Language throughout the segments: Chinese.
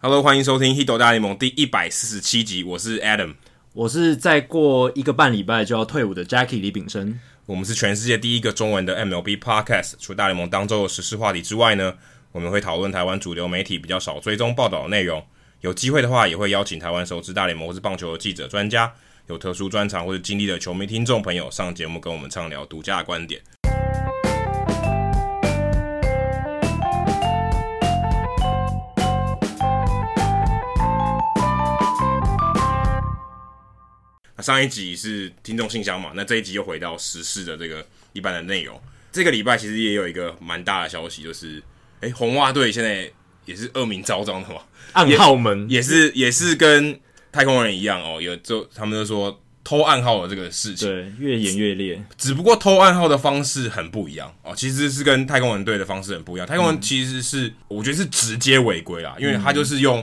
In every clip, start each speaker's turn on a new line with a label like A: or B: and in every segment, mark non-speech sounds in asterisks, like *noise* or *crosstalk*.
A: Hello，欢迎收听《h i t o 大联盟》第一百四十七集，我是 Adam，
B: 我是再过一个半礼拜就要退伍的 Jackie 李炳生。
A: 我们是全世界第一个中文的 MLB Podcast。除大联盟当周的时事话题之外呢，我们会讨论台湾主流媒体比较少追踪报道的内容。有机会的话，也会邀请台湾熟知大联盟或是棒球的记者、专家，有特殊专长或者经历的球迷听众朋友上节目跟我们畅聊独家的观点。那上一集是听众信箱嘛，那这一集又回到时事的这个一般的内容。这个礼拜其实也有一个蛮大的消息，就是诶，红袜队现在也是恶名昭彰的嘛，
B: 暗号门
A: 也是也是跟太空人一样哦，有就他们就说偷暗号的这个事情，
B: 对越演越烈，
A: 只不过偷暗号的方式很不一样哦，其实是跟太空人队的方式很不一样。太空
B: 嗯
A: 人其实是、我觉得是直接违规啦，因为他就是用、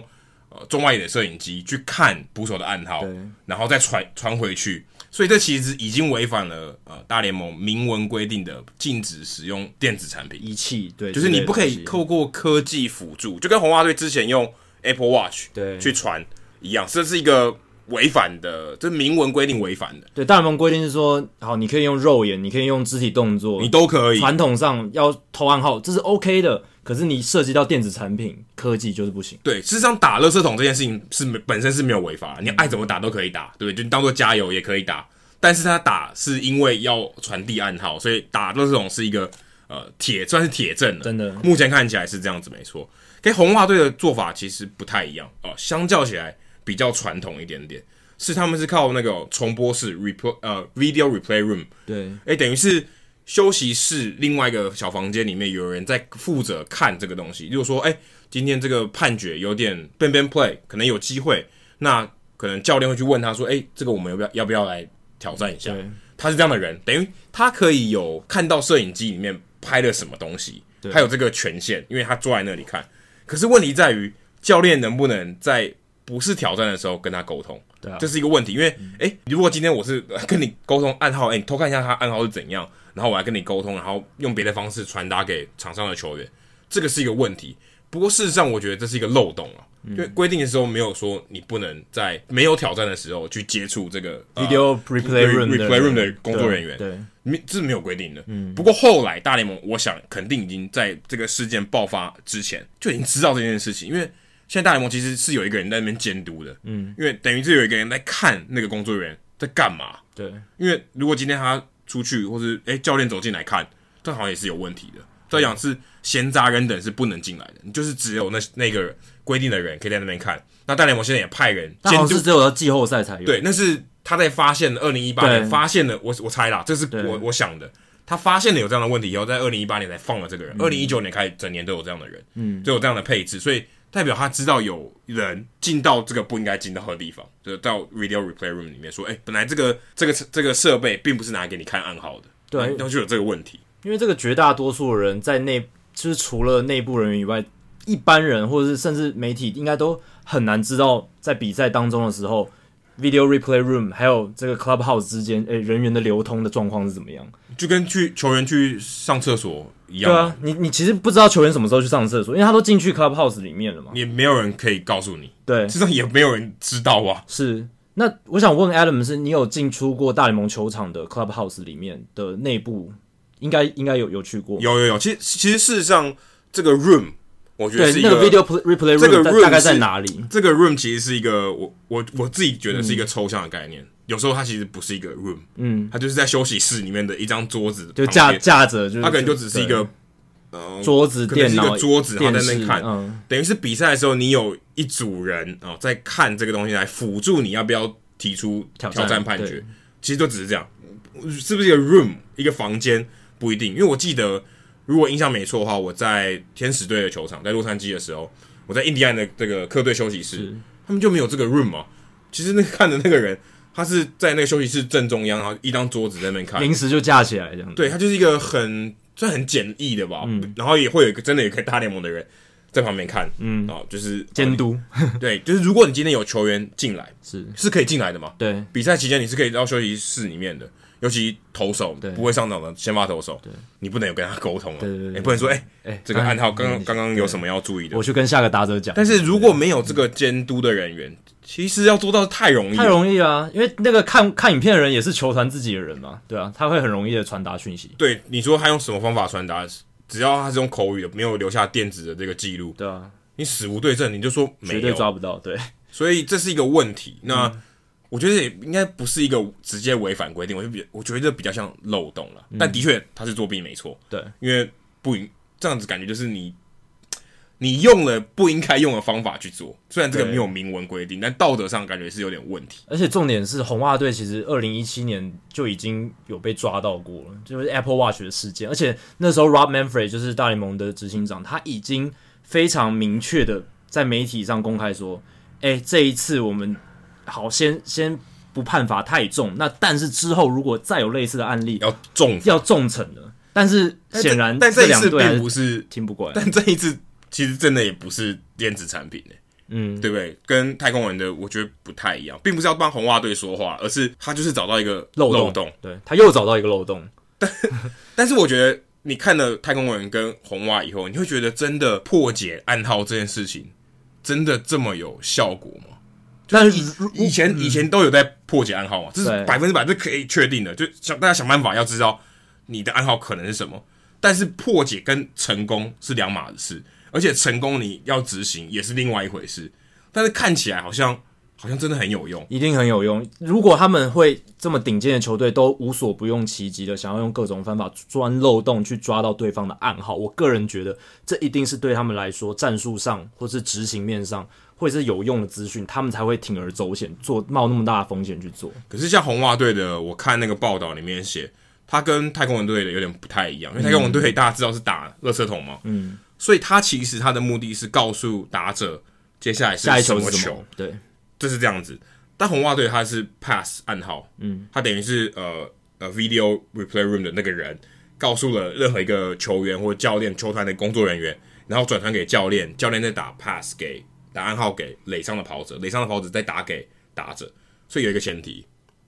A: 呃中外野的摄影机去看捕手的暗号
B: 对，
A: 然后再传传回去，所以这其实已经违反了呃大联盟明文规定的禁止使用电子产品。
B: 仪器对，
A: 就是你不可以
B: 扣。
A: 透过科技辅助，就跟红袜队之前用 Apple Watch
B: 对
A: 去传一样，这是一个违反的，这明文规定违反的，
B: 对，大联盟规定是说，好，你可以用肉眼，你可以用肢体动作，
A: 你都可以。
B: 传统上要偷暗号，这是 OK 的。可是你涉及到电子产品科技就是不行。
A: 对，事实上打垃圾桶这件事情是没本身是没有违法的，你爱怎么打都可以打，对不对？就当做加油也可以打，但是他打是因为要传递暗号，所以打垃圾桶是一个呃铁算是铁证了，
B: 真的
A: 目前看起来是这样子，没错。跟红袜队的做法其实不太一样哦、相较起来比较传统一点点，是他们是靠那个重播室 replay 呃 video replay room
B: 对，
A: 哎、等于是休息室另外一个小房间里面有人在负责看这个东西。如果说，哎、今天这个判决有点 ban ban play，可能有机会，那可能教练会去问他说，哎、这个我们要不要要不要来挑战一下
B: 对？
A: 他是这样的人，等于他可以有看到摄影机里面拍了什么东西，他有这个权限，因为他坐在那里看。可是问题在于，教练能不能在不是挑战的时候跟他沟通？
B: 对啊
A: 这是一个问题，因为诶，如果今天我是呃跟你沟通暗号，诶，你偷看一下他暗号是怎样，然后我来跟你沟通，然后用别的方式传达给场上的球员，这个是一个问题。不过事实上，我觉得这是一个漏洞啊，因
B: 嗯
A: 为规定的时候没有说你不能在没有挑战的时候去接触这个呃
B: Video replay room 的
A: replay room 的工作人员，
B: 对，
A: 没这是没有规定的。不过后来大联盟，我想肯定已经在这个事件爆发之前就已经知道这件事情，因为现在大联盟其实是有一个人在那边监督的，嗯，因为等于是有一个人在看那个工作人员在干嘛。
B: 对，对
A: 因为如果今天他出去，或是诶、教练走进来看，这好像也是有问题的。再讲是闲杂人等是不能进来的，你就是只有那那个规定的人可以在那边看。那大联盟现在也派人
B: 但
A: 监
B: 好像
A: 督
B: 是只有到季后赛才有。
A: 对，那是他在发现二零一八年
B: 对
A: 发现了，我我猜啦，这是
B: 对
A: 我我想的。他发现了有这样的问题以后，在二零一八年才放了这个人，
B: 嗯
A: 二零一九年开始整年都有这样的人，嗯，都有这样的配置，所以代表他知道有人进到这个不应该进到的地方，就是到 radio replay room 里面说，哎、本来这个这个这个设备并不是拿来给你看暗号的，
B: 对
A: 然后就有这个问题，
B: 因为这个绝大多数的人在内，就是除了内部人员以外，一般人或者是甚至媒体，应该都很难知道在比赛当中的时候，video replay room 还有这个 clubhouse 之间，诶、人员的流通的状况是怎么样？
A: 就跟去球员去上厕所一样
B: 对，啊，你你其实不知道球员什么时候去上厕所，因为他都进去 clubhouse 里面了嘛。
A: 也没有人可以告诉你，
B: 对，
A: 事实上也没有人知道啊，
B: 是。那我想问 Adam，是你有进出过大联盟球场的 clubhouse 里面的内部？应该应该有有去过，
A: 有有有，其实其实事实上，这个 room 我觉得
B: 对
A: 是一
B: 那
A: 个
B: 个 video play- replay room
A: 这个
B: 大
A: room
B: 大概在
A: 是
B: 哪里？
A: 这个 room 其实是一个我我我自己觉得
B: 嗯
A: 是一个抽象的概念。有时候它其实不是一个 room，嗯，它就是在休息室里面的一张桌子旁
B: 就
A: 边，
B: 架架着，就是
A: 它可能就只是一
B: 对
A: 个呃
B: 桌子、
A: 可能
B: 电
A: 是一
B: 脑、
A: 个桌子，然后在那
B: 电视
A: 边看，
B: 嗯，
A: 等于是比赛的时候，你有一组人啊、哦在看这个东西来辅助你要不要提出挑
B: 挑
A: 战
B: 战
A: 判决
B: 对，
A: 其实就只是这样，是不是一个 room 一个房间不一定，因为我记得如果印象没错的话，我在天使队的球场，在洛杉矶的时候，我在印第安的这个客队休息室，他们就没有这个 room 啊。其实那个看的那个人，他是在那个休息室正中央，然后一张桌子在那边看，
B: 临时就架起来这样子。
A: 啊对，它就是一个很算很简易的吧，
B: 嗯
A: 然后也会有一个真的有一个大联盟的人在旁边看，嗯，哦，就是哦
B: 监督
A: 对，就是如果你今天有球员进来，
B: *laughs* 是，
A: 是可以进来的嘛？
B: 对
A: 比赛期间你是可以到休息室里面的，尤其投手
B: 对
A: 不会上场的先发投手
B: 对，
A: 你不能有跟他沟通啊，
B: 对对对
A: 你不能说哎、
B: 哎，
A: 这个暗号刚刚
B: 刚
A: 刚刚有什么要注意的
B: 我？去跟下个打者讲，
A: 但是如果没有这个监督的人员，其实要做到太容易
B: 太
A: 了。
B: 容易啊，因为那个看看影片的人也是球团自己的人嘛，对啊，他会很容易的传达讯息，
A: 对，你说他用什么方法传达？只要他是用口语的，没有留下电子的这个记录，
B: 对啊，
A: 你死无对证，你就说
B: 绝
A: 没
B: 对嗯
A: 有。
B: 抓不到，对，
A: 所以这是一个问题。那、我觉得也应该不是一个直接违反规定，我就比我觉得比较像漏洞了。但的确他是作弊没错，
B: 嗯对，
A: 因为不应这样子感觉就是你你用了不应该用的方法去做，虽然这个
B: 对
A: 没有明文规定，但道德上感觉是有点问题。
B: 而且重点是红袜队其实二零一七年就已经有被抓到过了，就是 Apple Watch 的事件，而且那时候 Rob Manfred 就是大联盟的执行
A: 嗯
B: 长，他已经非常明确的在媒体上公开说，哎、这一次我们好先先不判罚太重，那但是之后如果再有类似的案例，
A: 要重
B: 要重惩的。但是
A: 但这
B: 显然，
A: 但这一
B: 两
A: 次
B: 队还
A: 并
B: 是
A: 不是，
B: 听不过来。
A: 但这一次其实真的也不是电子产品、欸
B: 嗯，
A: 对不对？跟太空人的我觉得不太一样，并不是要帮红袜队说话，而是他就是找到一个
B: 漏洞
A: 漏洞。
B: 对他又找到一个漏洞，
A: 但是我觉得你看了太空人跟红袜以后，你会觉得真的破解暗号这件事情真的这么有效果吗？
B: 但是
A: 以前以前都有在破解暗号嘛，这是
B: 对
A: 百分之百这可以确定的，就想大家想办法要知道你的暗号可能是什么。但是破解跟成功是两码子事，而且成功你要执行也是另外一回事。但是看起来好像好像真的很有用，
B: 一定很有用。如果他们会这么顶尖的球队都无所不用其极的想要用各种方法钻漏洞去抓到对方的暗号，我个人觉得这一定是对他们来说战术上或是执行面上会是有用的资讯，他们才会铤而走险，做冒那么大的风险去做。
A: 可是像红袜队的，我看那个报道里面写，他跟太空人队的有点不太一样，因为太空人队大家知道是打垃圾桶嘛，
B: 嗯，
A: 所以他其实他的目的是告诉打者接下来是
B: 下一
A: 什
B: 球
A: 么
B: 是什
A: 球
B: 么，？对，
A: 这是这样子。但红袜队他是 pass 暗号，
B: 嗯，
A: 他等于是呃呃 video replay room 的那个人告诉了任何一个球员或教练、球团的工作人员，然后转传给教练，教练再打 pass 给打暗号给垒上的跑者，垒上的跑者再打给打者，所以有一个前提，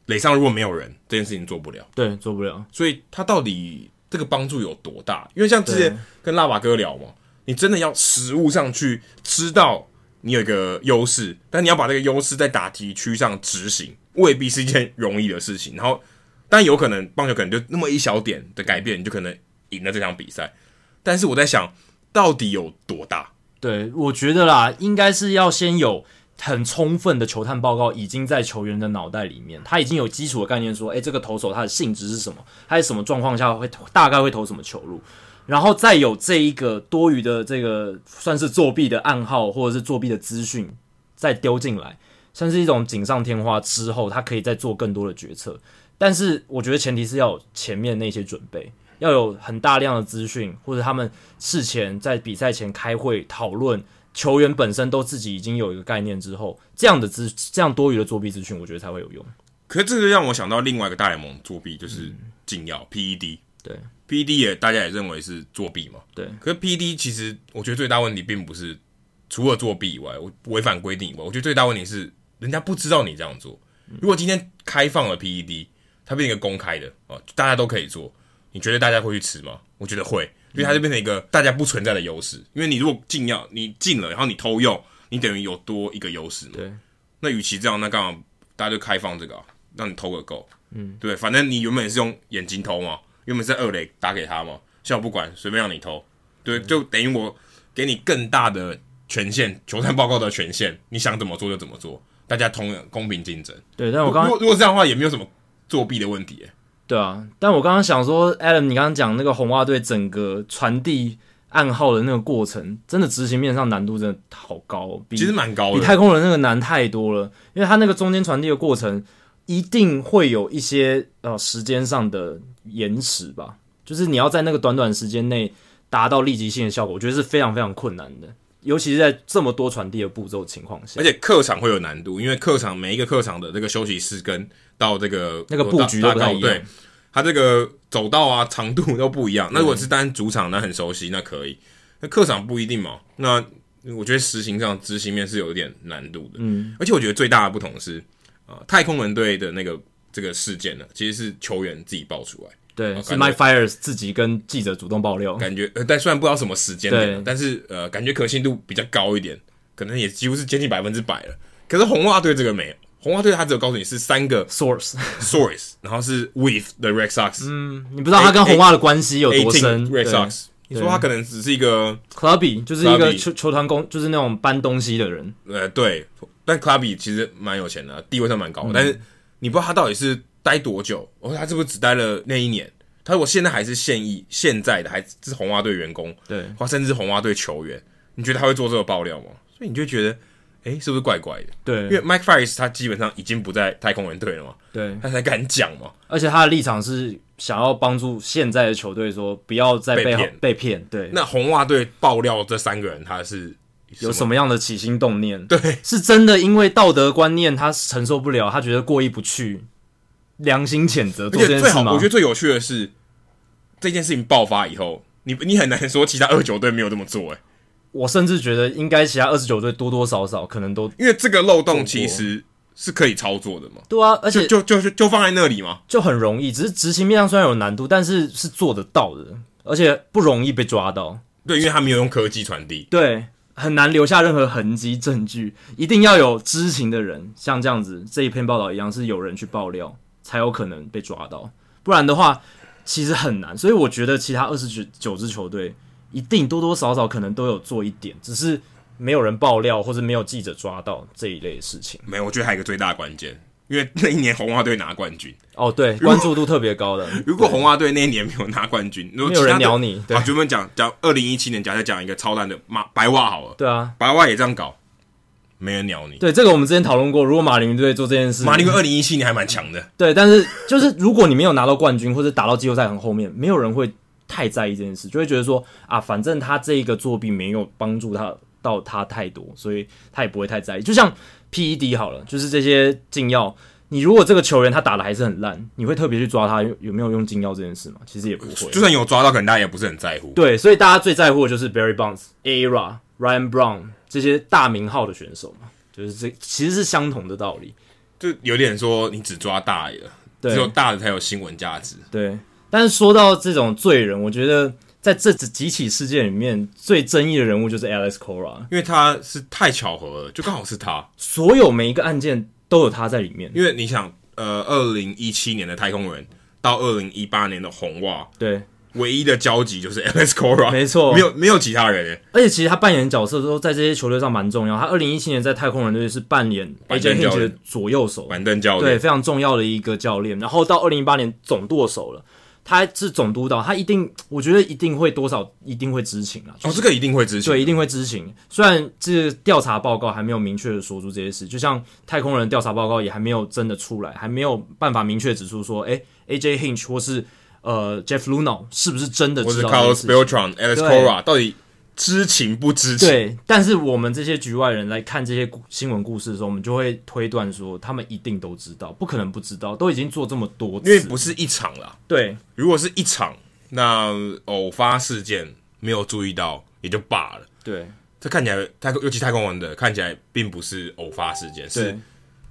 A: 垒上如果没有人，这件事情做不了。
B: 对，做不了。
A: 所以他到底这个帮助有多大？因为像之前
B: 对
A: 跟拉瓦哥聊嘛，你真的要实物上去知道你有一个优势，但你要把这个优势在打击区上执行，未必是一件容易的事情。然后，但有可能棒球可能就那么一小点的改变，你就可能赢了这场比赛。但是我在想，到底有多大？
B: 对，我觉得啦，应该是要先有很充分的球探报告已经在球员的脑袋里面，他已经有基础的概念，说，哎诶，这个投手他的性质是什么，他在什么状况下会投大概会投什么球路，然后再有这一个多余的这个算是作弊的暗号或者是作弊的资讯再丢进来，算是一种锦上添花之后，他可以再做更多的决策。但是我觉得前提是要有前面那些准备，要有很大量的资讯，或者他们事前在比赛前开会讨论，球员本身都自己已经有一个概念之后，这样的资这样多余的作弊资讯，我觉得才会有用。
A: 可是这就让我想到另外一个大联盟作弊，就是禁药 E PED。
B: 对
A: ，PED E 也大家也认为是作弊嘛。
B: 对
A: 可是 PD 其实我觉得最大问题并不是除了作弊以外，我违反规定以外，我觉得最大问题是人家不知道你这样做。如果今天开放了 PED，它变成一个公开的啊，大家都可以做，你觉得大家会去吃吗？我觉得会，因为它就变成一个大家不存在的优势。因为你如果禁药，你禁了，然后你偷用，你等于有多一个优势嘛。
B: 对，
A: 那与其这样，那干嘛大家就开放这个、啊，让你偷个够？嗯，对，反正你原本也是用眼睛偷嘛，原本是在二垒打给他嘛，现在我不管，随便让你偷，对，
B: 嗯
A: 就等于我给你更大的权限，球探报告的权限，你想怎么做就怎么做，大家同公平竞争。
B: 对，但
A: 如
B: 我
A: 果
B: 刚
A: 如果这样的话，也没有什么作弊的问题、欸
B: 对啊，但我刚刚想说，Adam，你刚刚讲那个红袜队整个传递暗号的那个过程，真的执行面上难度真的好高、哦，比
A: 其实蛮高
B: 比
A: 的。
B: 太空人那个难太多了，因为他那个中间传递的过程一定会有一些呃时间上的延迟吧，就是你要在那个短短时间内达到立即性的效果，我觉得是非常非常困难的，尤其是在这么多传递的步骤情况下
A: 而。且客场会有难度，因为客场每一个客场的这个休息室跟到这个
B: 那个布局都不太一样嗯
A: 对，它这个走道啊长度都不一样。那如果是单主场，那很熟悉，那可以。那客场不一定嘛。那我觉得实行上执行面是有一点难度的。
B: 嗯，
A: 而且我觉得最大的不同是，呃，太空人队的那个这个事件呢，其实是球员自己爆出来。
B: 对，
A: 哦
B: 是
A: 感
B: My
A: 觉
B: Fires 自己跟记者主动爆
A: *laughs*
B: 料，
A: 感觉，呃，但虽然不知道什么时间点啊
B: 对，
A: 但是呃，感觉可信度比较高一点，可能也几乎是接近百分之百了。可是红袜队这个没有，红袜队他只有告诉你是三个
B: source， *laughs*
A: source，然后是 with the Red Sox
B: 嗯，你不知道他跟红袜的关系有多
A: eighteen
B: 深。对
A: Red Sox，你说他可能只是一个
B: Clubby 就是一个
A: Clubby
B: 球球团工，就是那种搬东西的人，
A: 呃对，但 Clubby 其实蛮有钱的，啊地位上蛮
B: 嗯
A: 高的，但是你不知道他到底是待多久，哦，他是不是只待了那一年？他如果现在还是现役现在的，还是红袜队员工，
B: 对，
A: 或甚至红袜队球员，你觉得他会做这个爆料吗？所以你就觉得，诶，是不是怪怪的？因为
B: 对，
A: Mike Fires 他基本上已经不在太空人队了嘛，
B: 对，
A: 他才敢讲嘛。
B: 而且他的立场是想要帮助现在的球队说不要再
A: 被
B: 被
A: 骗
B: 被骗，对，
A: 那红袜队爆料这三个人，他是
B: 嗯有什么样的起心动念？
A: 对，
B: 是真的因为道德观念他承受不了，他觉得过意不去，良心谴责
A: 而
B: 做
A: 且
B: 这件
A: 最
B: 事
A: 好，
B: 吗？
A: 我觉得最有趣的是，这件事情爆发以后，你你很难说其他二九队没有这么做、诶，
B: 我甚至觉得应该其他二十九队多多少少可能都
A: 因为这个漏洞其实是可以操作的嘛，
B: 对啊，而
A: 就
B: 且
A: 就就就就放在那里嘛。
B: 就很容易，只是执行面上虽然有难度，但是是做得到的，而且不容易被抓到。
A: 对，因为他没有用科技传递，
B: 对，很难留下任何痕迹证据，一定要有知情的人，像这样子这一篇报道一样，是有人去爆料才有可能被抓到，不然的话其实很难。所以我觉得其他二十九九支球队一定多多少少可能都有做一点，只是没有人爆料或者没有记者抓到这一类的事情。
A: 没有。我觉得还有一个最大的关键，因为那一年红袜队拿冠军。
B: 哦，对，关注度特别高的，
A: 如果红袜队那一年没有拿冠军，如果
B: 没有人
A: 其他队
B: 鸟你对
A: 好，就我们讲讲二零一七年，假设讲一个超烂的马白袜好了，
B: 对啊。
A: 白袜也这样搞，没人鸟你。
B: 对，这个我们之前讨论过，如果马林鱼队做这件事，
A: 马林哥二零一七年还蛮强的，
B: 对，但是就是如果你没有拿到冠军或者打到季后赛很后面，没有人会太在意这件事，就会觉得说啊，反正他这一个作弊没有帮助他到他太多，所以他也不会太在意。就像 PED 好了，就是这些禁药，你如果这个球员他打的还是很烂，你会特别去抓他有有没有用禁药这件事吗？其实也不会。
A: 就算有抓到，可能大家也不是很在乎。
B: 对，所以大家最在乎的就是 Barry Bonds、Era、Ryan Brown 这些大名号的选手嘛，就是这其实是相同的道理。
A: 就有点说你只抓大的，
B: 对
A: 只有大的才有新闻价值。
B: 对，但是说到这种罪人，我觉得在这几几起事件里面，最争议的人物就是 Alex Cora。
A: 因为他是太巧合了，就刚好是他。
B: 所有每一个案件都有他在里面。
A: 因为你想，呃，二零一七年的太空人到二零一八年的红袜，
B: 对，
A: 唯一的交集就是 Alex Cora，
B: 没错
A: 啊没有没有其他人耶。欸
B: 而且其实他扮演的角色都在这些球队上蛮重要。他二零一七年在太空人队是扮演
A: 板
B: AJ
A: 凳教
B: Hinch 的
A: 练
B: 左右手，
A: 板凳教
B: 对，
A: 练，
B: 非常重要的一个教练。然后到二零一八年总舵手了。他是总督导，他一定，我觉得一定会多少一定会知情啊，就
A: 哦，
B: 是
A: 这个一定会知情。
B: 对，一定会知情。虽然这调查报告还没有明确的说出这些事，就像太空人调查报告也还没有真的出来，还没有办法明确指出说，哎、a j Hinch 或是呃 Jeff Luno 是不是真的
A: 或
B: 知
A: 是
B: 道这件
A: Carlos
B: 事情？
A: Beltran、Alex
B: 对
A: Cora 到底知情不知情？
B: 对，但是我们这些局外人来看这些故新闻故事的时候，我们就会推断说，他们一定都知道，不可能不知道，都已经做这么多次，
A: 因为不是一场啦，
B: 对
A: 如果是一场，那偶发事件没有注意到也就罢了。
B: 对
A: 这看起来太空，尤其太空人的看起来并不是偶发事件，是
B: 对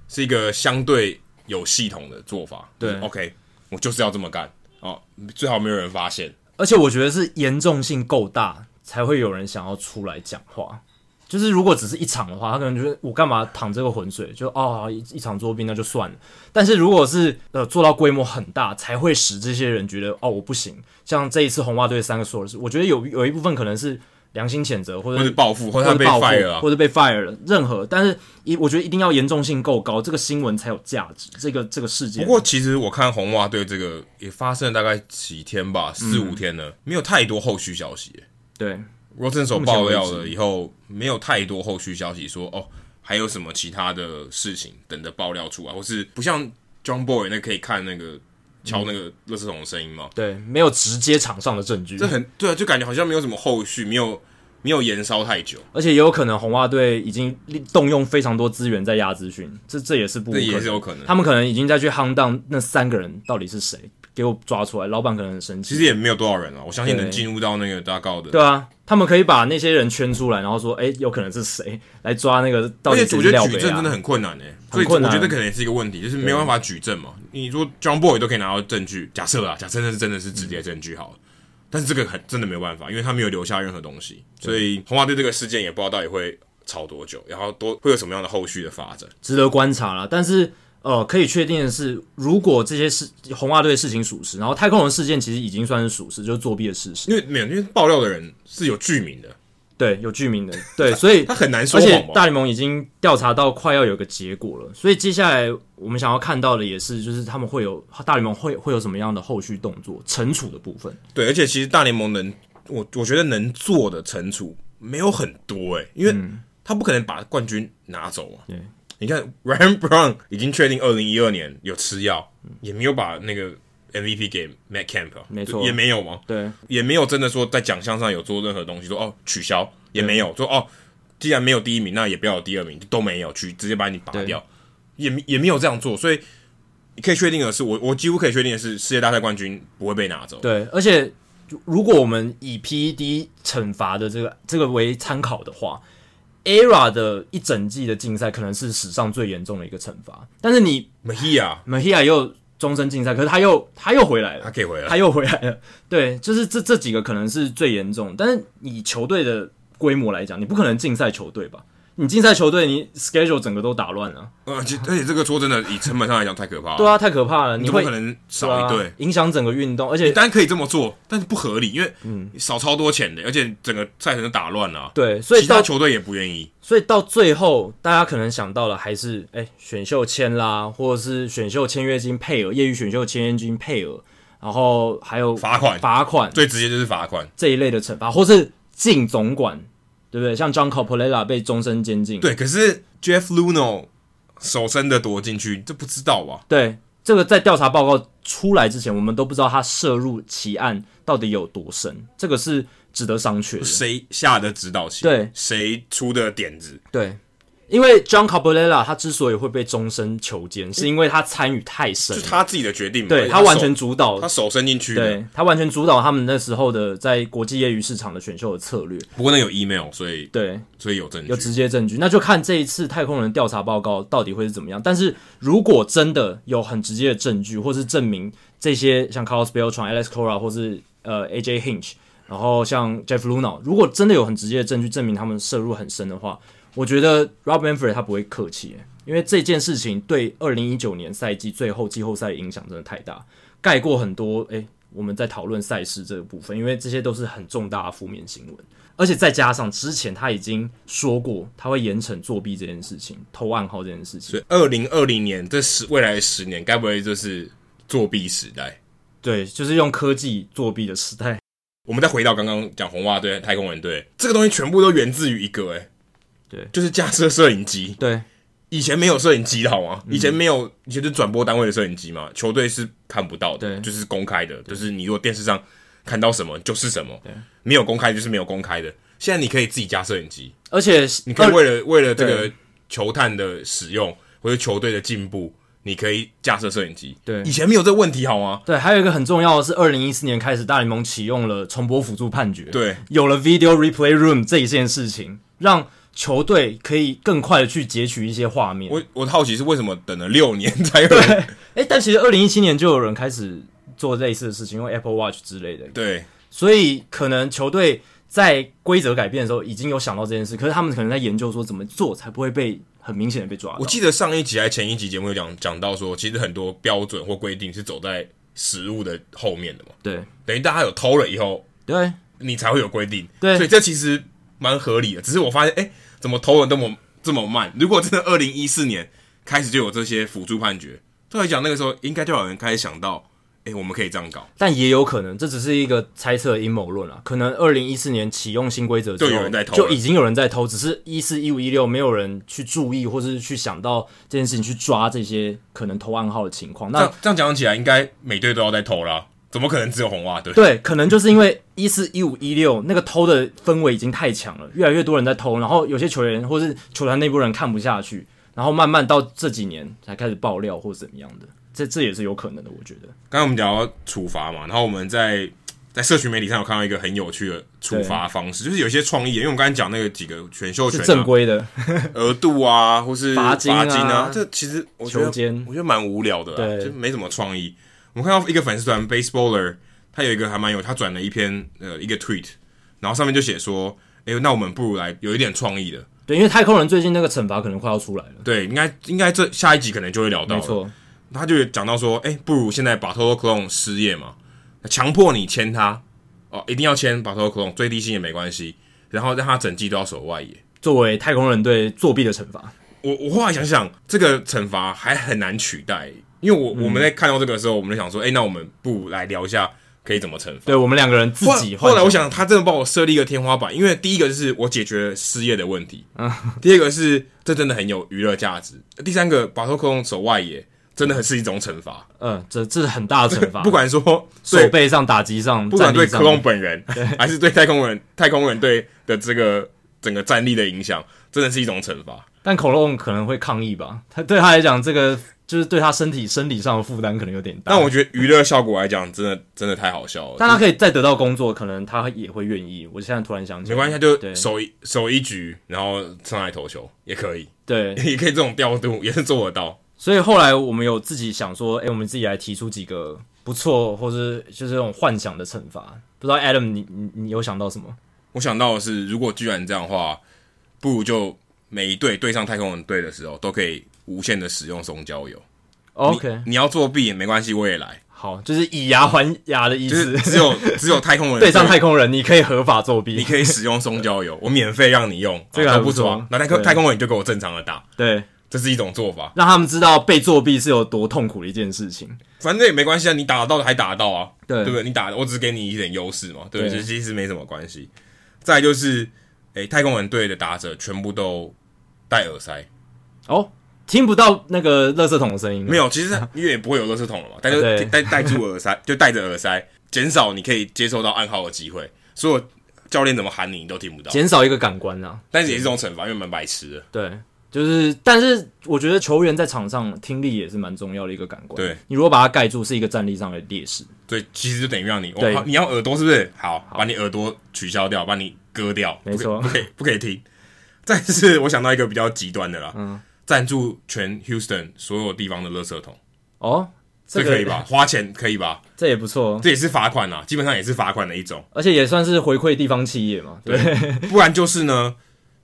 A: 是一个相对有系统的做法。
B: 对
A: 就是，OK，我就是要这么干哦，最好没有人发现。
B: 而且我觉得是严重性够大，才会有人想要出来讲话。就是如果只是一场的话，他可能觉得我干嘛淌这个浑水，就哦一一场作弊那就算了。但是如果是呃做到规模很大，才会使这些人觉得哦我不行。像这一次红袜队三个 source，我觉得有有一部分可能是良心谴责或
A: 或
B: 者
A: 是报复，或
B: 或
A: 者他
B: 者
A: 被
B: 报复
A: fire 啊了、
B: 或者被 fire 了，任何。但是一我觉得一定要严重性够高，这个新闻才有价值，这个这个事件。
A: 不过其实我看红袜队这个也发生了大概几天吧，四
B: 嗯
A: 五天了，没有太多后续消息耶。
B: 对
A: r o s e n 手
B: 目前
A: 爆
B: 为止
A: 料了以后，没有太多后续消息说哦，还有什么其他的事情等着爆料出来，或是不像 John Boy 那可以看那个敲那个垃圾桶的声音嘛？
B: 对，没有直接场上的证据，
A: 这很对啊，就感觉好像没有什么后续，没有没有延烧太久，
B: 而且也有可能红袜队已经动用非常多资源在压资讯，这这也是不无
A: 这
B: 可能
A: 也是有可能。
B: 他们可能已经在去夯当那三个人到底是谁，给我抓出来，老板可能很生
A: 其
B: 气。
A: 实也没有多少人啊，我相信能
B: 对
A: 进入到那个大告的。
B: 对啊，他们可以把那些人圈出来，然后说，哎、有可能是谁来抓那个到
A: 而
B: 底
A: 且
B: 谁
A: 我
B: 是
A: 觉
B: 廖
A: 得
B: 北
A: 举证真的
B: 啊？
A: 很困难诶、所
B: 很
A: 以我
B: 困难
A: 觉得这可能也是一个问题，就是没有办法举证嘛。你说 John Boy 都可以拿到证据，假设啦，假设那是真的是直
B: 嗯
A: 接证据好了，但是这个很真的没有办法，因为他没有留下任何东西，所以红袜队这个事件也不知道到底会吵多久，然后多会有什么样的后续的发展。
B: 值得观察啦。但是呃，可以确定的是，如果这些事红袜队的事情属实，然后太空人事件其实已经算是属实，就是作弊的事实。
A: 因为没有，因为爆料的人是有剧名的，
B: 对，有剧名的，对，所以
A: 他很难说
B: 而且
A: 谎吧？
B: 大联盟已经调查到快要有个结果了，所以接下来我们想要看到的也是，就是他们会有大联盟会会有什么样的后续动作，惩处的部分。
A: 对，而且其实大联盟能，我我觉得能做的惩处没有很多诶、因为他不可能把冠军拿走嘛。
B: 嗯对，
A: *laughs* 你看 Ryan Brown 已经确定二零一二年有吃药，也没有把那个 MVP 给 Matt Camp，啊
B: 嗯没错
A: 也没有嘛，
B: 对，
A: 也没有真的说在奖项上有做任何东西，说哦取消也没有，说哦既然没有第一名，那也不要有第二名，都没有取，直接把你拔掉，也没也没有这样做，所以你可以确定的是，我我几乎可以确定的是，世界大赛冠军不会被拿走。
B: 对，而且如果我们以 PED 惩罚的这个这个为参考的话，ERA 的一整季的竞赛可能是史上最严重的一个惩罚。但是你
A: Mejia
B: Mejia 又终身禁赛，可是他又他又回来
A: 他
B: 了，
A: 可以回来，
B: 他又回来了。对，就是这这几个可能是最严重，但是以球队的规模来讲，你不可能禁赛球队吧？你禁赛球队，你 schedule 整个都打乱了，
A: 而且而且哎这个说真的，以成本上来讲太可怕了，
B: 对啊，太可怕了，你
A: 你怎么
B: 会
A: 可能少一
B: 对
A: 队
B: 啊？影响整个运动，而且
A: 当然可以这么做，但是不合理，因为少超多钱的，而且整个赛程都打乱了啊、
B: 嗯对，所以
A: 其
B: 到
A: 他球队也不愿意。
B: 所以到最后，大家可能想到了还是哎、选秀签啦，或者是选秀签约金配额，业余选秀签约金配额，然后还有
A: 罚款
B: 罚款
A: 最直接就是罚款，
B: 这一类的惩罚，或是进总管，对不对？像 John Coppola 被终身监禁，
A: 对。可是 Jeff Luno 手伸的夺进去，这不知道啊吧？
B: 对这个在调查报告出来之前，我们都不知道他涉入其案到底有多深，这个是值得商榷的。
A: 谁下的指导棋？
B: 对
A: 谁出的点子？
B: 对，因为 John Coppola 他之所以会被终身囚监，是因为他参与太深
A: 就
B: 了，
A: 他自己的决定嘛。而
B: 对
A: 且
B: 他
A: 他
B: 完
A: 手
B: 全主导
A: 他手伸进去的，
B: 对他完全主导他们那时候的在国际业余市场的选秀的策略，
A: 不过那有 email，所以
B: 对，
A: 所以有证
B: 有
A: 据。啊
B: 直接证据。那就看这一次太空人调查报告到底会是怎么样。但是如果真的有很直接的证据，或是证明这些像 Carlos Beltran、Alex Cora 或是呃 AJ Hinch，然后像 Jeff Luno，如果真的有很直接的证据证明他们涉入很深的话，我觉得 Rob Manfred 他不会客气，因为这件事情对二零一九年赛季最后季后赛的影响真的太大，盖过很多诶、我们在讨论赛事这个部分，因为这些都是很重大的负面新闻，而且再加上之前他已经说过他会严惩作弊这件事情、偷暗号这件事情
A: 所，以二零二零年这十未来的十年，该不会就是作弊时代？
B: 对，就是用科技作弊的时代，
A: 我们再回到刚刚讲红袜队、太空人队，这个东西全部都源自于一个、欸，
B: 对
A: 就是架设摄影机。
B: 对
A: 以前没有摄影机的好吗？以前
B: 嗯
A: 没有，以前就是转播单位的摄影机嘛，球队是看不到的，
B: 对
A: 就是公开的，就是你如果电视上看到什么就是什么，没有公开就是没有公开的。现在你可以自己架摄影机，
B: 而且
A: 你可
B: 二
A: 以为了为了这个
B: 对
A: 球探的使用或者球队的进步，你可以架设摄影机。
B: 对
A: 以前没有这个问题好吗？
B: 对，还有一个很重要的是，二零一四年开始，大联盟启用了重播辅助判决，，
A: 对，
B: 有了 Video Replay Room 这一件事情，让球队可以更快的去截取一些画面。
A: 我我好奇是为什么等了六年才有人
B: 哎，但其实二零一七年就有人开始做类似的事情，用 Apple Watch 之类的，
A: *laughs* 对
B: 所以可能球队在规则改变的时候已经有想到这件事，可是他们可能在研究说怎么做才不会被很明显的被抓
A: 我
B: 到。
A: 记得上一集还前一集节目有讲讲到说，其实很多标准或规定是走在实物的后面的嘛，
B: 对
A: 等于大家有偷了以后，
B: 对
A: 你才会有规定。
B: 对
A: 所以这其实蛮合理的。只是我发现，哎、怎么偷了这么这么慢？如果真的二零一四年开始就有这些辅助判决，照理讲那个时候应该就有人开始想到，哎、我们可以这样搞，
B: 但也有可能，这只是一个猜测阴谋论啊。可能二零一四年启用新规则之后，
A: 就有人在偷了
B: 就已经有人在偷，只是一四、一五、一六没有人去注意，或是去想到这件事情，去抓这些可能偷暗号的情况。
A: 这
B: 那
A: 样这样讲起来，应该每队都要在偷啦，怎么可能只有红袜队？
B: 对，可能就是因为一四、一五、一六那个偷的氛围已经太强了，越来越多人在偷，然后有些球员或是球团内部人看不下去，然后慢慢到这几年才开始爆料或怎么样的。这这也是有可能的，我觉得。
A: 刚才我们讲到处罚嘛，然后我们在在社群媒体上有看到一个很有趣的处罚方式，就是有一些创意，因为我们刚才讲那个几个选秀权、
B: 是
A: 啊、
B: 正规的，
A: 额度啊，或是
B: 罚
A: 金
B: 金啊
A: 这其实我觉得
B: 球监
A: 我觉得蛮无聊的、啊，
B: 对
A: 就没什么创意。我们看到一个粉丝团 baseballer，他有一个还蛮有，他转了一篇呃一个 tweet，然后上面就写说，哎、那我们不如来有一点创意的，
B: 对，因为太空人最近那个惩罚可能快要出来了，
A: 对，应该应该这下一集可能就会聊到，
B: 没，错，
A: 他就讲到说，哎、不如现在把 Total Clone 失业嘛，强迫你签他，哦，一定要签把 Total Clone 最低薪也没关系，然后让他整季都要守外野。
B: 作为太空人对作弊的惩罚，
A: 我我后来想想，这个惩罚还很难取代，因为我、我们在看到这个的时候，我们就想说，哎、那我们不如来聊一下可以怎么惩罚。
B: 对我们两个人自己
A: 后来后来我
B: 幻
A: 想，他真的帮我设立一个天花板，因为第一个就是我解决了失业的问
B: *laughs*
A: 题，第二个是这真的很有娱乐价值，第三个把脱空手外野真的很是一种惩罚，
B: 嗯，这这是很大的惩罚，
A: 不管说对
B: 手背上、打击上、
A: 不管
B: 战
A: 对
B: 力
A: 克隆
B: 上，
A: 本人，还是对太空人太空人队的这个整个战力的影响，真的是一种惩罚。
B: 但恐龙可能会抗议吧？他对他来讲，这个就是对他身体生理上的负担可能有点大。
A: 但我觉得娱乐效果来讲，真的真的太好笑了。
B: 但他可以再得到工作，可能他也会愿意。我现在突然想起
A: 没
B: 来，
A: 关系，他就
B: 对
A: 守一守一局，然后上来投球也可以， *laughs*
B: 对，
A: 也可以这种调度，也是做得到。
B: 所以后来我们有自己想说，哎、我们自己来提出几个不错，或是就是那种幻想的惩罚。不知道 Adam，你你你有想到什么？
A: 我想到的是，如果居然这样的话，不如就每一队对上太空人队的时候，都可以无限的使用松胶油。你
B: OK，
A: 你要作弊也没关系，我也来。
B: 好，就是以牙还牙的意
A: 就
B: 思
A: 是。只有只有太空人
B: *laughs* 对上太空人，你可以合法作弊
A: 你。可以使用松胶油，我免费让你用，
B: 这个
A: 啊
B: 还
A: 都不
B: 不错
A: 抓。那太空
B: 对
A: 太空人你就给我正常的打，
B: 对，
A: 这是一种做法。
B: 让他们知道被作弊是有多痛苦的一件事情。
A: 反正也没关系啊，你打得到的还打得到啊，
B: 对
A: 对不对？你打的，我只是给你一点优势嘛，对不对？
B: 对
A: 这其实没什么关系。再来就是，诶、太空人队的打者全部都戴耳塞，
B: 哦，听不到那个垃圾桶的声音，
A: 没
B: 有，
A: 有，其实因为也不会有垃圾桶了嘛，但就
B: 嗯啊对
A: 戴戴住耳塞，就戴着耳塞，减少你可以接受到暗号的机会。所有教练怎么喊你，你都听不到，
B: 减少一个感官啊。
A: 但是也是一种惩罚，因为蛮白痴的。
B: 对，就是，但是我觉得球员在场上听力也是蛮重要的一个感官。
A: 对，
B: 你如果把它盖住，是一个战力上的劣势。
A: 所以其实就等于让你，
B: 对
A: 哦好你要耳朵是不是？好，把你耳朵取消掉，把你割掉，
B: 没错
A: 不可以不可以不可以听。 *laughs* 再是我想到一个比较极端的啦，
B: 嗯
A: 赞助全 Houston 所有地方的垃圾桶，
B: 哦，
A: 这
B: 个
A: 可以？吧？花钱可以吧？
B: 这也不错，
A: 这也是罚款啊啦，基本上也是罚款的一种。
B: 而且也算是回馈地方企业嘛。对，
A: 不然就是呢，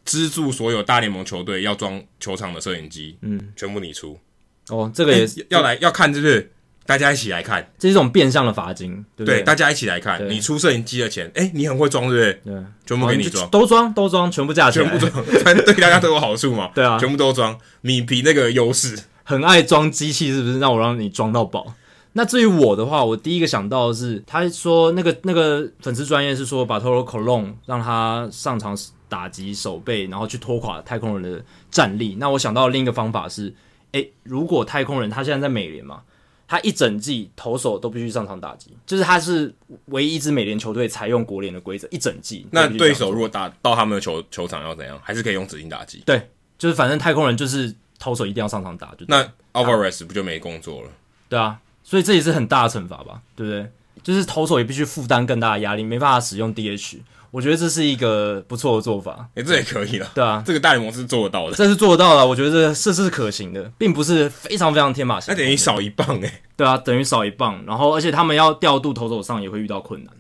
A: 资助所有大联盟球队要装球场的摄影机，
B: 嗯，
A: 全部你出。
B: 哦，这个也
A: 哎
B: 是
A: 要来要看是不是？大家一起来看，
B: 这是一种变相的罚金，对不
A: 对，
B: 对？
A: 大家一起来看。
B: 对
A: 你出摄影机的钱，哎，你很会装，对不对？
B: 对，
A: 全部给
B: 好
A: 你
B: 哦就
A: 装。
B: 都装都装，全部架起
A: 全
B: 来
A: 部，装，反正对大家都有好处嘛。
B: 对啊
A: 全部都装，米皮那个优势，
B: 很爱装机器，是不是？让我让你装到饱。那至于我的话，我第一个想到的是，他说那个那个粉丝专业是说把 Toro Colon 让他上场打击手背，然后去拖垮太空人的战力。那我想到另一个方法是，诶、如果太空人他现在在美联嘛，他一整季投手都必须上场打击，就是他是唯一一支美联球队采用国联的规则，一整季
A: 那
B: 都必须
A: 对
B: 上
A: 手如果打到他们的球球场要怎样？还是可以用指定打击。
B: 对，就是反正太空人就是投手一定要上场打，就对了啊
A: 那 Alvarez 不就没工作了？
B: 对啊，所以这也是很大的惩罚吧，对不对？就是投手也必须负担更大的压力，没办法使用 DH。我觉得这是一个不错的做法，
A: 哎，这也可以了。
B: 对啊，
A: 这个大联盟是做得到的，
B: 这是做到了，啊我觉得这这是可行的，并不是非常非常天马行
A: 那
B: 空
A: 等
B: 的。
A: 于少一棒哎。
B: 对啊，等于少一棒，然后而且他们要调度投手上也会遇到困难，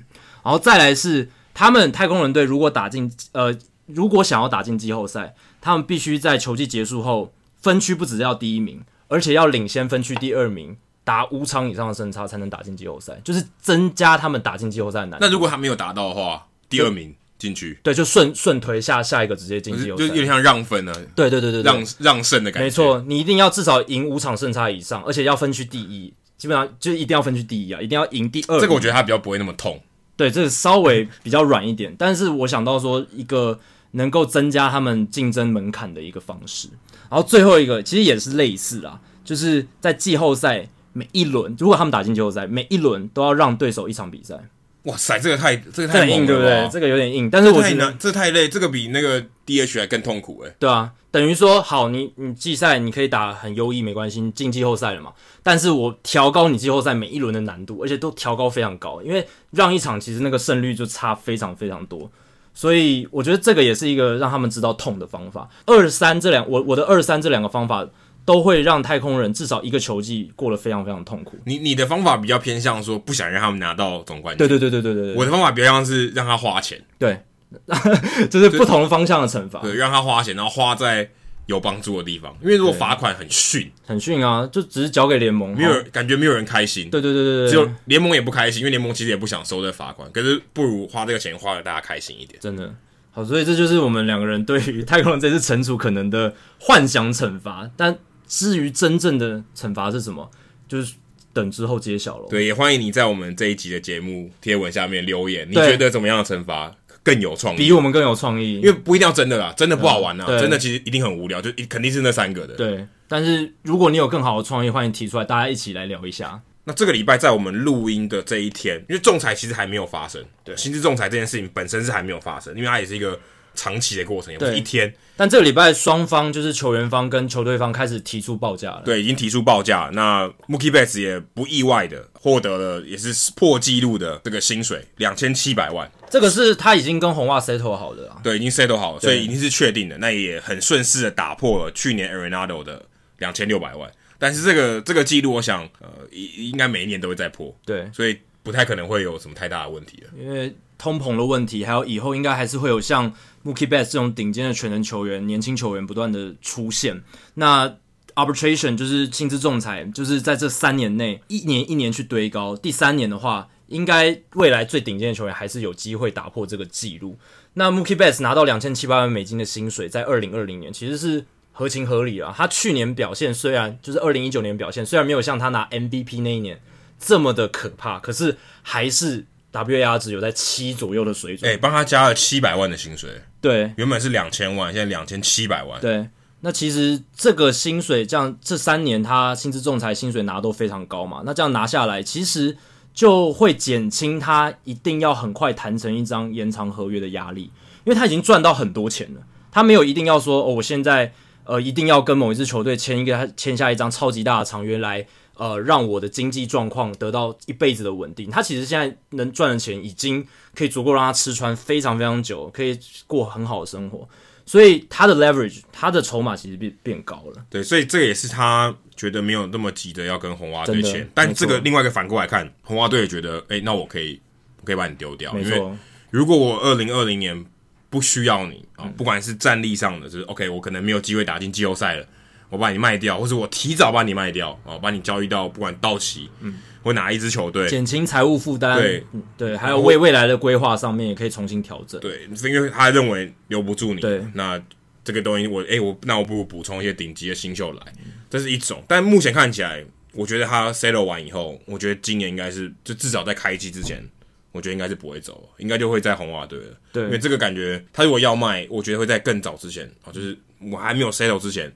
B: 然后再来是他们太空人队如果打进呃如果想要打进季后赛，他们必须在球季结束后分区不只要第一名，而且要领先分区第二名。打五场以上的胜差才能打进季后赛，就是增加他们打进季后赛的难度。
A: 那如果他没有达到的话，第二名进去，
B: 对，就顺顺推下下一个直接进
A: 就是
B: 季后
A: 就
B: 赛。
A: 有点像让分了，
B: 对对对对对，
A: 让让胜的感觉。
B: 没，错，你一定要至少赢五场胜差以上，而且要分区第一，基本上就是一定要分区第一啊，一定要赢第二。
A: 这个我觉得他比较不会那么痛。
B: 对，这个稍微比较软一点，但是我想到说一个能够增加他们竞争门槛的一个方式。然后最后一个其实也是类似啦，就是在季后赛每一轮，如果他们打进季后赛，每一轮都要让对手一场比赛，
A: 哇塞，这个太这个
B: 这
A: 太
B: 很硬，
A: 猛
B: 对不
A: 了
B: 对？
A: 吧。
B: 这个有点硬，但是
A: 这
B: 我
A: 太
B: 觉得
A: 难，这太累，这个比那个 DH 还更痛苦哎、
B: 对啊，等于说好，你你季赛你可以打很优异，没关系，你进季后赛了嘛。但是我调高你季后赛每一轮的难度，而且都调高非常高，因为让一场其实那个胜率就差非常非常多。所以我觉得这个也是一个让他们知道痛的方法。二三这两，我我的二三这两个方法都会让太空人至少一个球季过得非常非常痛苦。
A: 你你的方法比较偏向说不想让他们拿到总冠军，
B: 对对对对对对
A: 我的方法比较像是让他花钱，
B: 对 *laughs* 对，就是不同方向的惩罚，
A: 对，让他花钱，然后花在有帮助的地方，因为如果
B: 对
A: 罚款很逊，
B: 很逊啊，就只是交给联盟，
A: 没有人感觉没有人开心，
B: 啊对对对对对，
A: 只有联盟也不开心，因为联盟其实也不想收这罚款，可是不如花这个钱花的大家开心一点。
B: 真的好，所以这就是我们两个人对于太空人这次惩处可能的幻想惩罚。但至于真正的惩罚是什么，就是等之后揭晓了。
A: 对，也欢迎你在我们这一集的节目贴文下面留言，你
B: 对
A: 觉得怎么样的惩罚更有创
B: 比
A: 意？
B: 我们更有创意，因
A: 因为不一定要真的啦，真的不好玩啦，啊
B: 对
A: 真的其实一定很无聊，就一肯定是那三个的。
B: 对。但是如果你有更好的创意，欢迎提出来，大家一起来聊一下。
A: 那这个礼拜在我们录音的这一天，因为仲裁其实还没有发生，对，薪资仲裁这件事情本身是还没有发生，因为它也是一个长期的过程，也不是
B: 对
A: 一天。
B: 但这个礼拜双方就是球员方跟球队方开始提出报价了。
A: 对，已经提出报价。那 Mookie Betts 也不意外的获得了，也是破纪录的这个薪水，两千七百万。
B: 这个是他已经跟红袜 settle 好的啊。
A: 对，已经 settle 好了，所以已经是确定的。那也很顺势的打破了去年 Arenado 的两千六百万。但是这个这个记录，我想呃，应应该每一年都会再破，
B: 对，
A: 所以不太可能会有什么太大的问题了。
B: 因为通膨的问题，还有以后应该还是会有像 Mookie Betts 这种顶尖的全能球员、年轻球员不断的出现。那 arbitration 就是薪资仲裁，就是在这三年内一年一年去堆高。第三年的话，应该未来最顶尖的球员还是有机会打破这个记录。那 Mookie Betts 拿到两千七百万美金的薪水，在二零二零年其实是合情合理啊。他去年表现虽然就是二零一九年表现虽然没有像他拿 MVP 那一年这么的可怕，可是还是 WAR 值有在七左右的水准。
A: 哎、帮他加了七百万的薪水，
B: 对
A: 原本是两千万，现在两千七百万。
B: 对，那其实这个薪水这样这三年他薪资仲裁薪水拿都非常高嘛，那这样拿下来其实。就会减轻他一定要很快谈成一张延长合约的压力，因为他已经赚到很多钱了，他没有一定要说哦，我现在呃一定要跟某一支球队签一个签下一张超级大的长约来，呃，让我的经济状况得到一辈子的稳定。他其实现在能赚的钱已经可以足够让他吃穿非常非常久，可以过很好的生活，所以他的 leverage，他的筹码其实变变高了。
A: 对，所以这个也是他觉得没有那么急的要跟红袜队
B: 真的
A: 签，但这
B: 没
A: 个
B: 错
A: 另外一个反过来看，红袜队也觉得，哎、那我可以，我可以把你丢掉，
B: 没
A: 哦因为哎
B: 错，
A: 如果我二零二零年不需要你啊、
B: 嗯
A: 不管是战力上的，就是 OK，我可能没有机会打进季后赛了，我把你卖掉，或者我提早把你卖掉啊、把你交易到不管道奇，嗯，或哪一支球队，
B: 减轻财务负担，
A: 对
B: 嗯对，还有为未来的规划上面也可以重新调整。
A: 对，是因为他认为留不住你，
B: 对
A: 那这个东西我哎、我那我不如补充一些顶级的新秀来，这是一种。但目前看起来，我觉得他 settle 完以后，我觉得今年应该是就至少在开季之前，我觉得应该是不会走了，应该就会在红袜队了。
B: 对
A: 因为这个感觉，他如果要卖，我觉得会在更早之前啊，就是我还没有 settle 之前，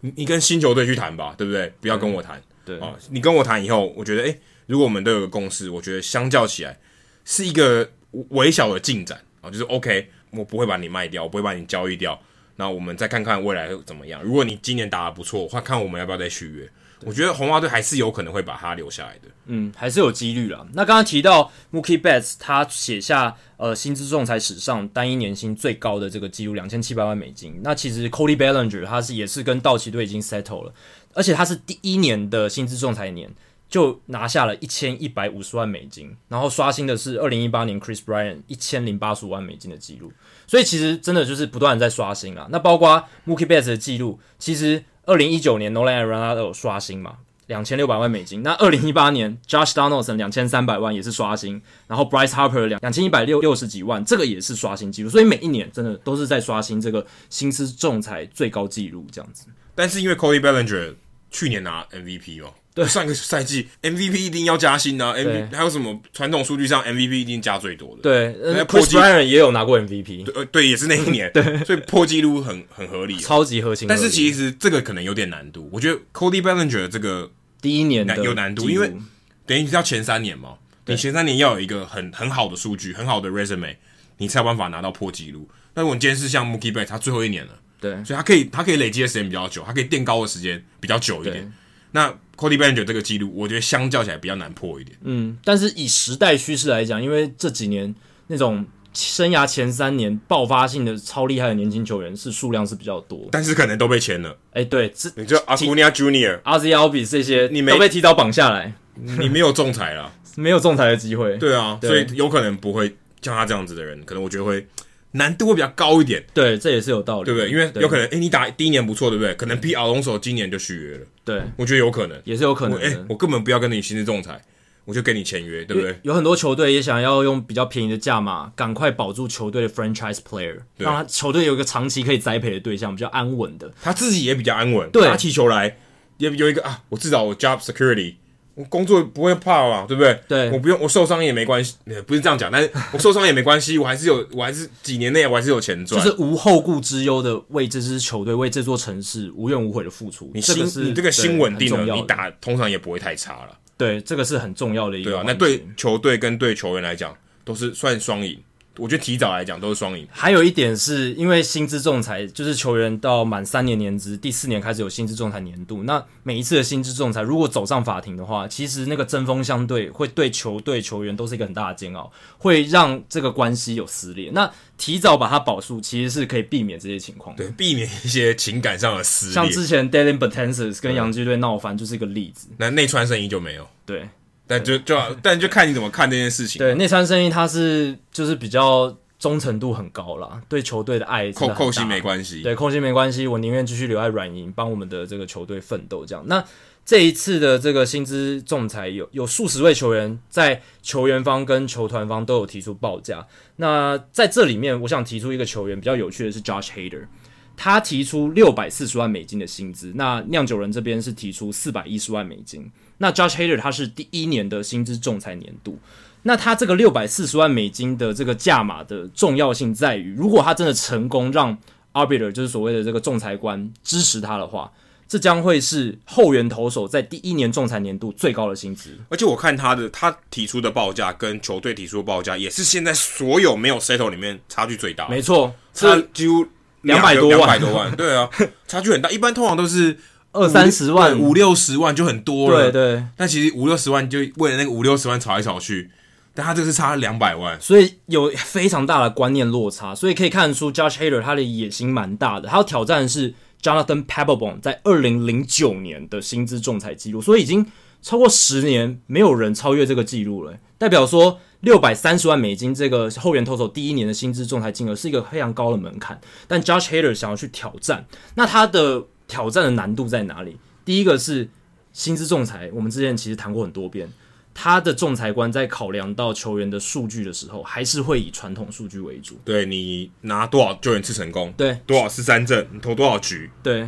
A: 你你跟新球队去谈吧，对不对？不要跟我谈。
B: 对
A: 啊，你跟我谈以后，我觉得诶，如果我们都有个共识，我觉得相较起来是一个微小的进展啊，就是 OK，我不会把你卖掉，我不会把你交易掉。那我们再看看未来会怎么样。如果你今年打得不错，看看我们要不要再续约。我觉得红袜队还是有可能会把他留下来的。
B: 嗯，还是有几率啦。那刚刚提到 Mookie Betts，他写下呃薪资仲裁史上单一年薪最高的这个记录，两千七百万美金。那其实 Cody Bellinger 他是也是跟道奇队已经 settle 了，而且他是第一年的薪资仲裁年就拿下了一千一百五十万美金，然后刷新的是二零一八年 Chris Bryant 一千零八十五万美金的记录。所以其实真的就是不断的在刷新啊。那包括 Mookie Betts 的记录，其实二零一九年 Nolan Arenado 刷新嘛，两千六百万美金。那二零一八年 Josh Donaldson 两千三百万也是刷新，然后 Bryce Harper 两两千一百六六十几万，这个也是刷新记录。所以每一年真的都是在刷新这个薪资仲裁最高纪录这样子。
A: 但是因为 Cody Bellinger 去年拿 MVP 嘛，对，哦上个赛季 MVP 一定要加薪啊
B: 对
A: ，MVP 还有什么传统数据上 MVP 一定加最多的。
B: 对呃
A: 那破
B: ，Chris
A: 纪
B: Bryant 也有拿过 MVP，
A: 对，呃，对，也是那一年，对，所以破纪录很很合理、啊。
B: 超级核心合
A: 但
B: 理。
A: 是其实这个可能有点难度，我觉得 Cody Bellinger 的这个
B: 第一年
A: 难
B: 的
A: 有难度
B: 记录
A: 因为等于你要前三年嘛，你前三年要有一个很很好的数据、很好的 resume，你才有办法拿到破纪录。但如果你今天是像 Mookie Betts，他最后一年了，
B: 对
A: 所以他可以他可以累积的时间比较久，他可以垫高的时间比较久一
B: 对
A: 点。，那 Cody Bellinger 这个记录，我觉得相较起来比较难破一点。
B: 嗯，但是以时代趋势来讲，因为这几年那种生涯前三年爆发性的超厉害的年轻球员是数量是比较多。
A: 但是可能都被签了。
B: 哎、对，这
A: 你就 Acuna Junior，
B: 阿 Z 奥比这些
A: 你没
B: 都被提早绑下来，
A: *laughs* 你没有仲裁
B: *laughs*
A: 啦。
B: 没有仲裁的机会。
A: 对啊，
B: 对
A: 所以有可能不会像他这样子的人，可能我觉得会难度会比较高一点，
B: 对，这也是有道理，
A: 对不对？因为
B: 嗯对
A: 有可能，诶，你打第一年不错，对不对？可能 P 敖龙手今年就续约了，
B: 对，
A: 我觉得有可能。
B: 也是有可
A: 我
B: 能
A: 诶，
B: 的。
A: 我根本不要跟你行事仲裁，我就跟你签约，对不对？
B: 有很多球队也想要用比较便宜的价码，赶快保住球队的 franchise player，
A: 对
B: 让他球队有一个长期可以栽培的对象，比较安稳的。
A: 他自己也比较安稳，
B: 对
A: 打起球来也有一个啊，我至少我 job security，我工作不会怕嘛，对不对？
B: 对
A: 我不用我受伤也没关系，呃不是这样讲，但是我受伤也没关系，我还是有，我还是几年内我还是有钱
B: 就
A: 赚。
B: 是无后顾之忧的为这支球队、为这座城市无怨无悔的付出。
A: 你
B: 这
A: 心
B: 个是
A: 你这个心稳定
B: 对很
A: 了，
B: 重要
A: 你
B: 的
A: 打通常也不会太差了，
B: 对这个是很重要的一个
A: 对吧、啊
B: 环节。
A: 那对球队跟对球员来讲都是算双赢，我觉得提早来讲都是双赢。
B: 还有一点是因为薪资仲裁，就是球员到满三年年资，第四年开始有薪资仲裁年度。那每一次的薪资仲裁，如果走上法庭的话，其实那个针锋相对，会对球队球员都是一个很大的煎熬，会让这个关系有撕裂。那提早把它保住，其实是可以避免这些情况。
A: 对，避免一些情感上的撕
B: 像
A: 裂。
B: 之前 d a l i n b a t e n s 跟洋基队闹翻就是一个例子。
A: 那内穿圣衣就没有，
B: 对
A: 但就就但就看你怎么看这件事情。
B: 对，内山生意他是就是比较忠诚度很高啦，对球队的爱真
A: 扣
B: 的很
A: 扣薪
B: 大
A: 没关系，
B: 对，空心没关系，我宁愿继续留在软银，帮我们的这个球队奋斗。这样，那这一次的这个薪资仲裁有有数十位球员在球员方跟球团方都有提出报价。那在这里面，我想提出一个球员比较有趣的是 Josh Hader，他提出六百四十万美金的薪资，那酿酒人这边是提出四百一十万美金。那 Josh Hader 他是第一年的薪资仲裁年度，那他这个六百四十万美金的这个价码的重要性在于，如果他真的成功让 arbiter 就是所谓的这个仲裁官支持他的话，这将会是后援投手在第一年仲裁年度最高的薪资。
A: 而且我看他的他提出的报价跟球队提出的报价，也是现在所有没有 settle 里面差距最大，
B: 没错，
A: 差
B: 是
A: 几乎
B: 200多
A: 两
B: 万
A: 百多万，对
B: *laughs*
A: 啊，差距很大。一般通常都是
B: 二三十万。
A: 对五六十万就很多了，
B: 对对，
A: 但其实五六十万就为了那个五六十万吵来吵去，但他这个是差两百万，
B: 所以有非常大的观念落差，所以可以看出 Josh Hader 他的野心蛮大的，他要挑战的是 Jonathan Pebblebaum 在二零零九年的薪资仲裁记录，所以已经超过十年没有人超越这个记录了，代表说六百三十万美金这个后援投手第一年的薪资仲裁金额是一个非常高的门槛，但 Josh Hader 想要去挑战，那他的挑战的难度在哪里？第一个是薪资仲裁，我们之前其实谈过很多遍，他的仲裁官在考量到球员的数据的时候，还是会以传统数据为主。
A: 对你拿多少救援次成功，
B: 对
A: 多少次三振，你投多少局，
B: 对，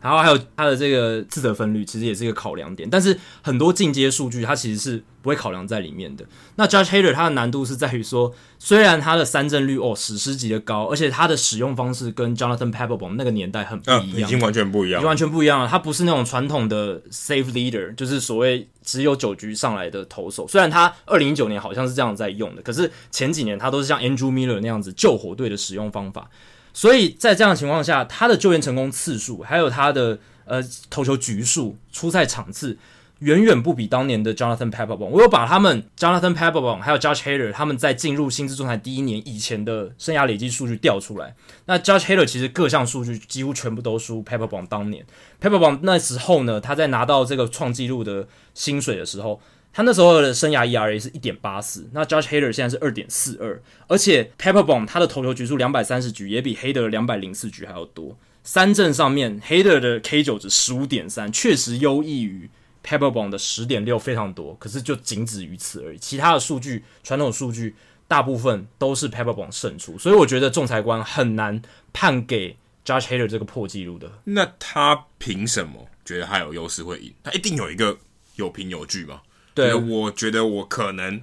B: 然后还有他的这个自责分率，其实也是一个考量点。但是很多进阶数据，它其实是不会考量在里面的。那 Judge Hader 他的难度是在于说，虽然他的三振率哦史诗级的高，而且他的使用方式跟 Jonathan Pebblebaum 那个年代很不
A: 嗯，
B: 一
A: 已
B: 样，
A: 经完全不一样
B: 已经。完全不一样了。啊他不是那种传统的 save leader，就是所谓只有九局上来的投手。虽然他二零一九年好像是这样在用的，可是前几年他都是像 Andrew Miller 那样子救火队的使用方法。所以在这样的情况下，他的救援成功次数，还有他的呃投球局数、出赛场次，远远不比当年的 Jonathan Pepperdon。我有把他们 Jonathan Pepperdon 还有 Judge Hader 他们在进入薪资仲裁第一年以前的生涯累积数据调出来。那 Judge Hader 其实各项数据几乎全部都输 Pepperdon 当年。Pepperdon 那时候呢，他在拿到这个创纪录的薪水的时候。他那时候的生涯 ERA 是一点八四，那 Judge Hader 现在是二点四二，而且 Pepperbomb 他的投球局数两百三十局也比 Hader 两百零四局还要多。三振上面，Hader 的 K 九值十五点三，确实优异于 Pepperbomb 的十点六非常多，可是就仅止于此而已。其他的数据，传统数据大部分都是 Pepperbomb 胜出，所以我觉得仲裁官很难判给 Judge Hader 这个破纪录的。
A: 那他凭什么觉得他有优势会赢？他一定有一个有凭有据嘛？
B: 对
A: 就是我觉得我可能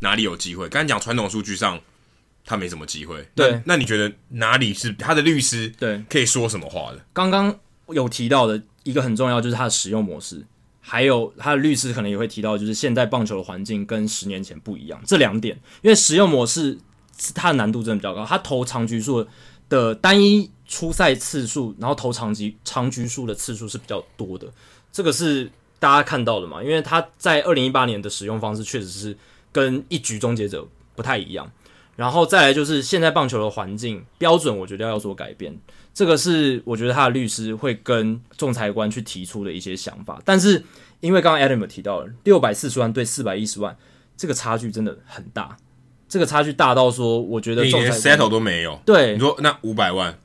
A: 哪里有机会。刚才讲传统数据上，他没什么机会。
B: 对
A: 那，那你觉得哪里是他的律师
B: 对，
A: 可以说什么话的？
B: 刚刚有提到的一个很重要就是它的使用模式，还有它的律师可能也会提到，就是现在棒球的环境跟十年前不一样这两点，因为使用模式它的难度真的比较高，它投长局数的的单一出赛次数，然后投长局长局数的次数是比较多的，这个是大家看到的嘛？因为他在二零一八年的使用方式确实是跟一局终结者不太一样。然后再来就是现在棒球的环境标准，我觉得要有所改变。这个是我觉得他的律师会跟仲裁官去提出的一些想法。但是因为刚刚 Adam 有提到了六百四十万对四百一十万，这个差距真的很大，这个差距大到说，我觉得
A: 你
B: 仲
A: 连
B: 裁官
A: settle 都没有。
B: 对
A: 你说那五百万，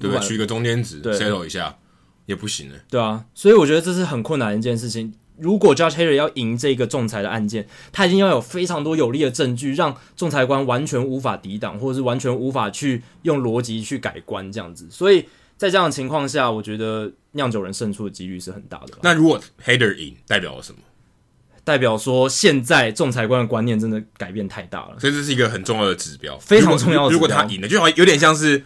A: 对不
B: 500
A: 对？取一个中间值
B: 对
A: settle 一下也不行呢。
B: 对啊，所以我觉得这是很困难的一件事情。如果 Judge Harry 要赢这个仲裁的案件，他已经要有非常多有力的证据，让仲裁官完全无法抵挡，或者是完全无法去用逻辑去改观这样子。所以在这样的情况下，我觉得酿酒人胜出的几率是很大的啦。
A: 那如果 Hader 赢，代表了什么？
B: 代表说，现在仲裁官的观念真的改变太大了。
A: 所以这是一个很重要的指标，
B: 非常重要的指标
A: 如果如果他赢了，就好像有点像是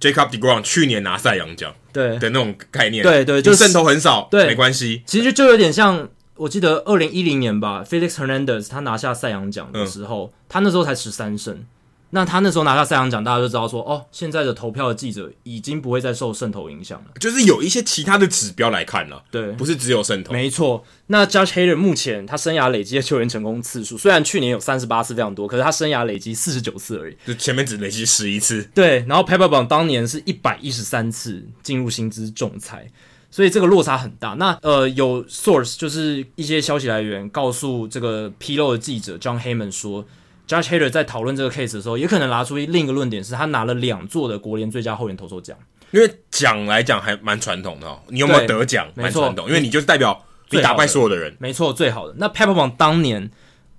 A: Jacob Degrom 去年拿赛扬奖
B: 对，
A: 的那种概念。
B: 对对
A: 你
B: 就是
A: 胜投很少，
B: 对
A: 没关系。
B: 其实就有点像，我记得二零一零年吧，Felix Hernandez 他拿下赛扬奖的时候，他那时候才十三胜。那他那时候拿下赛扬奖，大家就知道说，哦，现在的投票的记者已经不会再受渗透影响了。
A: 就是有一些其他的指标来看了，
B: 对，
A: 不是只有胜投。
B: 没错。那 Judge Hader 目前他生涯累积的球员成功次数，虽然去年有三十八次非常多，可是他生涯累积四十九次而已。
A: 就前面只累积十一次，
B: 对，然后 p e p e 榜当年是一百一十三次进入薪资仲裁，所以这个落差很大。那呃，有 source 就是一些消息来源告诉这个披露的记者 John Heyman 说，Judge Hader 在讨论这个 case 的时候，也可能拿出另一个论点是他拿了两座的国联最佳后援投手奖。
A: 因为奖来讲还蛮传统的、哦，你有没有
B: 对
A: 得奖
B: 没
A: 蛮
B: 错
A: 传统，因为你就是代表
B: 最
A: 你
B: 好
A: 打
B: 的
A: 败所有的人，
B: 没错，最好的。那 p e p e 榜当年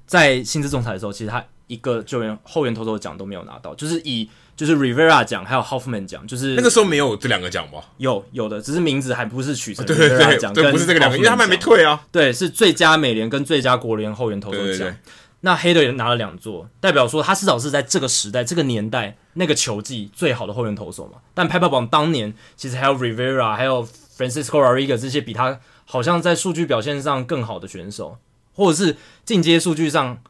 B: 在薪资仲裁的时候，其实他一个救援后援投手奖都没有拿到，就是以就是 Rivera 奖还有 Hoffman 奖，就是
A: 那个时候没有这两个奖吧？有，
B: 有的，只是名字还不是取成
A: 对对
B: Rivera
A: 对，
B: 奖，
A: 对，不是这个两个，因为他们还没
B: 退。
A: 退啊。
B: 对，是最佳美联跟最佳国联后援投手奖。
A: 对对对
B: 那黑的也拿了两座，代表说他至少是在这个时代、这个年代那个球技最好的后援投手嘛。但 p e p e 榜当年其实还有 Rivera、还有 Francisco Rodriguez 这些比他好像在数据表现上更好的选手，或者是进阶数据上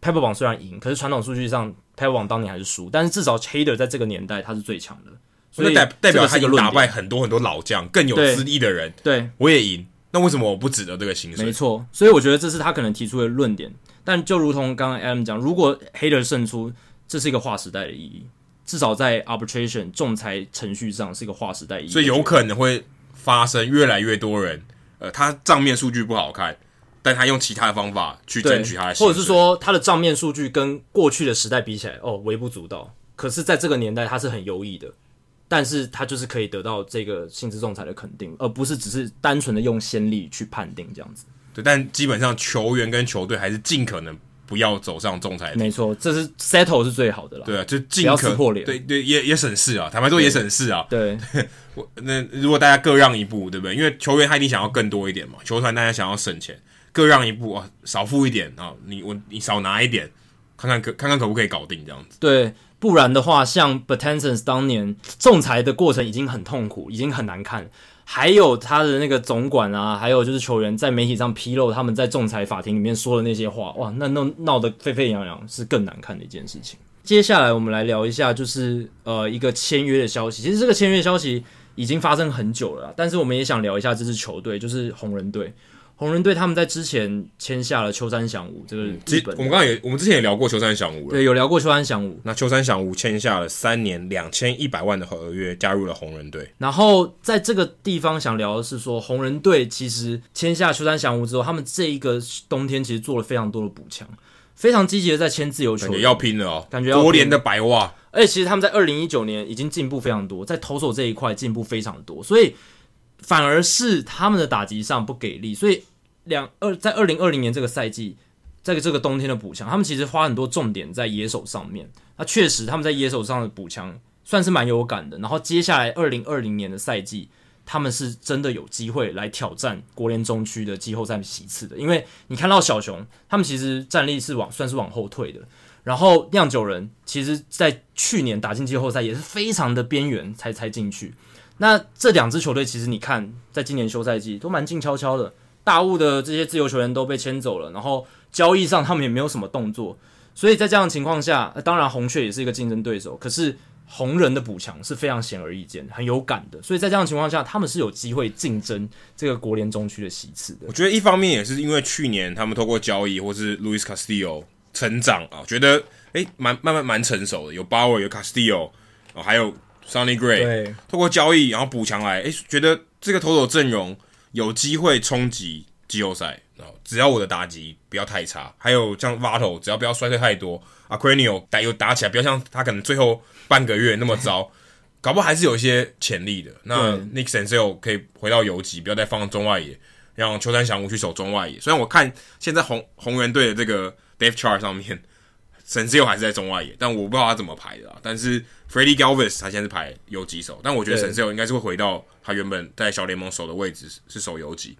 B: p e p e 榜虽然赢，可是传统数据上 p e p e 榜当年还是输。但是至少 Hader 在这个年代他是最强的，所
A: 那
B: 以
A: 代代
B: 这
A: 表
B: 个
A: 他
B: 是一
A: 已
B: 个
A: 经
B: 论
A: 打
B: 点。
A: 败很多很多老将，更有
B: 对
A: 资历的人，
B: 对，
A: 我也赢。那为什么我不值得这个薪水
B: 没？错，所以我觉得这是他可能提出的论点。但就如同刚刚 Adam 讲，如果 Hater 胜出，这是一个划时代的意义，至少在 arbitration 仲裁程序上是一个划时代意义。
A: 所以有可能会发生越来越多人，呃，他账面数据不好看，但他用其他的方法去
B: 对
A: 争取他的，薪水，
B: 或者是说他的账面数据跟过去的时代比起来，哦，微不足道。可是，在这个年代，他是很优异的，但是他就是可以得到这个薪资仲裁的肯定，而不是只是单纯的用先例去判定这样子。
A: 对，但基本上球员跟球队还是尽可能不要走上仲裁的
B: 没错，这是 settle 是最好的啦。
A: 对啊，就尽
B: 不要
A: 可
B: 撕破脸
A: 对对，也也省事啊。坦白说，也省事啊。
B: 对
A: 我那如果大家各让一步，对不对？因为球员他一定想要更多一点嘛，球团大家想要省钱，各让一步啊，少付一点啊，你我你少拿一点，看看可看看可不可以搞定这样子。
B: 对，不然的话，像 b a t e n s o n 当年仲裁的过程已经很痛苦，已经很难看，还有他的那个总管啊，还有就是球员在媒体上披露他们在仲裁法庭里面说的那些话，哇，那闹闹得沸沸扬扬，是更难看的一件事情。接下来我们来聊一下，就是呃一个签约的消息。其实这个签约消息已经发生很久了啦，但是我们也想聊一下这支球队，就是红人队。红人队他们在之前签下了秋山翔吾，这个
A: 嗯其
B: 日
A: 实
B: 本
A: 我们刚刚也我们之前也聊过秋山翔吾了，
B: 对有聊过秋山翔吾，
A: 那秋山翔吾签下了三年两千一百万的合约，加入了红人队。
B: 然后在这个地方想聊的是说，红人队其实签下秋山翔吾之后，他们这一个冬天其实做了非常多的补强，非常积极的在签自由
A: 感
B: 球
A: 觉
B: 员。
A: 要拼了哦，
B: 感觉要拼
A: 国联的白袜，
B: 而且其实他们在二零一九年已经进步非常多，在投手这一块进步非常多，所以反而是他们的打击上不给力，所以两二在二零二零年这个赛季，在这个冬天的补强，他们其实花很多重点在野手上面。那确实他们在野手上的补强算是蛮有感的。然后接下来二零二零年的赛季，他们是真的有机会来挑战国联中区的季后赛席次的，因为你看到小熊他们其实战力是往算是往后退的。然后酿酒人其实在去年打进季后赛也是非常的边缘才才进去。那这两支球队其实你看，在今年休赛季都蛮静悄悄的，大雾的这些自由球员都被签走了，然后交易上他们也没有什么动作，所以在这样的情况下，呃当然红雀也是一个竞争对手，可是红人的补强是非常显而易见、很有感的，所以在这样的情况下，他们是有机会竞争这个国联中区的席次的
A: 我。觉得一方面也是因为去年他们透过交易或是 Luis Castillo 成长啊，觉得诶蛮慢慢蛮成熟的，有 Bauer 有 Castillo，、哦、还有 Sonny Gray，
B: 对，
A: 透过交易然后补强来，诶觉得这个投手阵容有机会冲击季后赛。然后只要我的打击不要太差，还有像 Vato 只要不要衰退太多 a q u i n i o 打有打起来，不要像他可能最后半个月那么糟。搞不好还是有一些潜力的。那 Nick Senzel 可以回到游击，不要再放中外野，让秋山翔吾去守中外野。虽然我看现在红红人队的这个 Dave Chart 上面，Senzel 还是在中外野，但我不知道他怎么排的啊。但是 Freddie Galvis 他现在是排游击手，但我觉得
B: 对
A: Senzel 应该是会回到他原本在小联盟守的位置，是是守游击。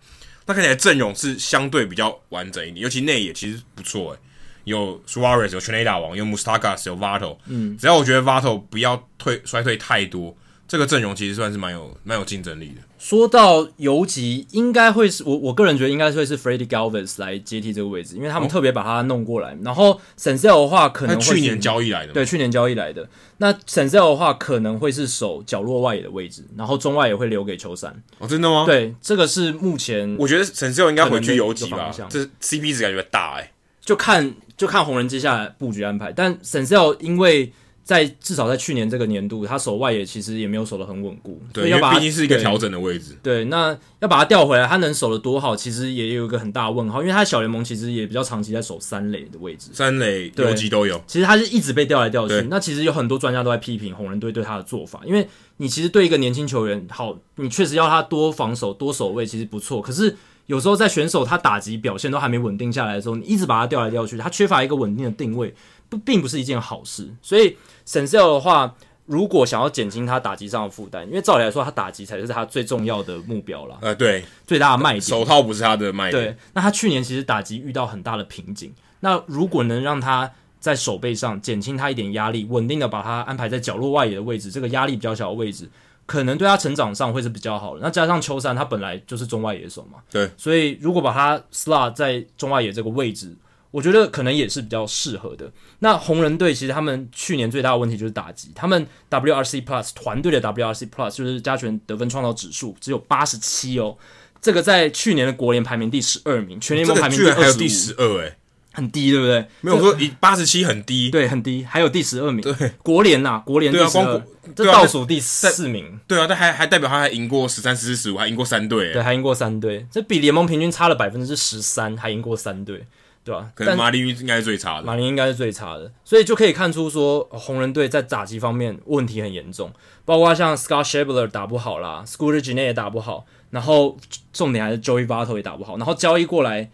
A: 那看起来阵容是相对比较完整一点，尤其内野其实不错诶、有 Suarez，有全垒打王，有 Mustakas，有 Vato，嗯，只要我觉得 Vato 不要退衰退太多，这个阵容其实算是蛮有蛮有竞争力的。
B: 说到游击，应该会是我我个人觉得应该会是 Freddie Galvis 来接替这个位置，因为他们特别把他弄过来。然后 Senzel 的话，可
A: 他
B: 能会
A: 哦去
B: 是
A: 年交易来的嘛，
B: 对，去年交易来的。那 Senzel 的话，可能会是守角落外野的位置，然后中外也会留给球山。
A: 哦，真的吗？，
B: 对，这个是目前
A: 我觉得陈世佑应该回去游击
B: 可能
A: 吧
B: 的一个方，向
A: 这 CP 值感觉大哎、
B: 就看就看红人接下来布局安排。但 Senzel 因为在至少在去年这个年度，他守外野其实也没有守得很稳固，所
A: 对，
B: 以
A: 因
B: 要
A: 为
B: 把他
A: 毕竟是一个
B: 对
A: 调整的位置。
B: 对，那要把他调回来，他能守得多好，其实也有一个很大的问号，因为他在小联盟其实也比较长期在守三垒的位置，
A: 三垒
B: 对
A: 游击都有，
B: 其实他是一直被调来调去
A: 对。
B: 那其实有很多专家都在批评红人队对他的做法，因为你其实对一个年轻球员好，你确实要他多防守、多守卫，其实不错。可是有时候在选手他打击表现都还没稳定下来的时候，你一直把他调来调去，他缺乏一个稳定的定位，不并不是一件好事。所以 Senzel 的话。如果想要减轻他打击上的负担，因为照理来说，他打击才是他最重要的目标啦，
A: 呃，对，
B: 最大的卖点。
A: 手套不是他的卖点，
B: 对，那他去年其实打击遇到很大的瓶颈，那如果能让他在手背上减轻他一点压力，稳定的把他安排在角落外野的位置，这个压力比较小的位置，可能对他成长上会是比较好的。那加上秋山他本来就是中外野手嘛，
A: 对，
B: 所以如果把他 slot 在中外野这个位置。我觉得可能也是比较适合的。那红人队其实他们去年最大的问题就是打击，他们 WRC Plus 团队的 WRC Plus 就是加权得分创造指数只有八十七哦，这个在去年的国联排名第十二名，全联
A: 这
B: 盟排
A: 个
B: 名
A: 居
B: 第
A: 然还
B: 二
A: 有
B: 十
A: 第十二哎，
B: 很低，对不对？
A: 没有说以八十七很低，
B: 对，很低，还有第十二名，对，国联呐、国联第
A: 对啊
B: 十二、
A: 光
B: 这
A: 对啊
B: 倒数第四名，
A: 对啊，但还还代表他还赢过十三、十四、十五，还赢过三队、欸，
B: 对，还赢过三队，这比联盟平均差了百分之十三，还赢过三队，对吧、
A: 可
B: 但
A: 能马林鱼应该是最差的。
B: 马林应该是最差的，所以就可以看出说呃红人队在打击方面问题很严重，包括像 Scott Shebler 打不好啦，Scooter g i n e 也打不好，然后重点还是 Joey Votto 也打不好，然后交易过来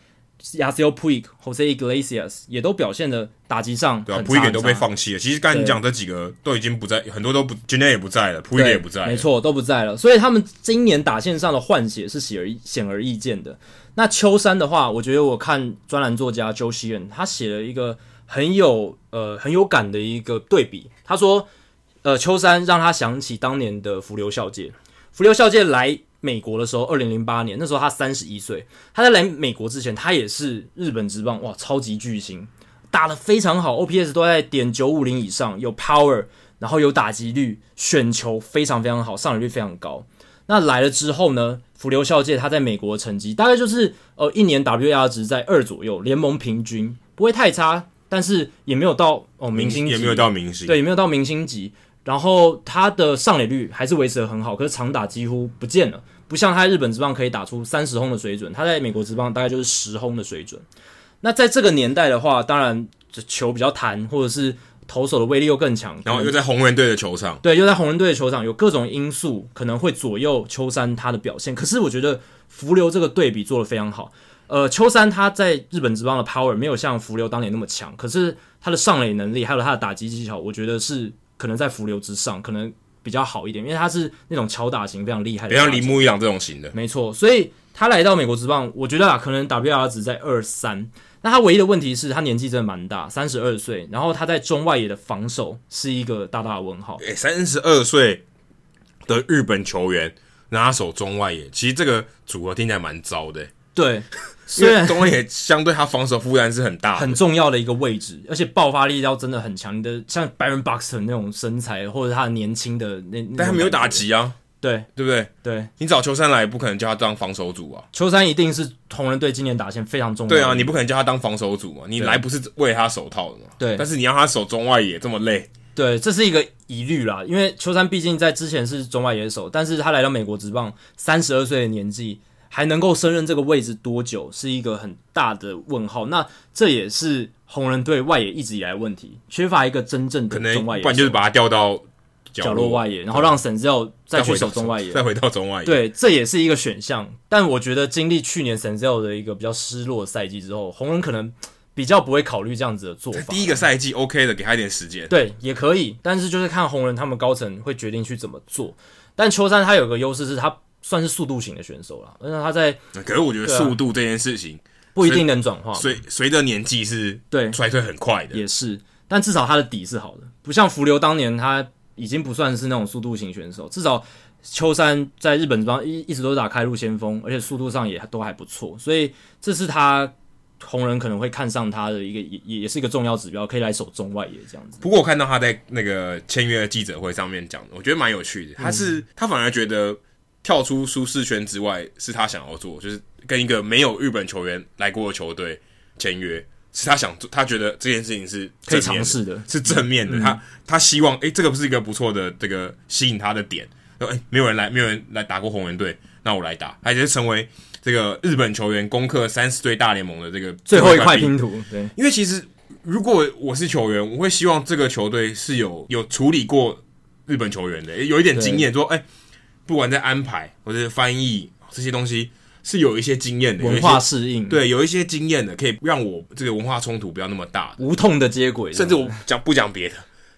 B: Yasiel Puig、Jose Iglesias 也都表现的打击上
A: 对啊，
B: 很
A: 普一
B: 差
A: 点
B: 很
A: 都被
B: 差
A: 放弃了。其实刚才你讲这几个都已经不在，很多都不 j e n 也不在了，普一
B: 对，
A: 点也不在了。
B: 没错，都不在了。所以他们今年打线上的换血是显而易显而易见的。那秋山的话，我觉得我看专栏作家 Joe Sheehan，他写了一个很有呃很有感的一个对比。他说，呃，秋山让他想起当年的浮流孝介。浮流孝介来美国的时候，二零零八年，那时候他三十一岁。他在来美国之前，他也是日本职棒哇超级巨星，打得非常好，OPS 都在点九五零以上，有 power，然后有打击率，选球非常非常好，上垒率非常高。那来了之后呢，福流孝介他在美国的成绩大概就是呃一年 WAR 值在二左右，联盟平均不会太差，但是也没有到哦明
A: 明
B: 星
A: 星也
B: 级
A: 没有到明星，
B: 对，也没有到明星级。然后他的上垒率还是维持得很好，可是长打几乎不见了，不像他在日本职棒可以打出三十轰的水准，他在美国职棒大概就是十轰的水准。那在这个年代的话，当然这球比较弹，或者是投手的威力又更强，
A: 然后又在红人队的球场，
B: 对，又在红人队的球场，有各种因素可能会左右秋山他的表现。可是我觉得浮流这个对比做得非常好。呃，秋山他在日本职棒的 power 没有像浮流当年那么强，可是他的上垒能力还有他的打击技巧，我觉得是可能在浮流之上，可能比较好一点，因为他是那种敲打型非常厉害的
A: 比
B: 打
A: 像
B: 者。
A: 铃木一朗这种型的，
B: 没错，所以他来到美国职棒，我觉得啊，可能 WR 值在二三。那他唯一的问题是他年纪真的蛮大，三十二岁，然后他在中外野的防守是一个大大的问号。
A: 诶，哎三十二岁的日本球员拿手中外野，其实这个组合听起来蛮糟的、诶欸 *laughs*
B: 对，
A: 因
B: 虽
A: 为
B: 然
A: 东野相对他防守负担是很大的，
B: 很重要的一个位置，而且爆发力要真的很强。你的像 Baron Boxer 那种身材，或者他年轻的那，那
A: 但他没有
B: 种感
A: 打
B: 觉，
A: 击啊，
B: 对
A: 对不对？
B: 对，
A: 你找秋山来，不可能叫他当防守组啊。
B: 秋山一定是红人队今年打线非常重要的。
A: 对啊，你不可能叫他当防守组嘛，你来不是为他手套的嘛。
B: 对
A: 但是你让他守中外野这么累，
B: 对，这是一个疑虑啦，因为秋山毕竟在之前是中外野手，但是他来到美国职棒，三十二岁的年纪还能够胜任这个位置多久，是一个很大的问号。那这也是红人队外野一直以来的问题，缺乏一个真正
A: 可
B: 的
A: 能
B: 中外野
A: 不然就是把他调到角
B: 角落外野，然后让沈志耀再
A: 再
B: 去
A: 回
B: 守
A: 到
B: 中外野。
A: 再回到中外野。，
B: 对，这也是一个选项。但我觉得经历去年 Senzel 的一个比较失落的赛季之后，红人可能比较不会考虑这样子的做法。
A: 第一个赛季 OK 的，给他一点时间。
B: 对，也可以，但是就是看红人他们高层会决定去怎么做。但秋山他有个优势是他算是速度型的选手了，但是他在
A: 可是我觉得
B: 对啊
A: 速度这件事情，
B: 不一定能转化，
A: 随随着年纪是
B: 对，
A: 衰退很快的。
B: 也是。但至少他的底是好的，不像浮流当年他已经不算是那种速度型选手，至少秋山在日本这帮一一直都是打开路先锋，而且速度上也都还不错，所以这是他红人可能会看上他的一个也也也是一个重要指标，可以来守中外野这样子。
A: 不过我看到他在那个签约记者会上面讲的，我觉得蛮有趣的。他
B: 嗯
A: 是、他反而觉得跳出舒适圈之外是他想要做，就是跟一个没有日本球员来过的球队签约，是他想做，他觉得这件事情是
B: 可以
A: 正面
B: 尝
A: 的
B: 试的，嗯
A: 是正面的。他他希望，诶、这个不是一个不错的这个吸引他的点。诶、没有人来，没有人来打过红人队，那我来打，他就是成为这个日本球员攻克三十队大联盟的这个
B: 最后一块
A: 拼
B: 拼图，对，
A: 因为其实如果我是球员，我会希望这个球队是有有处理过日本球员的，有一点经验，说哎、不管在安排或者是翻译这些东西，是有一些经验的，有一
B: 文
A: 些
B: 化适应，
A: 对，有一些经验的，可以让我这个文化冲突不要那么大。
B: 无痛的接轨，
A: 甚至我讲不讲别的，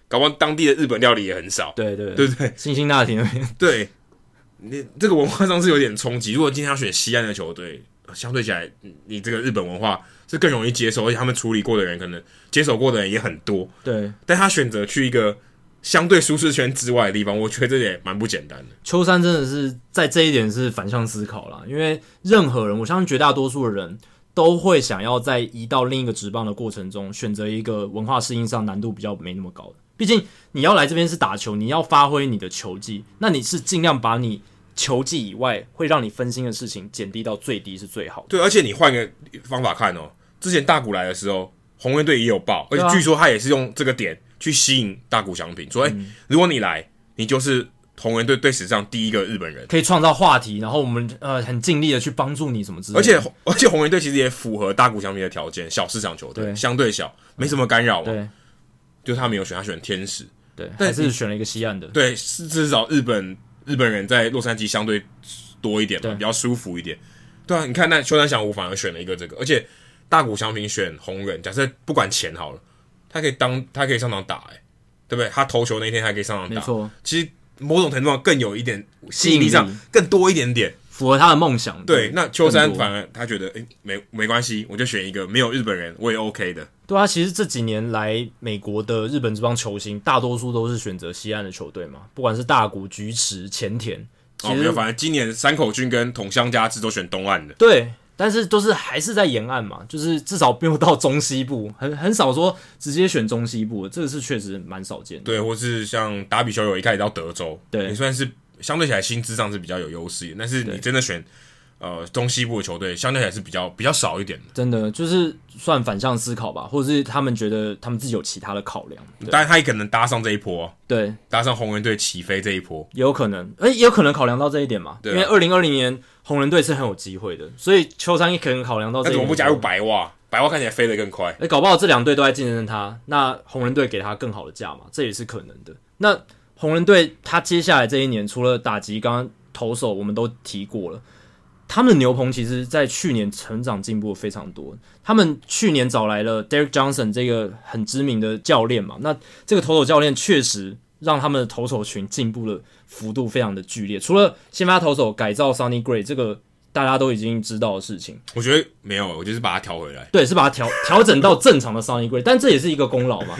A: 搞不好当地的日本料理也很少，
B: 对对
A: 对不对？
B: 辛辛那提那边，
A: 对，你这个文化上是有点冲击。如果今天要选西安的球队，相对起来，你你这个日本文化是更容易接受，而且他们处理过的人可能接手过的人也很多。
B: 对
A: 但他选择去一个相对舒适圈之外的地方，我觉得这也蛮不简单的。
B: 秋山真的是在这一点是反向思考啦，因为任何人，我相信绝大多数的人都会想要在移到另一个职棒的过程中，选择一个文化适应上难度比较没那么高的。毕竟你要来这边是打球，你要发挥你的球技，那你是尽量把你球技以外会让你分心的事情减低到最低是最好的。
A: 对，而且你换个方法看哦，之前大谷来的时候，红人队也有报，而
B: 对
A: 且
B: 啊
A: 据说他也是用这个点去吸引大谷翔平，说：“哎、
B: 嗯
A: 如果你来，你就是红人队队史上第一个日本人。”
B: 可以创造话题，然后我们呃很尽力的去帮助你什么之类的。
A: 而且而且红人队其实也符合大谷翔平的条件，小市场球队
B: 对
A: 相对小，没什么干扰嘛。
B: 对
A: 就他没有选，他选天使。
B: 对，
A: 但
B: 还是选了一个西岸的。
A: 对，是至少日本日本人在洛杉矶相对多一点嘛，
B: 对
A: 比较舒服一点。对啊，你看那秋山翔吾反而选了一个这个，而且大谷翔平选红人，假设不管钱好了，他可以当他可以上场打、欸，对不对？他投球那天还可以上场
B: 没
A: 打，
B: 错，
A: 其实某种程度上更有一点吸引力
B: 吸
A: 上
B: 引力
A: 更多一点点。
B: 符合他的梦想。
A: 对，那秋
B: 更
A: 山
B: 多
A: 反而他觉得，诶，没没关系，我就选一个没有日本人，我也 OK 的。
B: 对啊，其实这几年来美国的日本这帮球星，大多数都是选择西岸的球队嘛，不管是大谷、菊池、前田，
A: 哦，
B: 其
A: 没
B: 实、
A: 有，反正今年山口君跟桶乡家志都选东岸的，
B: 对，但是都是还是在沿岸嘛，就是至少没有到中西部，很很少说直接选中西部，这个是确实蛮少见的。
A: 对，或是像达比修有一开始到德州，
B: 对
A: 也算是相对起来薪资上是比较有优势的，但是你真的选呃中西部的球队，相对起来是比较比较少一点的。
B: 真的就是算反向思考吧，或者是他们觉得他们自己有其他的考量，对
A: 当然，他也可能搭上这一波啊，
B: 对，
A: 搭上红人队起飞这一波。
B: 也有可能，哎、也有可能考量到这一点嘛，
A: 对啊
B: 因为二零二零年红人队是很有机会的，所以秋山也可能考量到这
A: 那
B: 一
A: 怎么
B: 点。
A: 不加入白袜？白袜看起来飞得更快。
B: 哎、搞不好这两队都在竞争他，那红人队给他更好的价嘛，这也是可能的。那红人队他接下来这一年，除了打击，刚刚投手我们都提过了，他们的牛棚其实在去年成长进步非常多。他们去年找来了 Derek Johnson 这个很知名的教练嘛，那这个投手教练确实让他们的投手群进步的幅度非常的剧烈。除了先发投手改造 Sonny Gray 这个大家都已经知道的事情。
A: 我觉得没有，我就是把他调回来。
B: 对，是把它调调整到正常的上衣柜，但这也是一个功劳
A: *laughs*
B: 嘛。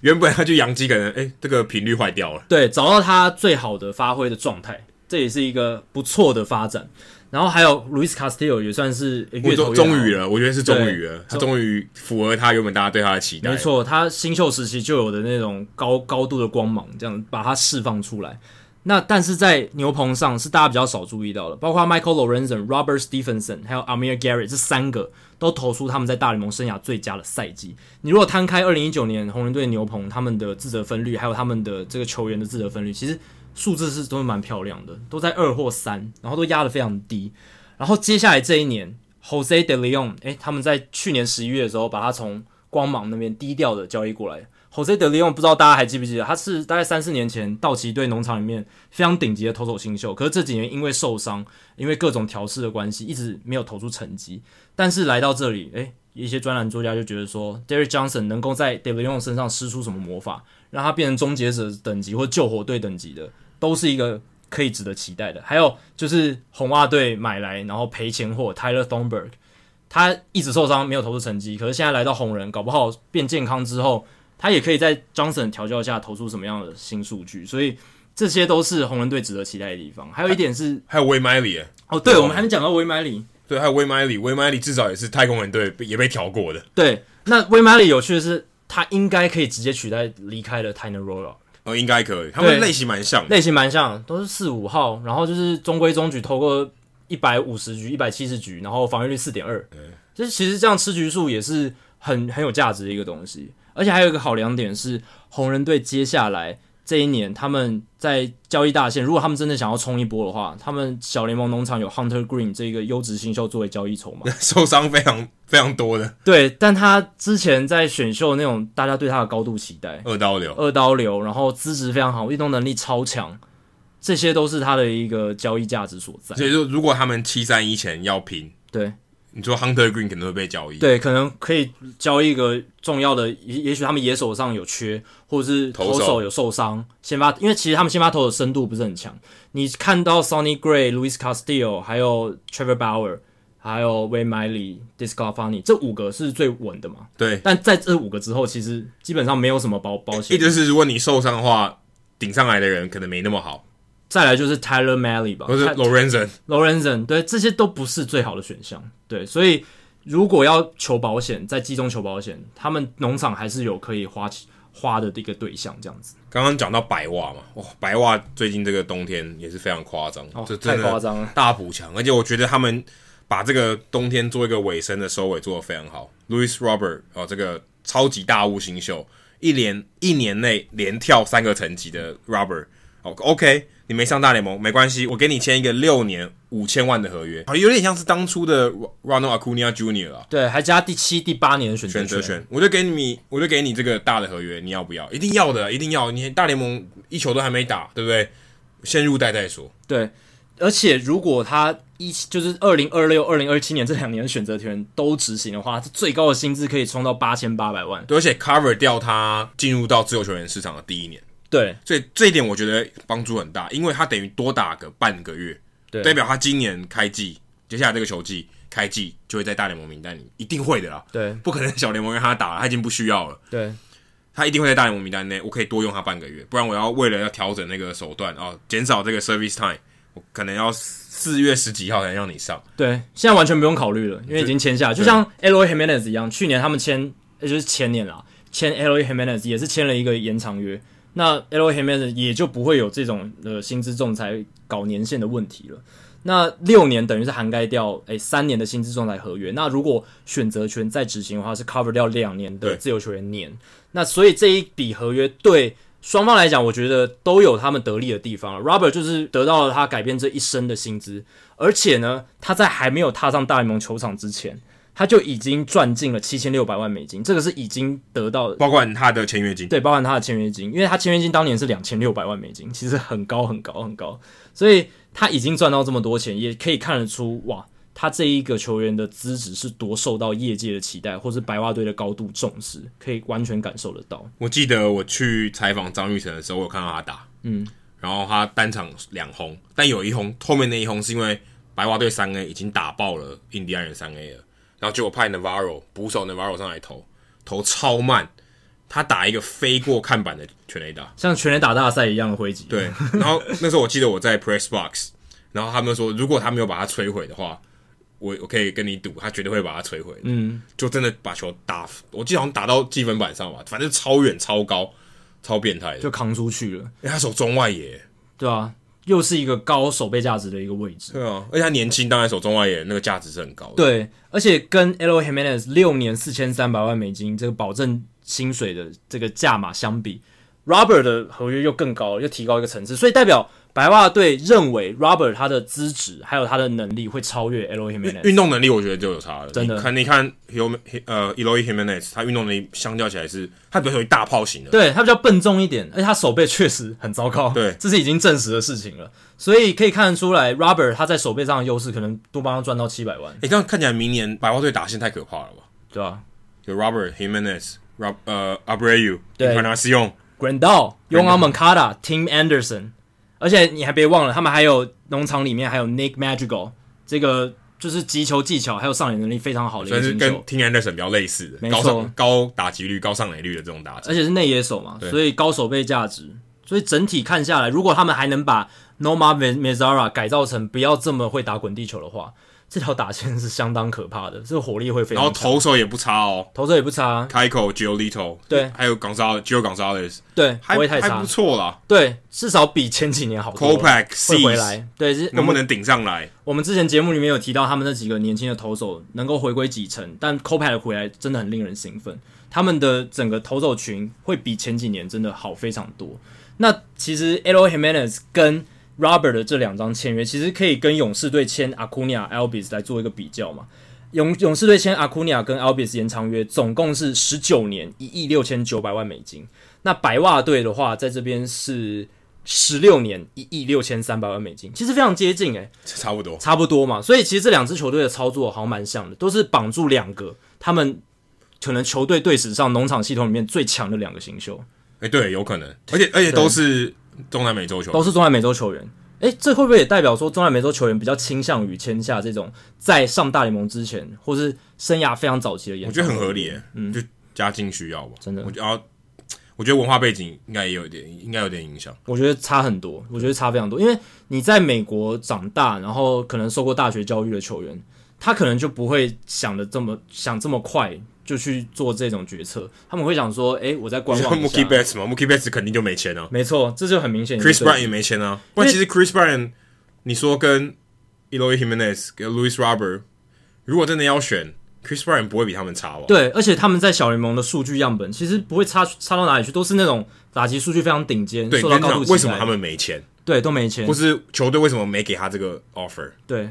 A: 原本他就洋基，可能诶，这个频率坏掉了。
B: 对，找到他最好的发挥的状态，这也是一个不错的发展。然后还有 Luis Castillo 也算是呃
A: 我
B: 越投
A: 终
B: 越
A: 终
B: 好
A: 于了，我觉得是终于
B: 对
A: 了，他终于符合他原本大家对他的期待。
B: 没，错，他新秀时期就有的那种高高度的光芒，这样把它释放出来。那但是在牛棚上是大家比较少注意到的，包括 Michael Lorenzen、Robert Stephenson 还有 Amir Garrett 这三个都投出他们在大联盟生涯最佳的赛季。你如果摊开二零一九年红人队牛棚他们的自责分率，还有他们的这个球员的自责分率，其实数字是都是蛮漂亮的，都在二或三，然后都压得非常低。然后接下来这一年，Jose De Leon，哎，他们在去年十一月的时候把他从光芒那边低调的交易过来。Jose De Leon 不知道大家还记不记得，他是大概三四年前道奇队农场里面非常顶级的投手新秀，可是这几年因为受伤，因为各种调试的关系，一直没有投出成绩。但是来到这里，诶，一些专栏作家就觉得说，Derek Johnson 能够在 De Leon 身上施出什么魔法，让他变成终结者等级或救火队等级的，都是一个可以值得期待的。还有就是红袜队买来然后赔钱货 Tyler Thornburg，他一直受伤没有投出成绩，可是现在来到红人，搞不好变健康之后，他也可以在 Johnson 的调教下投出什么样的新数据，所以这些都是红人队值得期待的地方。还有一点是，
A: 还有威麦里，
B: 哦，对，
A: 对
B: 我们还没讲到维买里，
A: 对，还有威麦里，威麦里至少也是太空人队被也被调过的，
B: 对，那维买里有趣的是，他应该可以直接取代离开的 Tyler Royal。
A: 呃，应该可以，他们
B: 对
A: 类型蛮像的。
B: 类型蛮像，都是四五号，然后就是中规中矩，投个一百五十局、一百七十局，然后防御率四点二，就是其实这样吃局数也是很很有价值的一个东西。而且还有一个好两点是，红人队接下来这一年他们在交易大线，如果他们真的想要冲一波的话，他们小联盟农场有 Hunter Green 这个优质新秀作为交易筹
A: *laughs*
B: 码，
A: 受伤非常非常多的
B: 对，但他之前在选秀那种大家对他的高度期待，
A: 二刀流，
B: 二刀流，然后资质非常好，运动能力超强，这些都是他的一个交易价值所在。
A: 所以说如果他们七三一前要拼，
B: 对
A: 你说 Hunter Green 可能会被交易，，
B: 对，可能可以交易一个重要的，也也许他们野手上有缺，或者是
A: 投手
B: 投手有受伤，先发，因为其实他们先发投手深度不是很强。你看到 Sonny Gray、Luis Castillo，还有 Trevor Bauer，还有 Way Miley、Discofani 这五个是最稳的嘛？
A: 对，
B: 但在这五个之后，其实基本上没有什么保保
A: 也
B: 险。
A: 就是如果你受伤的话，顶上来的人可能没那么
B: 哦
A: 好，
B: 再来就是 Tyler Malley 吧，
A: 或是
B: Ty-
A: Lorenzen，
B: Lorenzen，对，这些都不是最好的选项。对，所以如果要求保险，在季中求保险，他们农场还是有可以花花的一个对象，这样子。
A: 刚刚讲到白袜嘛，哇，白袜最近这个冬天也是非常夸张，
B: 哦
A: 这，真
B: 太
A: 的
B: 夸张了。
A: 大补强，而且我觉得他们把这个冬天做一个尾声的收尾做得非常好。Louis Robert 哦，这个超级大物新秀，一连一年内连跳三个层级的 Robert 哦，OK，你没上大联盟没关系，我给你签一个六年五千万的合约，好有点像是当初的 Ronald Acuna Jr. 啊。
B: 对，还加第七、第八年的选
A: 选
B: 择
A: 择
B: 权。
A: 权，我就给你，我就给你这个大的合约，你要不要？一定要的，一定要！你大联盟一球都还没打，对不对？先入袋再说。
B: 对，而且如果他一就是二零二六、二零二七年这两年的选择权都执行的话，他最高的薪资可以冲到八千八百万。
A: 对，而且 cover 掉他进入到自由球员市场的第一年，
B: 对，
A: 所以这一点我觉得帮助很大，因为他等于多打个半个月，
B: 对
A: 代表他今年开季，接下来这个球季开季就会在大联盟名单里，一定会的啦，
B: 对，
A: 不可能小联盟让他打了，他已经不需要了，
B: 对，
A: 他一定会在大联盟名单内，我可以多用他半个月，不然我要为了要调整那个手段啊，哦减少这个 service time，我可能要四月十几号才让你上，
B: 对，现在完全不用考虑了，因为已经签下来，就像 Eloy Jimenez 一样，去年他们签，也就是前年啦，签 Eloy Jimenez 也是签了一个延长约，那 Eloy Jimenez 也就不会有这种呃薪资仲裁搞年限的问题了。那六年等于是涵盖掉诶三年的薪资仲裁合约，那如果选择权再执行的话，是 cover 掉两年
A: 对
B: 的自由球员年。那所以这一笔合约对双方来讲，我觉得都有他们得利的地方。Robert 就是得到了他改变这一生的薪资，而且呢，他在还没有踏上大联盟球场之前，他就已经赚进了七千六百万美金，这个是已经得到
A: 包括他的签约金，
B: 对，包含他的签约金，因为他签约金当年是两千六百万美金，其实很高很高很高，所以他已经赚到这么多钱，也可以看得出哇，他这一个球员的资质是多受到业界的期待，或是白袜队的高度重视，可以完全感受得到。
A: 我记得我去采访张玉成的时候，我有看到他打，
B: 嗯，
A: 然后他单场两轰，但有一轰后面那一轰是因为白袜队三 A 已经打爆了印第安人三 A 了，然后结果派 Navarro 捕手 Navarro 上来投，投超慢，他打一个飞过看板的全垒打，
B: 像全垒打大赛一样的挥击，
A: 对，然后那时候我记得我在 press box，然后他们说，如果他没有把它摧毁的话，我我可以跟你赌，他绝对会把它摧毁。
B: 嗯，
A: 就真的把球打，我记得好像打到积分板上吧，反正超远、超高、超变态的。
B: 就扛出去了，
A: 因为他守中外野，
B: 对啊，又是一个高守备价值的一个位置。
A: 对啊，而且他年轻，当然守中外野那个价值是很高的。，
B: 对，而且跟 L. Jimenez 六年四千三百万美金这个保证薪水的这个价码相比，Robert 的合约又更高，又提高一个层次，所以代表白袜队认为 Robert 他的资质还有他的能力会超越 L.
A: 运
B: Jimenez。
A: 动能力我觉得就有差了。
B: 真的
A: 你看你看 Hil 呃 Eloy Jimenez，他运动能力相较起来是，他比较属于大炮型的。
B: 对他比较笨重一点，而且他手背确实很糟糕，
A: 对
B: 这是已经证实的事情了。所以可以看得出来，Robert 他在手背上的优势可能多帮他赚到七百万，
A: 哎、这样看起来明年白袜队打线太可怕了吧？
B: 对吧、
A: 有 Robert Jimenez、Rob 呃 Abreu、
B: 对
A: i n a c i o n
B: Grandal、用 o n Moncada、Tim Anderson，而且你还别忘了，他们还有农场里面还有 Nick Madrigal，这个就是击球技巧还有上垒能力非常好的一
A: 算
B: 个
A: 是
B: 新
A: 跟
B: 秀，
A: Tim Anderson 比较类似的，
B: 没
A: 高
B: 错哎
A: 上高打击率、高上垒率的这种打击
B: 而。且是内野手嘛，
A: 对
B: 所以高手背价值。所以整体看下来，如果他们还能把 Noma Mezara 改造成不要这么会打滚地球的话，这条打线是相当可怕的，这个火力会非
A: 然后
B: 常强。
A: 投手也不差哦
B: 投手也不差啊，
A: ，Kiko、Giolito，
B: 对
A: 还有 Gonzalez、Gio Gonzalez，
B: 对，
A: 还
B: 不会太
A: 还
B: 差
A: 不，错啦。
B: 对，至少比前几年好多了
A: Kopech、
B: 会回
A: Cease
B: 来。对，是
A: 能不能顶上来？
B: 我们之前节目里面有提到，他们那几个年轻的投手能够回归几成，但 c o p a 的回来真的很令人兴奋。他们的整个投手群会比前几年真的好非常多。那其实 L. Jimenez 跟 Robert 的这两张签约，其实可以跟勇士队签 Acuna、Albis 来做一个比较嘛。勇勇士队签 Acuna 跟 Albis 延长约，总共是十九年一亿六千九百万美金。那白袜队的话，在这边是十六年一亿六千三百万美金，其实非常接近诶、欸
A: 差不多。
B: 差不多嘛。所以其实这两支球队的操作好像蛮像的，都是绑住两个他们可能球队队史上农场系统里面最强的两个新秀，
A: 哎、对，有可能，而且而且都是中南美洲球员
B: 都是中南美洲球员。诶，这会不会也代表说中南美洲球员比较倾向于签下这种在上大联盟之前或是生涯非常早期的演？
A: 我觉得很合理、欸，就家境需要吧，
B: 嗯真的
A: 我觉得啊，我觉得文化背景应该也有一点，应该有点影响。
B: 我觉得差很多，我觉得差非常多，因为你在美国长大，然后可能受过大学教育的球员，他可能就不会想的这么想这么快就去做这种决策，他们会想说，诶，我在观
A: 你说
B: 望
A: *laughs*
B: 一
A: Mookie
B: 下。
A: Betts 嘛，Mookie Betts 肯定就没签啊
B: 没错，这就很明显一个对
A: ，Chris
B: 比。
A: Bryant 也没签啊。不然
B: 因
A: 其实 Chris Bryant，你说跟 Eloy Jimenez、跟 Louis Robert，如果真的要选，Chris Bryant 不会比他们差吧？
B: 对，而且他们在小联盟的数据样本其实不会差差到哪里去，都是那种打击数据非常顶尖，
A: 对，
B: 受
A: 你
B: 到
A: 跟你
B: 高度
A: 讲
B: 期待。嗯
A: 为什么他们没签，
B: 对都没钱
A: 或？是球队为什么没给他这个 offer？
B: 对，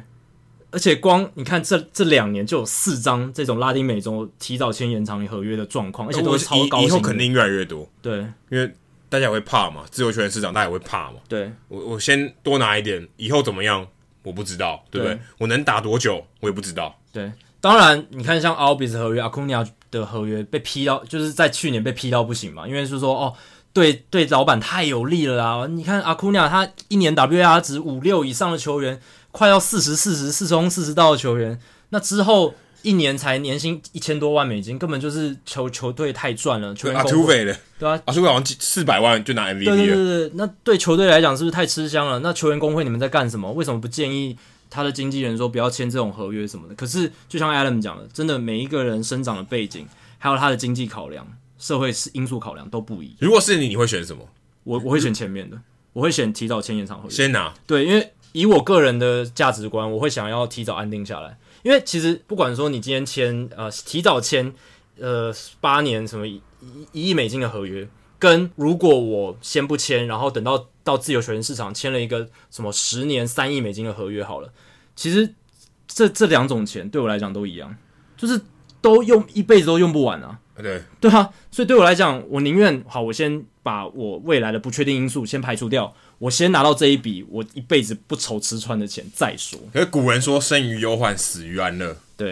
B: 而且光你看这这两年就有四张这种拉丁美洲提早签延长合约的状况，而且都是超高
A: 以以后
B: 薪
A: 肯
B: 的。
A: 定越来越多，
B: 对
A: 因为大家也会怕嘛，自由球员市场大家也会怕嘛。
B: 对
A: 我我先多拿一点，以后怎么样我不知道，对不对？
B: 对
A: 我能打多久我也不知道。
B: 对，当然你看像 Albis 合约、Acuna 的合约被批到，就是在去年被批到不行嘛，因为是说哦。对对，老板太有利了啊！你看阿库尼亚，他一年 WAR 值五六以上的球员，快要四十、四十、四中、四十到的球员，那之后一年才年薪一千多万美金，根本就是球球队太赚了，球员
A: 阿
B: 工
A: 土
B: 会
A: 匪的，
B: 对啊，
A: 阿土匪好像四百万就拿
B: 对对
A: MVP 了，
B: 对对，那对球队来讲是不是太吃香了？那球员工会你们在干什么？为什么不建议他的经纪人说不要签这种合约什么的？可是就像 Adam 讲的，真的每一个人生长的背景，还有他的经济考量、社会因素考量都不一样。
A: 如果是你，你会选什么？
B: 我我会选前面的，我会选提早签延长合约。
A: 先拿
B: 对，因为以我个人的价值观，我会想要提早安定下来。因为其实不管说你今天签呃提早签呃八年什么一一一亿美金的合约，跟如果我先不签，然后等到到自由球员市场签了一个什么十年三亿美金的合约好了，其实这这两种钱对我来讲都一样，就是都用一辈子都用不完啊。
A: 对，
B: 对啊，所以对我来讲，我宁愿好，我先把我未来的不确定因素先排除掉，我先拿到这一笔我一辈子不愁吃穿的钱再说。
A: 可是古人说生于忧患，死于安乐，
B: 对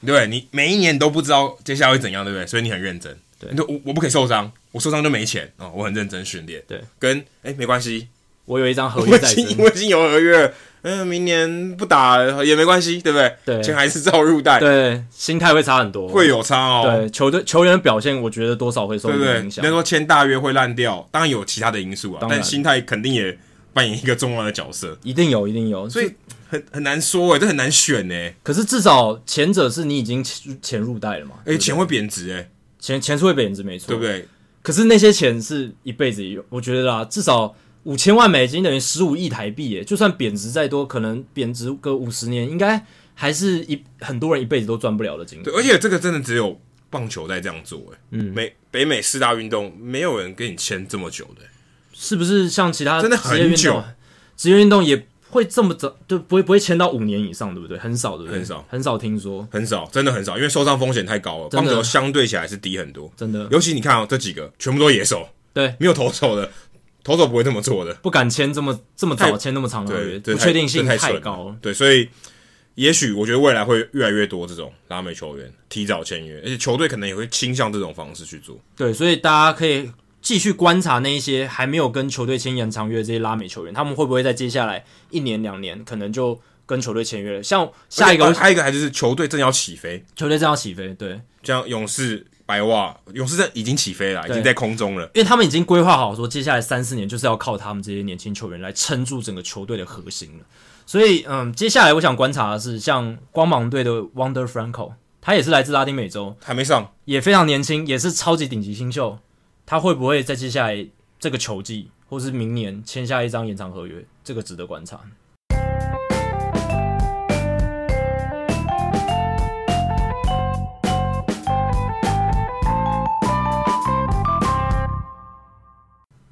A: 对不对你每一年都不知道接下来会怎样，对不对？所以你很认真，
B: 对
A: 你说我我不可以受伤，我受伤就没钱啊、哦我很认真训练，
B: 对，
A: 跟哎没关系，
B: 我有一张合
A: 我
B: 约
A: 已
B: 在
A: 经
B: 身，
A: 我已经有合约了，嗯、明年不打了也没关系，对不对？
B: 对
A: 钱还是照入袋，
B: 对，心态会差很多。
A: 会有差哦，
B: 对球队球员的表现，我觉得多少会受
A: 对
B: 一
A: 不对？
B: 点
A: 人
B: 影响
A: 家。说签大约会烂掉，当然有其他的因素啊，
B: 当然
A: 但心态肯定也扮演一个重要的角色，
B: 一定有，一定有。
A: 所以很很难说哎、这很难选哎、
B: 可是至少前者是你已经潜潜入袋了嘛？
A: 哎、钱会贬值哎、
B: 钱钱是会贬值，没错，
A: 对不？对？
B: 可是那些钱是一辈子有，我觉得啦，至少五千万美金等于十五亿台币耶，就算贬值再多，可能贬值个五十年，应该还是一很多人一辈子都赚不了的金额。
A: 对，而且这个真的只有棒球在这样做哎、嗯，美北美四大运动没有人跟你签这么久的、哎
B: 是不是像其他
A: 真的
B: 职业
A: 很
B: 运动
A: 久，
B: 职业运动也会这么早，就不会不会签到五年以上，对不对？很少，对不对？
A: 很少，
B: 很少听说，
A: 很少，真的很少，因为受伤风险太高了，
B: 真
A: 棒
B: 的
A: 球相对起来是低很多。
B: 真的
A: 尤其你看哦，这几个全部都野手，
B: 对，
A: 没有投手的，投手不会这么做的。
B: 不敢签这么这么早
A: 太
B: 签那么长的合约，
A: 对，这
B: 哦不
A: 太
B: 确定性
A: 这太蠢了
B: 高了。
A: 对，所以也许我觉得未来会越来越多这种拉美球员提早签约，而且球队可能也会倾向这种方式去做。
B: 对，所以大家可以继续观察那一些还没有跟球队签延长约的这些拉美球员，他们会不会在接下来一年两年可能就跟球队签约了？像下一
A: 而
B: 个
A: 且还有一个还就是球队正要起飞，
B: 球队正要起飞，对，因
A: 像勇士、白袜、勇士这已经起飞了，已经
B: 对
A: 在空中了。
B: 为他们已经规划好说，接下来三四年就是要靠他们这些年轻球员来撑住整个球队的核心了。所以，嗯，接下来我想观察的是，像光芒队的 Wonder Franco，他也是来自拉丁美洲，
A: 还没上，
B: 也非常年轻，也是超级顶级新秀，他会不会在接下来这个球季或是明年签下一张延长合约？这个值得观察。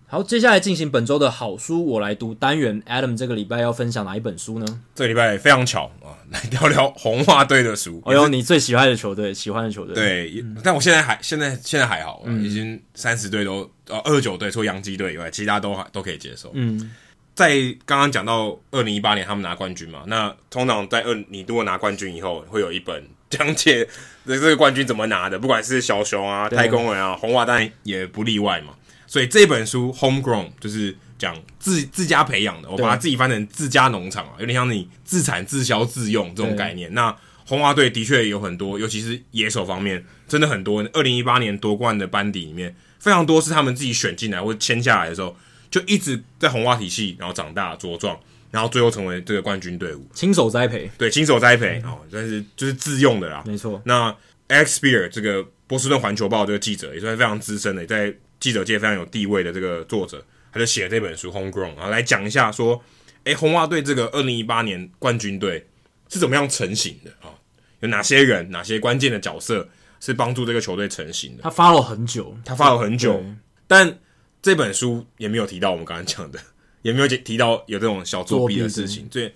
B: 好，接下来进行本周的好书我来读单元。Adam 这个礼拜要分享哪一本书呢？
A: 这个礼拜非常巧啊，来聊聊红袜队的书。
B: 哦哟，你最喜欢的球队，喜欢的球队，，
A: 对，也但我现在还现在现在还好，啊已经三十队都呃二十九队，除了洋基队以外，其他都还都可以接受。
B: 嗯，
A: 在刚刚讲到二零一八年他们拿冠军嘛，那通常在二你如果拿冠军以后，会有一本讲解 *laughs* 这个冠军怎么拿的，不管是小熊啊、
B: 对啊
A: 太空人啊、红袜，当然也不例外嘛。所以这本书《Homegrown》就是讲自自家培养的，我
B: 对
A: 把它自己翻成自家农场啊，有点像你自产自销自用这种
B: 对
A: 概念。那红袜队的确有很多，尤其是野手方面，真的很多。二零一八年夺冠的班底里面，非常多是他们自己选进来或签下来的时候，就一直在红袜体系，然后长大茁壮，然后最后成为这个冠军队伍。
B: 亲手栽培，
A: 对，亲手栽培哦，但是就是自用的啦。
B: 没错，
A: 那 Alex Spear 这个波士顿环球报这个记者也算是非常资深的，也在记者界非常有地位的这个作者，他就写了这本书《Homegrown》，然后来讲一下说，诶，红袜队这个二零一八年冠军队是怎么样成型的啊、有哪些人，哪些关键的角色是帮助这个球队成型的？
B: 他 follow 很久，
A: 他发了很久
B: 对，
A: 但这本书也没有提到我们刚刚讲的，也没有提到有这种小作弊的事情。对，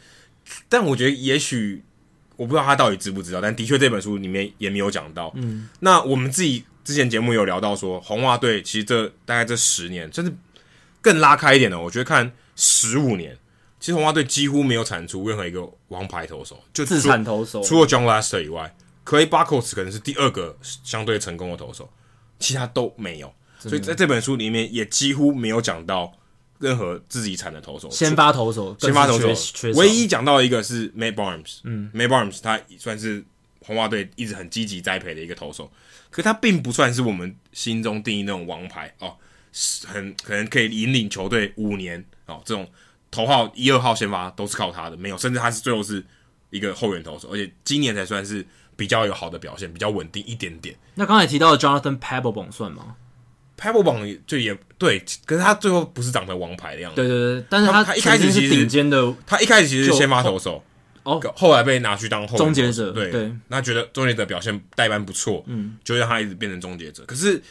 A: 但我觉得也许我不知道他到底知不知道，但的确这本书里面也没有讲到。嗯，那我们自己之前节目有聊到说，红袜队其实这大概这十年，甚至更拉开一点的，我觉得看十五年，其实红袜队几乎没有产出任何一个王牌投手，就
B: 自
A: 除
B: 产投手，
A: 除了 John Lester 以外，Clay Buckles 可能是第二个相对成功的投手，其他都没有。所以在这本书里面也几乎没有讲到任何自己产的投手，
B: 先发投手，
A: 先发投
B: 更
A: 手
B: 是缺缺少
A: 唯一讲到一个是 May Barnes，嗯，May Barnes 他算是红袜队一直很积极栽培的一个投手，可他并不算是我们心中定义那种王牌哦，是很可能可以引领球队五年哦，这种头号一二号先发都是靠他的，没有，甚至他是最后是一个后援投手，而且今年才算是比较有好的表现，比较稳定一点点。
B: 那刚才提到的 Jonathan Pebblebone 算吗？
A: Pebble 榜就也对，可是他最后不是长成王牌的样子。
B: 对对对，但是
A: 他
B: 他
A: 他一开始
B: 曾经
A: 其
B: 是
A: 实
B: 顶尖的，
A: 他一开始其实是
B: 就
A: 先发投手，
B: 哦
A: 可后来被拿去当后援
B: 终结者
A: 投对
B: 对
A: 那觉得终结者表现代班不错，嗯，就让他一直变成终结者，可是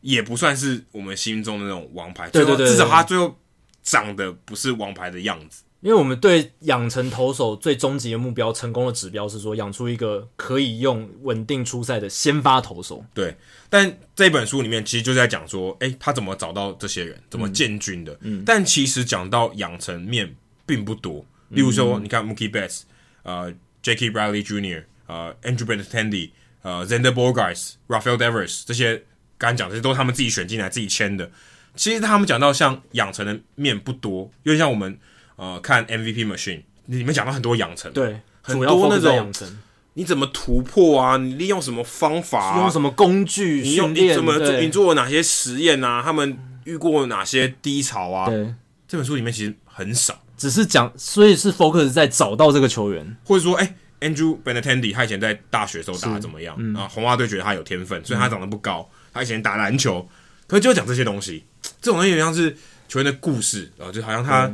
A: 也不算是我们心中的那种王牌，
B: 对
A: 最后
B: 对对对
A: 至少他最后长得不是王牌的样子，
B: 因为我们对养成投手最终极的目标，成功的指标是说养出一个可以用稳定出赛的先发投手。
A: 对。但这本书里面其实就在讲说，哎、他怎么找到这些人，怎么建军的，嗯，但其实讲到养成面并不多，例如说，你看 Mookie Betts，呃，Jackie Bradley Jr.，呃，Andrew Benintendi，呃，Zander Bogarts、Rafael Devers 这些，刚刚讲的这些都是他们自己选进来、自己签的。其实他们讲到像养成的面不多，因为像我们呃看 MVP Machine，里面讲到很多养成，
B: 对，
A: 很
B: 主要 focus
A: 多那
B: 在
A: 种
B: 养成，
A: 你怎么突破啊？你利用什么方法、啊？
B: 用什么工具
A: 你用
B: 训
A: 你
B: 练？
A: 怎么做？
B: 对嗯
A: 你做了哪些实验啊？他们遇过哪些低潮啊？
B: 对
A: 这本书里面其实很少，
B: 只是讲，所以是 focus 在找到这个球员，
A: 或者说，哎、a n d r e w Benatendi 他以前在大学时候打的怎么样？
B: 嗯
A: 啊，红袜队觉得他有天分，虽然他长得不高，他以前打篮球，可是就讲这些东西，这种东西有点像是球员的故事啊，就好像他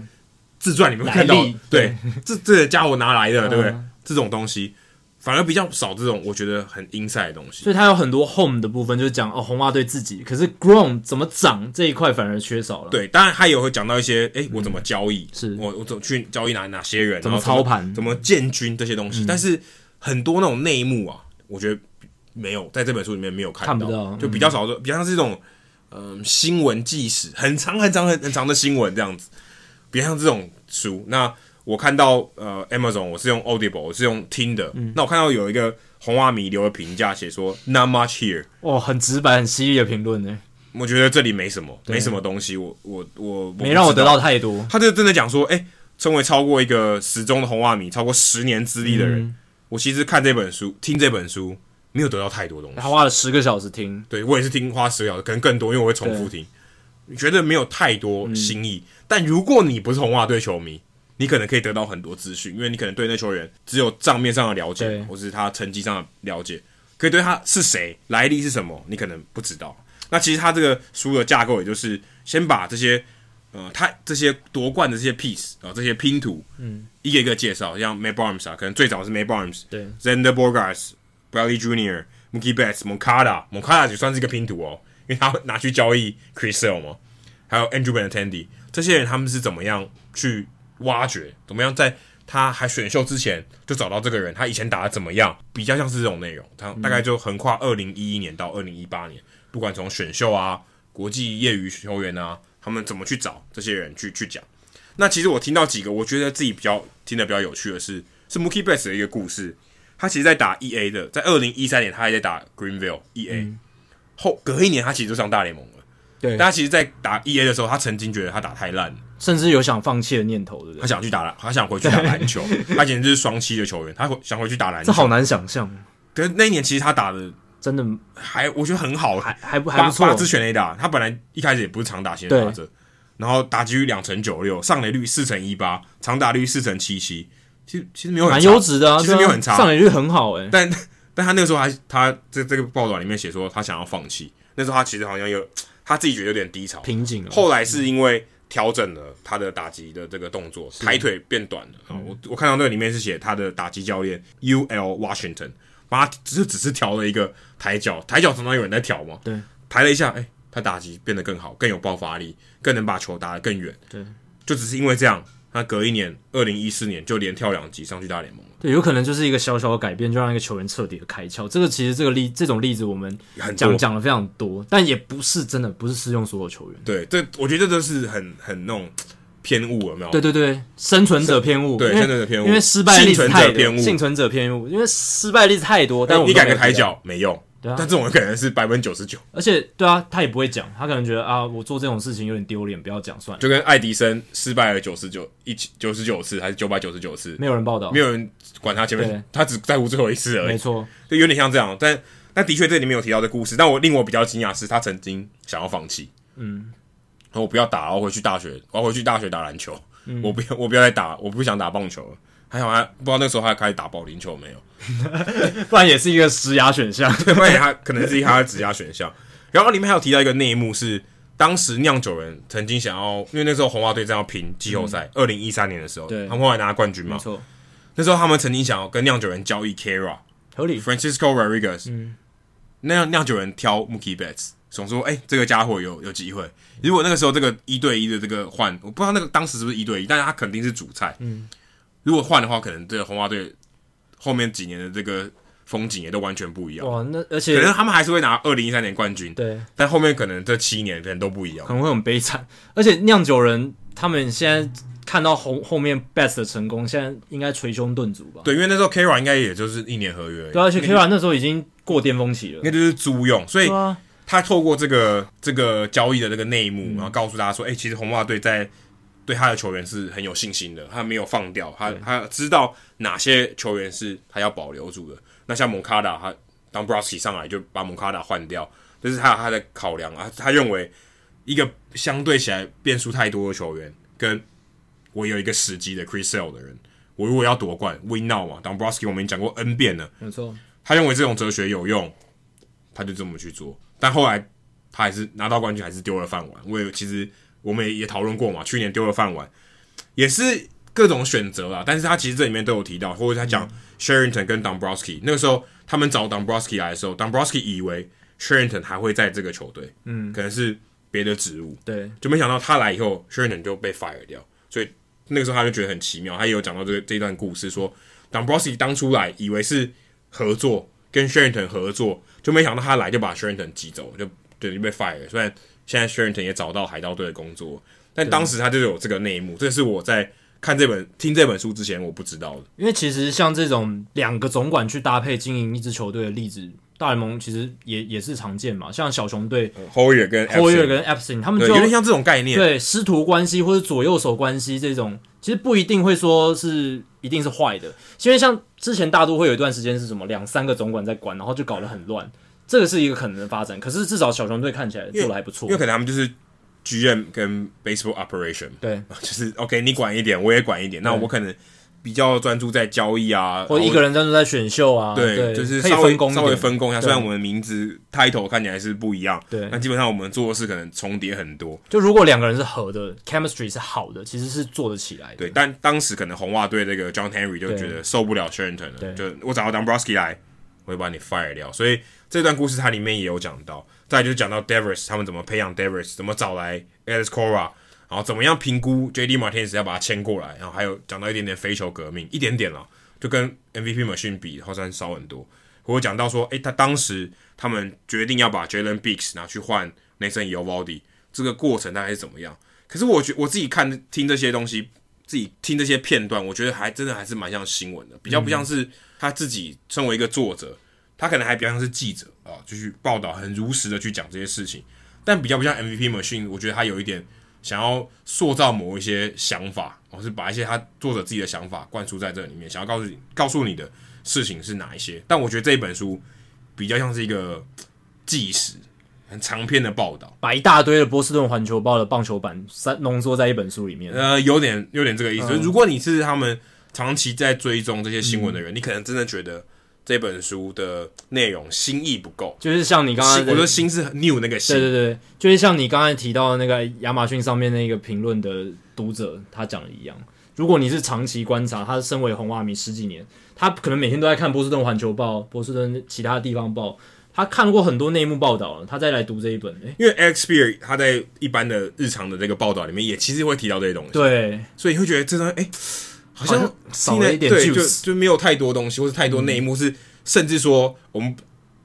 A: 自传里面会看
B: 来
A: 到
B: 历，嗯
A: 对，这 *laughs* 这个家伙拿来的，对不对？这种东西反而比较少，这种我觉得很 inside 的东西。
B: 所以他有很多 home 的部分，就是讲哦红袜队自己，可是 grown 怎么长这一块反而缺少了。，
A: 对，当然他也会讲到一些，哎、我怎么交易，
B: 嗯是
A: 我我怎么去交易哪哪些人，
B: 怎么
A: 然后
B: 操盘嗯
A: 怎么建军这些东西。但是很多那种内幕啊，我觉得没有在这本书里面没有看
B: 看不到嗯
A: 就比较少，比较像是这种嗯、新闻纪实，很长很长很很长的新闻这样子，比较像这种书。那我看到呃，Amazon 我是用 Audible，我是用听的。
B: 嗯
A: 那我看到有一个红袜迷留的评价，写说 Not much here。
B: 哦，很直白、很犀利的评论呢，
A: 我觉得这里没什么，没什么东西，我我我
B: 没让我
A: 得
B: 得
A: 到。
B: 到太多。
A: 他就真的讲说，哎、成为超过一个时钟的红袜迷，超过十年资历的人，我其实看这本书、听这本书，没有得到太多东西。
B: 他花了十个小时听，
A: 对我也是听花十个小时，可能更多，因为我会重复听，觉得没有太多新意。但如果你不是红袜队球迷，你可能可以得到很多资讯，因为你可能对那球员只有账面上的了
B: 对
A: 解，或是他成绩上的了解，可以对他是谁、来历是什么，你可能不知道。那其实他这个书的架构，也就是先把这些呃，他这些夺冠的这些 piece 啊、这些拼图，嗯，一个一个介绍，像 May Barnes 啊，可能最早是 May Barnes，
B: 对
A: z e n d e r Borgas、Bradley Junior、Mookie Betts、Moncada、Moncada 也算是一个拼图哦，因为他会拿去交易 Chris Sale 嘛，还有 Andrew Benatendi 这些人，他们是怎么样去挖掘，怎么样在他还选秀之前就找到这个人，他以前打的怎么样，比较像是这种内容，他大概就横跨二零一一年到二零一八年，不管从选秀啊、国际业余球员啊，他们怎么去找这些人去去讲。那其实我听到几个，我觉得自己比较听的比较有趣的是，是 Mookie Betts 的一个故事。他其实，在打 E A 的，在二零一三年，他还在打 Greenville E A、后隔一年，他其实就上大联盟了。
B: 对
A: 但他其实，在打 E A 的时候，他曾经觉得他打太烂了，
B: 甚至有想放弃的念头，对不
A: 他
B: 对？
A: 想去打篮，他想回去打篮球。他以前就是双七的球员，他回想回去打篮
B: 这好
A: 球。
B: 难想象，
A: 可是那一年，其实他打的
B: 真的
A: 还我觉得很好，
B: 还还不还
A: 八
B: 不
A: 八
B: 错。
A: 支全垒打，他本来一开始也不是长打型的打者，然后打击率两成九六，上垒率四成一八，长打率四成七七，其实其实没有很
B: 蛮
A: 差
B: 优质的啊，
A: 其实
B: 对啊
A: 没有很差
B: 上垒率很好哎。
A: 但但他那个时候还他这这个报道里面写说他想要放弃，那时候他其实好像有他自己觉得有点低潮，
B: 瓶颈啊了，
A: 后来是因为调整了他的打击的这个动作，抬腿变短了。
B: 嗯
A: 啊我我看到那个里面是写他的打击教练 U L Washington，把他只是只是调了一个抬脚，抬脚常常有人在调嘛，
B: 对，
A: 抬了一下，哎、他打击变得更好，更有爆发力，更能把球打得更远。
B: 对，
A: 就只是因为这样，他隔一年，二零一四年就连跳两级上去大联盟了，
B: 对，有可能就是一个小小的改变，就让一个球员彻底的开窍。这个其实这个例这种例子我们
A: 很多
B: 讲讲的非常多，但也不是真的不是适用所有球员。
A: 对，这我觉得这都是很很那种偏误，有没有？
B: 对对对，生存者偏误，
A: 对
B: 因为
A: 生存者偏误
B: 因为失败的例子太
A: 幸存者偏
B: 多，
A: 误
B: 幸存者偏误，因为失败的例子太多，但我
A: 但
B: 们
A: 你
B: 都
A: 改
B: 没
A: 个
B: 有
A: 抬
B: 提到，
A: 脚没用，
B: 对啊
A: 但这种可能是百分之九十九。
B: 而且对啊，他也不会讲，他可能觉得啊，我做这种事情有点丢脸，不要讲算了，
A: 就跟爱迪生失败了九十九一九十九次还是九百九十九次，
B: 没有人报道，
A: 没有人管他前
B: 对
A: 面，他只在乎最后一次而
B: 没
A: 已，
B: 错，
A: 就有点像这样。但那的确这里面有提到这故事，但我令我比较惊讶的是，他曾经想要放弃，嗯，说我不要打，我要回去大学，我要回去大学打篮球，
B: 嗯
A: 我不要我不要再打，我不想打棒球了。还好他不知道那时候他开始打保龄球没有，
B: 不然也是一个施压选项。
A: 对，不然他可能是他的指甲选项。然后里面还有提到一个内幕是，当时酿酒人曾经想要，因为那时候红袜队正要拼季后赛，二零一三年的时候，
B: 嗯对
A: 他们后来拿冠军
B: 没
A: 嘛。
B: 错，
A: 那时候他们曾经想要跟酿酒人交易 Kara、
B: 合理。
A: Francisco Rodriguez，、那
B: 嗯
A: 样酿酒人挑 Mookie Betts，想说，哎、这个家伙有有机会。如果那个时候这个一对一的这个换，我不知道那个当时是不是一对一，但是他肯定是主菜。嗯，如果换的话，可能这个红袜队后面几年的这个风景也都完全不一样。
B: 哇，那而
A: 可
B: 且
A: 能他们还是会拿二零一三年冠军，
B: 对，
A: 但后面可能这七年可能都不一样
B: 可。能会很悲惨。而且酿酒人他们现在看到后后面 Best 的成功，现在应该捶胸顿足吧？
A: 对，因为那时候 Kira 应该也就是一年合约而已，
B: 对啊，而且
A: 应
B: Kira 那时候已经过巅峰期了。
A: 该就是租用，所以
B: 对啊，
A: 他透过这个这个交易的这个内幕，然后告诉大家说，哎、其实红袜队在对他的球员是很有信心的，他没有放掉，他他知道哪些球员是他要保留住的。那像蒙卡达，他当 b r o s k i 上来就把蒙卡达换掉，这是他他的考量啊，他认为一个相对起来变数太多的球员，跟我有一个时机的 Chris Sale 的人，我如果要夺冠，Win Now 嘛，Dombrowski 我们已经讲过 N 遍了，
B: 没错，
A: 他认为这种哲学有用，他就这么去做。但后来他还是拿到冠军，还是丢了饭碗。我也其实我们也也讨论过嘛，去年丢了饭碗，也是各种选择啦。但是他其实这里面都有提到，或者他讲 Sherrington 跟 Dombrowski 那个时候他们找 Dombrowski 来的时候，Dombrowski 以为 Sherrington 还会在这个球队，嗯，可能是别的职务，
B: 对，
A: 就没想到他来以后，Sherrington 就被 fire 掉，所以那个时候他就觉得很奇妙。他也有讲到这个这一段故事说 d o m b r o w s k i 当初来以为是合作跟 Sherrington 合作，就没想到他来就把 Sherrington 挤走，就对就被 fire。虽然现在 Sherrington 也找到海盗队的工作，但当时他就有这个内幕，这是我在看这本听这本书之前我不知道的。
B: 因为其实像这种两个总管去搭配经营一支球队的例子，大联盟其实也也是常见嘛。像小熊队
A: Hoyer 跟
B: h o y e r
A: Epson，
B: 跟 Epson 他们
A: 对，
B: 就
A: 有点像这种概念。
B: 对师徒关系或者左右手关系这种，其实不一定会说是一定是坏的，因为像之前大都会有一段时间是什么两三个总管在管，然后就搞得很乱，这个是一个可能的发展。可是至少小熊队看起来做的还不错
A: 因为，可能他们就是 GM 跟 Baseball Operation
B: 对，
A: *laughs* 就是 OK，你管一点，我也管一点，那我可能比较专注在交易啊，
B: 或者一个人专注在选秀啊，
A: 然后
B: 对，
A: 对，就是
B: 可以
A: 稍微
B: 分工一
A: 稍微
B: 点
A: 分工一下。虽
B: 对
A: 然我们名字 title 看起来是不一样，
B: 对
A: 那基本上我们做的事可能重叠很多，
B: 就如果两个人是合的，chemistry 是好的，其实是做得起来的。
A: 对。但当时可能红袜队这个 John Henry 就
B: 对
A: 觉得受不了 Sherrington
B: 对
A: 了，就我找到 Dombrowski 来，我会把你 fire 掉。所以这段故事它里面也有讲到，再来就是讲到 Devers 他们怎么培养 Devers，怎么找来 Alex Cora。然后怎么样评估 J.D. Martinez 要把他签过来？然后还有讲到一点点非球革命，一点点了，就跟 MVP machine 比，好像少很多。我有讲到说，诶，他当时他们决定要把 Jalen Biggs 拿去换 Nathan Eovaldi，这个过程大概是怎么样？可是我觉我自己看听这些东西，自己听这些片段，我觉得还真的还是蛮像新闻的，比较不像是他自己身为一个作者，他可能还比较像是记者啊，就去报道，很如实的去讲这些事情，但比较不像 MVP machine，我觉得他有一点想要塑造某一些想法，或是把一些他作者自己的想法灌输在这里面，想要告诉你告诉你的事情是哪一些。但我觉得这一本书比较像是一个纪实，很长篇的报道，
B: 把一大堆的波士顿环球报的棒球版三浓缩在一本书里面。
A: 呃，有点有点这个意思。
B: 嗯
A: 如果你是他们长期在追踪这些新闻的
B: 嗯
A: 人，你可能真的觉得这本书的内容新意不够。
B: 就是像你刚刚
A: 新，
B: 的
A: 我说新是 new 那个新，
B: 对对对，就是像你刚才提到的那个亚马逊上面那个评论的读者他讲的一样，如果你是长期观察，他身为红袜迷十几年，他可能每天都在看波士顿环球报、波士顿其他地方报，他看过很多内幕报道了，他再来读这一本，哎、
A: 因为 Alex Spear 他在一般的日常的这个报道里面，也其实会提到这些东西，
B: 对，
A: 所以你会觉得这张哎、好
B: 好
A: 像
B: 像少了一点
A: 对，就
B: juice 嗯
A: 就没有太多东西，或是太多内幕，是甚至说我们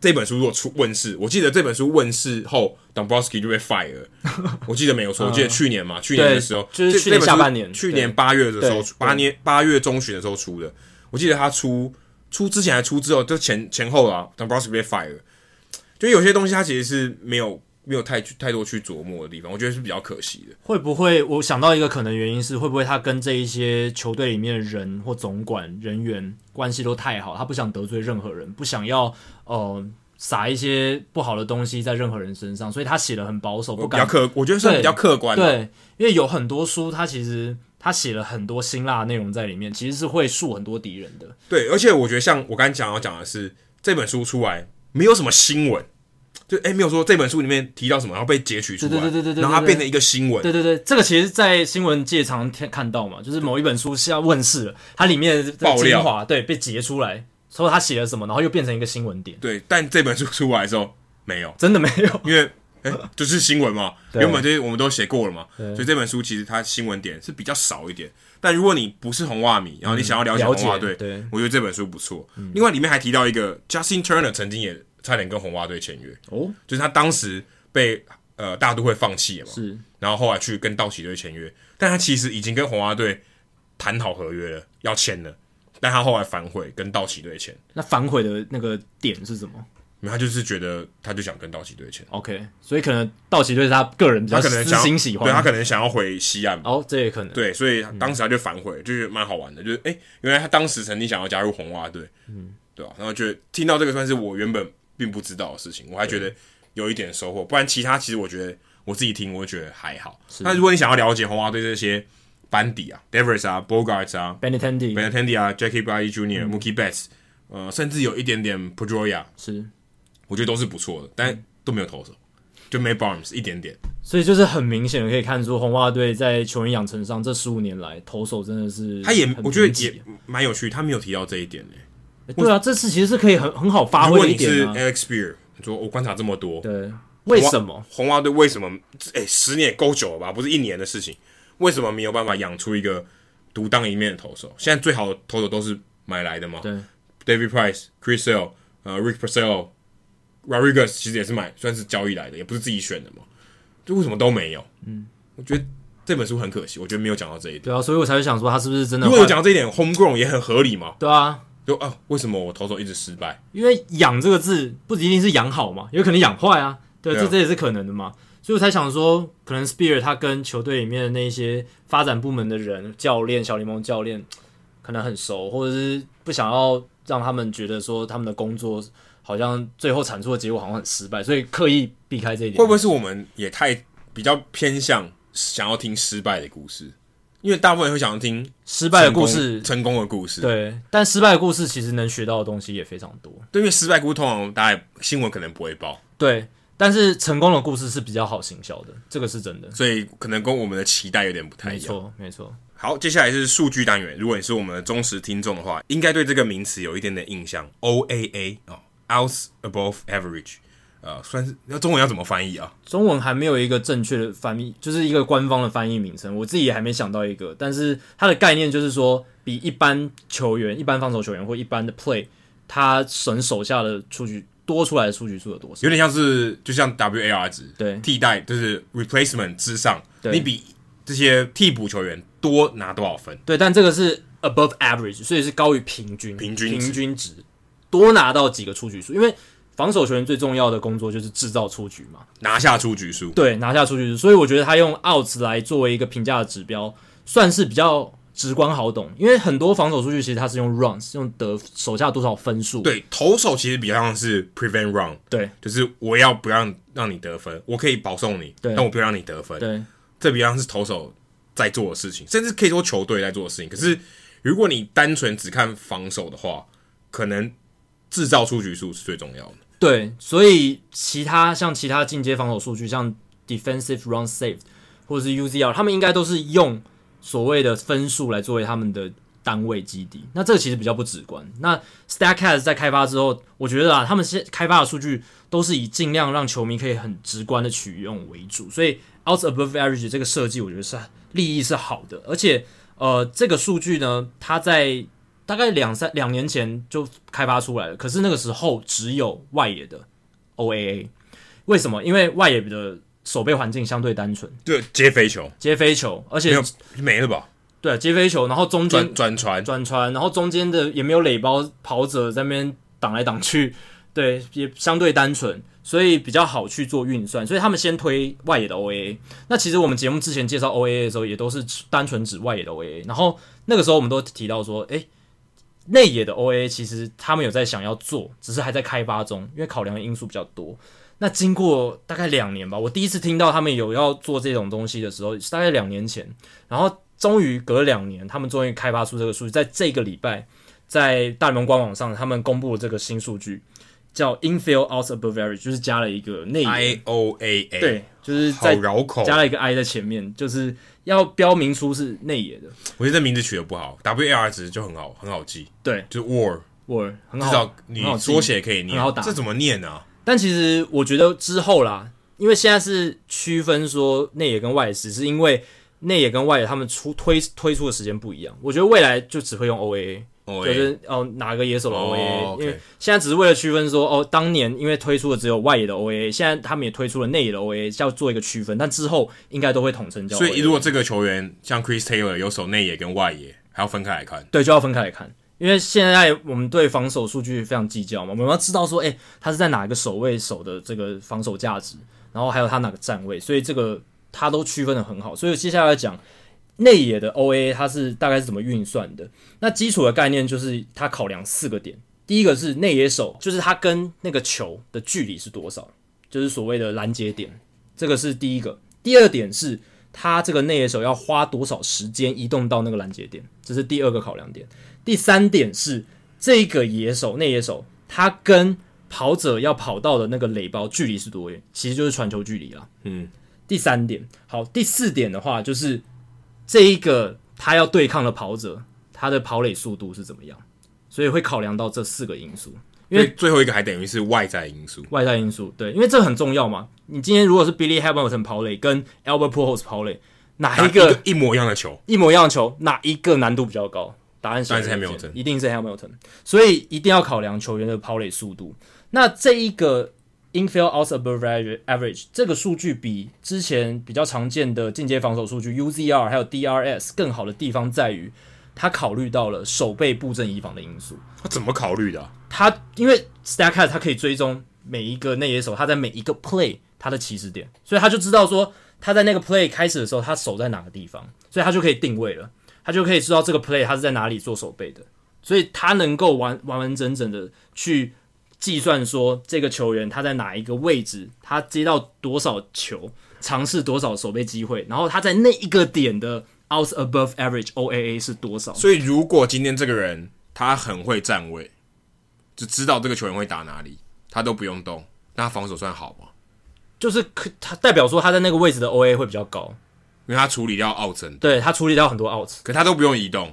A: 这本书如果出问世，我记得这本书问世后，Dombrowski 就被 fire，了 *laughs* 我记得没有错，我记得去年嘛，去年的时候
B: 嗯就是
A: 这
B: 去
A: 这本
B: 年
A: 书
B: 下半年
A: 去
B: 对
A: 年八月的时候
B: 对，
A: 八年八月中旬的时候出的，我记得他出出之前还出之后，就前前后啊，Dombrowski 被 fire，就有些东西他其实是没有没有太去太多去琢磨的地方，我觉得是比较可惜的。
B: 会不会我想到一个可能原因是，会不会他跟这一些球队里面的人或总管人员关系都太好，他不想得罪任何人，不想要呃撒一些不好的东西在任何人身上，所以他写的很保守，不
A: 哦比较
B: 敢
A: 客，我觉得算比较客观的。
B: 对，因为有很多书，他其实他写了很多辛辣的内容在里面，其实是会树很多敌人的。
A: 对，而且我觉得像我刚才讲要讲的是，这本书出来没有什么新闻，就哎、没有说这本书里面提到什么，然后被截取出来，
B: 对对对对对对
A: 然后它变成一个新闻。
B: 对对对，这个其实，在新闻界常常看到嘛，就是某一本书是要问世了，它里面的
A: 爆料
B: 精华对被截出来，说他写了什么，然后又变成一个新闻点，
A: 对但这本书出来的时候没有，
B: 真的没有。
A: 因为哎、就是新闻嘛，
B: 对
A: 原本这些我们都写过了嘛，
B: 对
A: 所以这本书其实它新闻点是比较少一点。但如果你不是红袜迷，然后你想要了解
B: 嗯了解
A: 红袜队，
B: 对嗯
A: 我觉得这本书不错。另外里面还提到一个 Justin Turner 曾经也差点跟红袜队签约，
B: 哦，
A: 就是他当时被呃大都会放弃了嘛，
B: 是
A: 然后后来去跟道奇队签约，但他其实已经跟红袜队谈好合约了，要签了，但他后来反悔跟道奇队签，
B: 那反悔的那个点是什么
A: 因为他就是觉得他就想跟道奇队签，
B: ？OK，所以可能道奇对他个人比
A: 他
B: 较
A: 可
B: 私
A: 能想
B: 心
A: 要
B: 喜欢，
A: 对他可能想要回西岸吧，
B: 哦，这也可能，
A: 对，所以当时他就反悔，就是蛮好玩的，就是哎、诶原来他当时曾经想要加入红袜队，嗯，对吧、然后就听到这个算是我原本并不知道的事情，我还觉得有一点收获，不然其他其实我觉得我自己听我觉得还好。那如果你想要了解红袜队这些班底啊，Devers 啊，Bogarts 啊
B: b e n e t e n d i
A: ，Benatendi 啊，Jackie Bradley Jr.、Mookie Betts，呃，甚至有一点点 Pedroia，
B: 是，
A: 我觉得都是不错的，但都没有投手，就 May Barnes 一点点。
B: 所以就是很明显的可以看出红袜队在球员养成上这十五年来投手真的是
A: 他也
B: 很
A: 我觉得
B: 贫瘠
A: 也蛮有趣，他没有提到这一点呢、
B: 欸对啊，这次其实是可以很很好发
A: 如果
B: 挥的一
A: 你是
B: 点啊。
A: Alex Spear，你说我观察这么多，
B: 对，为什么？
A: 红袜队为什么？哎、十年也够久了吧？不是一年的事情，为什么没有办法养出一个独当一面的投手？现在最好的投手都是买来的嘛
B: 对，
A: ，David Price、Chris Sale、呃 Rick Purcell、Rodriguez 其实也是买，算是交易来的，也不是自己选的嘛。就为什么都没有？嗯，我觉得这本书很可惜，我觉得没有讲到这一点。
B: 对啊，所以我才会想说他是不是真的
A: 如果
B: 换？
A: 有讲到这一点，Homegrown 也很合理嘛。
B: 对啊，
A: 就啊，为什么我投手一直失败？
B: 因为“养”这个字不一定是养好嘛，有可能养坏啊，对，
A: 对啊
B: 这这也是可能的嘛。所以我才想说，可能 Spear 他跟球队里面的那些发展部门的人、教练、小联盟教练可能很熟，或者是不想要让他们觉得说他们的工作好像最后产出的结果好像很失败，所以刻意避开这一点。
A: 会不会是我们也太比较偏向想要听失败的故事？因为大部分人会想要听
B: 失败的故事？
A: 成功的故事。
B: 对，但失败的故事其实能学到的东西也非常多。
A: 对，因为失败故事通常大家新闻可能不会报，
B: 对，但是成功的故事是比较好行销的，这个是真的。
A: 所以可能跟我们的期待有点不太
B: 没
A: 一样。
B: 错，没错。
A: 好，接下来是数据单元。如果你是我们的忠实听众的话，应该对这个名词有一点点印象。OAA 哦 o u t Above Average，呃，算是那中文要怎么翻译啊？
B: 中文还没有一个正确的翻译，就是一个官方的翻译名称，我自己也还没想到一个。但是它的概念就是说，比一般球员、一般防守球员或一般的 play，他神手下的出局多出来的出局数有多少？
A: 有点像是就像 WAR 值，
B: 对
A: 替代就是 replacement 之上，
B: 对
A: 你比这些替补球员多拿多少分？
B: 对，但这个是 above average，所以是高于平均
A: 平均值
B: 平均值，多拿到几个出局数，因为防守球员最重要的工作就是制造出局嘛。
A: 拿下出局数。
B: 对，拿下出去。所以我觉得他用 outs 来作为一个评价的指标，算是比较直观好懂。因为很多防守数据其实他是用 runs，用得手下多少分数。
A: 对，投手其实比较像是 prevent run，
B: 对
A: 就是我要不让让你得分，我可以保送你，
B: 对
A: 但我不要让你得分。
B: 对
A: 这比较像是投手在做的事情，甚至可以说球队在做的事情。可是如果你单纯只看防守的话，可能制造出局数是最重要的。
B: 对，所以其他像其他进阶防守数据，像 defensive run saved 或者是 UZR，他们应该都是用所谓的分数来作为他们的单位基底。那这个其实比较不直观。那 Stacks 在开发之后，我觉得啊，他们现开发的数据都是以尽量让球迷可以很直观的取用为主，所以 out above average 这个设计，我觉得是利益是好的，而且呃，这个数据呢，它在大概两三两年前就开发出来了，可是那个时候只有外野的 OAA，为什么？因为外野的守备环境相对单纯，
A: 就接飞球
B: 接飞球，而
A: 没
B: 且
A: 有没了吧？
B: 对接飞球，然后中间
A: 转转传，
B: 转传，然后中间的也没有垒包跑者在那边挡来挡去， *laughs* 对，也相对单纯，所以比较好去做运算。所以他们先推外野的 OA。那其实我们节目之前介绍 OA 的时候，也都是单纯指外野的 OA。然后那个时候我们都提到说，诶，内野的 OA 其实他们有在想要做，只是还在开发中，因为考量的因素比较多。那经过大概两年吧，我第一次听到他们有要做这种东西的时候，是大概两年前。然后终于隔了两年，他们终于开发出这个数据，在这个礼拜，在大联盟官网上，他们公布了这个新数据，叫 infield out above average，就是加了一个内野，
A: I O A A，，
B: 对，就是
A: 好
B: 在
A: 绕口。
B: 加了一个 i 在前面，就是要标明出是内野的。
A: 我觉得这名字取得不好，W A R 值就很好，很好记，
B: 对，
A: 就是 War，
B: 我很
A: 至
B: 好
A: 少，你
B: 很好记
A: 缩写可以念
B: 很好打，
A: 这怎么念啊？
B: 但其实我觉得之后啦，因为现在是区分说内野跟外野时，是因为内野跟外野他们出推推出的时间不一样。我觉得未来就只会用 OA，
A: 哦，
B: 就
A: 欸
B: 是哦哪个野手的 OA，、
A: 哦，OK
B: 因为现在只是为了区分说哦，当年因为推出的只有外野的 OA，现在他们也推出了内野的 OA，要做一个区分，但之后应该都会统称叫 OA。
A: 所以如果这个球员像 Chris Taylor 有守内野跟外野，还要分开来看。
B: 对，就要分开来看，因为现在我们对防守数据非常计较嘛，我们要知道说，哎、他是在哪一个守卫守的这个防守价值，然后还有他哪个站位，所以这个他都区分的很好。所以接下来讲内野的 OA，它是大概是怎么运算的？那基础的概念就是它考量四个点，第一个是内野手，就是它跟那个球的距离是多少，就是所谓的拦截点，这个是第一个。第二点是他这个内野手要花多少时间移动到那个拦截点，这是第二个考量点。第三点是这个野手内野手他跟跑者要跑到的那个垒包距离是多远，其实就是传球距离啦。
A: 嗯，
B: 第三点，好，第四点的话就是这一个他要对抗的跑者，他的跑垒速度是怎么样，所以会考量到这四个因素。因为
A: 所以最后一个还等于是外在因素。
B: 外在因素，对，因为这个很重要嘛。你今天如果是 Billy Hamilton 跑垒跟 Albert Pujols 跑垒，哪
A: 打
B: 一
A: 一
B: 个
A: 一模一样的球，
B: 一模一样的球，哪一个难度比较高？答案是
A: 答案是 Hamilton
B: 一定是 Hamilton。所以一定要考量球员的跑垒速度。那这一个 infield out above average 这个数据比之前比较常见的进阶防守数据 UZR 还有 DRS 更好的地方在于，它考虑到了手背布阵移防的因素。
A: 他怎么考虑的啊、
B: 他因为 Stacks 他可以追踪每一个内野手，他在每一个 play 他的起始点，所以他就知道说他在那个 play 开始的时候，他手在哪个地方，所以他就可以定位了，他就可以知道这个 play 他是在哪里做手背的，所以他能够完完完整整的去计算说这个球员他在哪一个位置，他接到多少球，尝试多少手背机会，然后他在那一个点的 out above average OAA 是多少，
A: 所以如果今天这个人他很会站位，就知道这个球员会打哪里，他都不用动，那他防守算好吗？
B: 就是可他代表说他在那个位置的 OA 会比较高。
A: 因为他处理掉奥森，
B: 对他处理掉很多 out。
A: 可他都不用移动，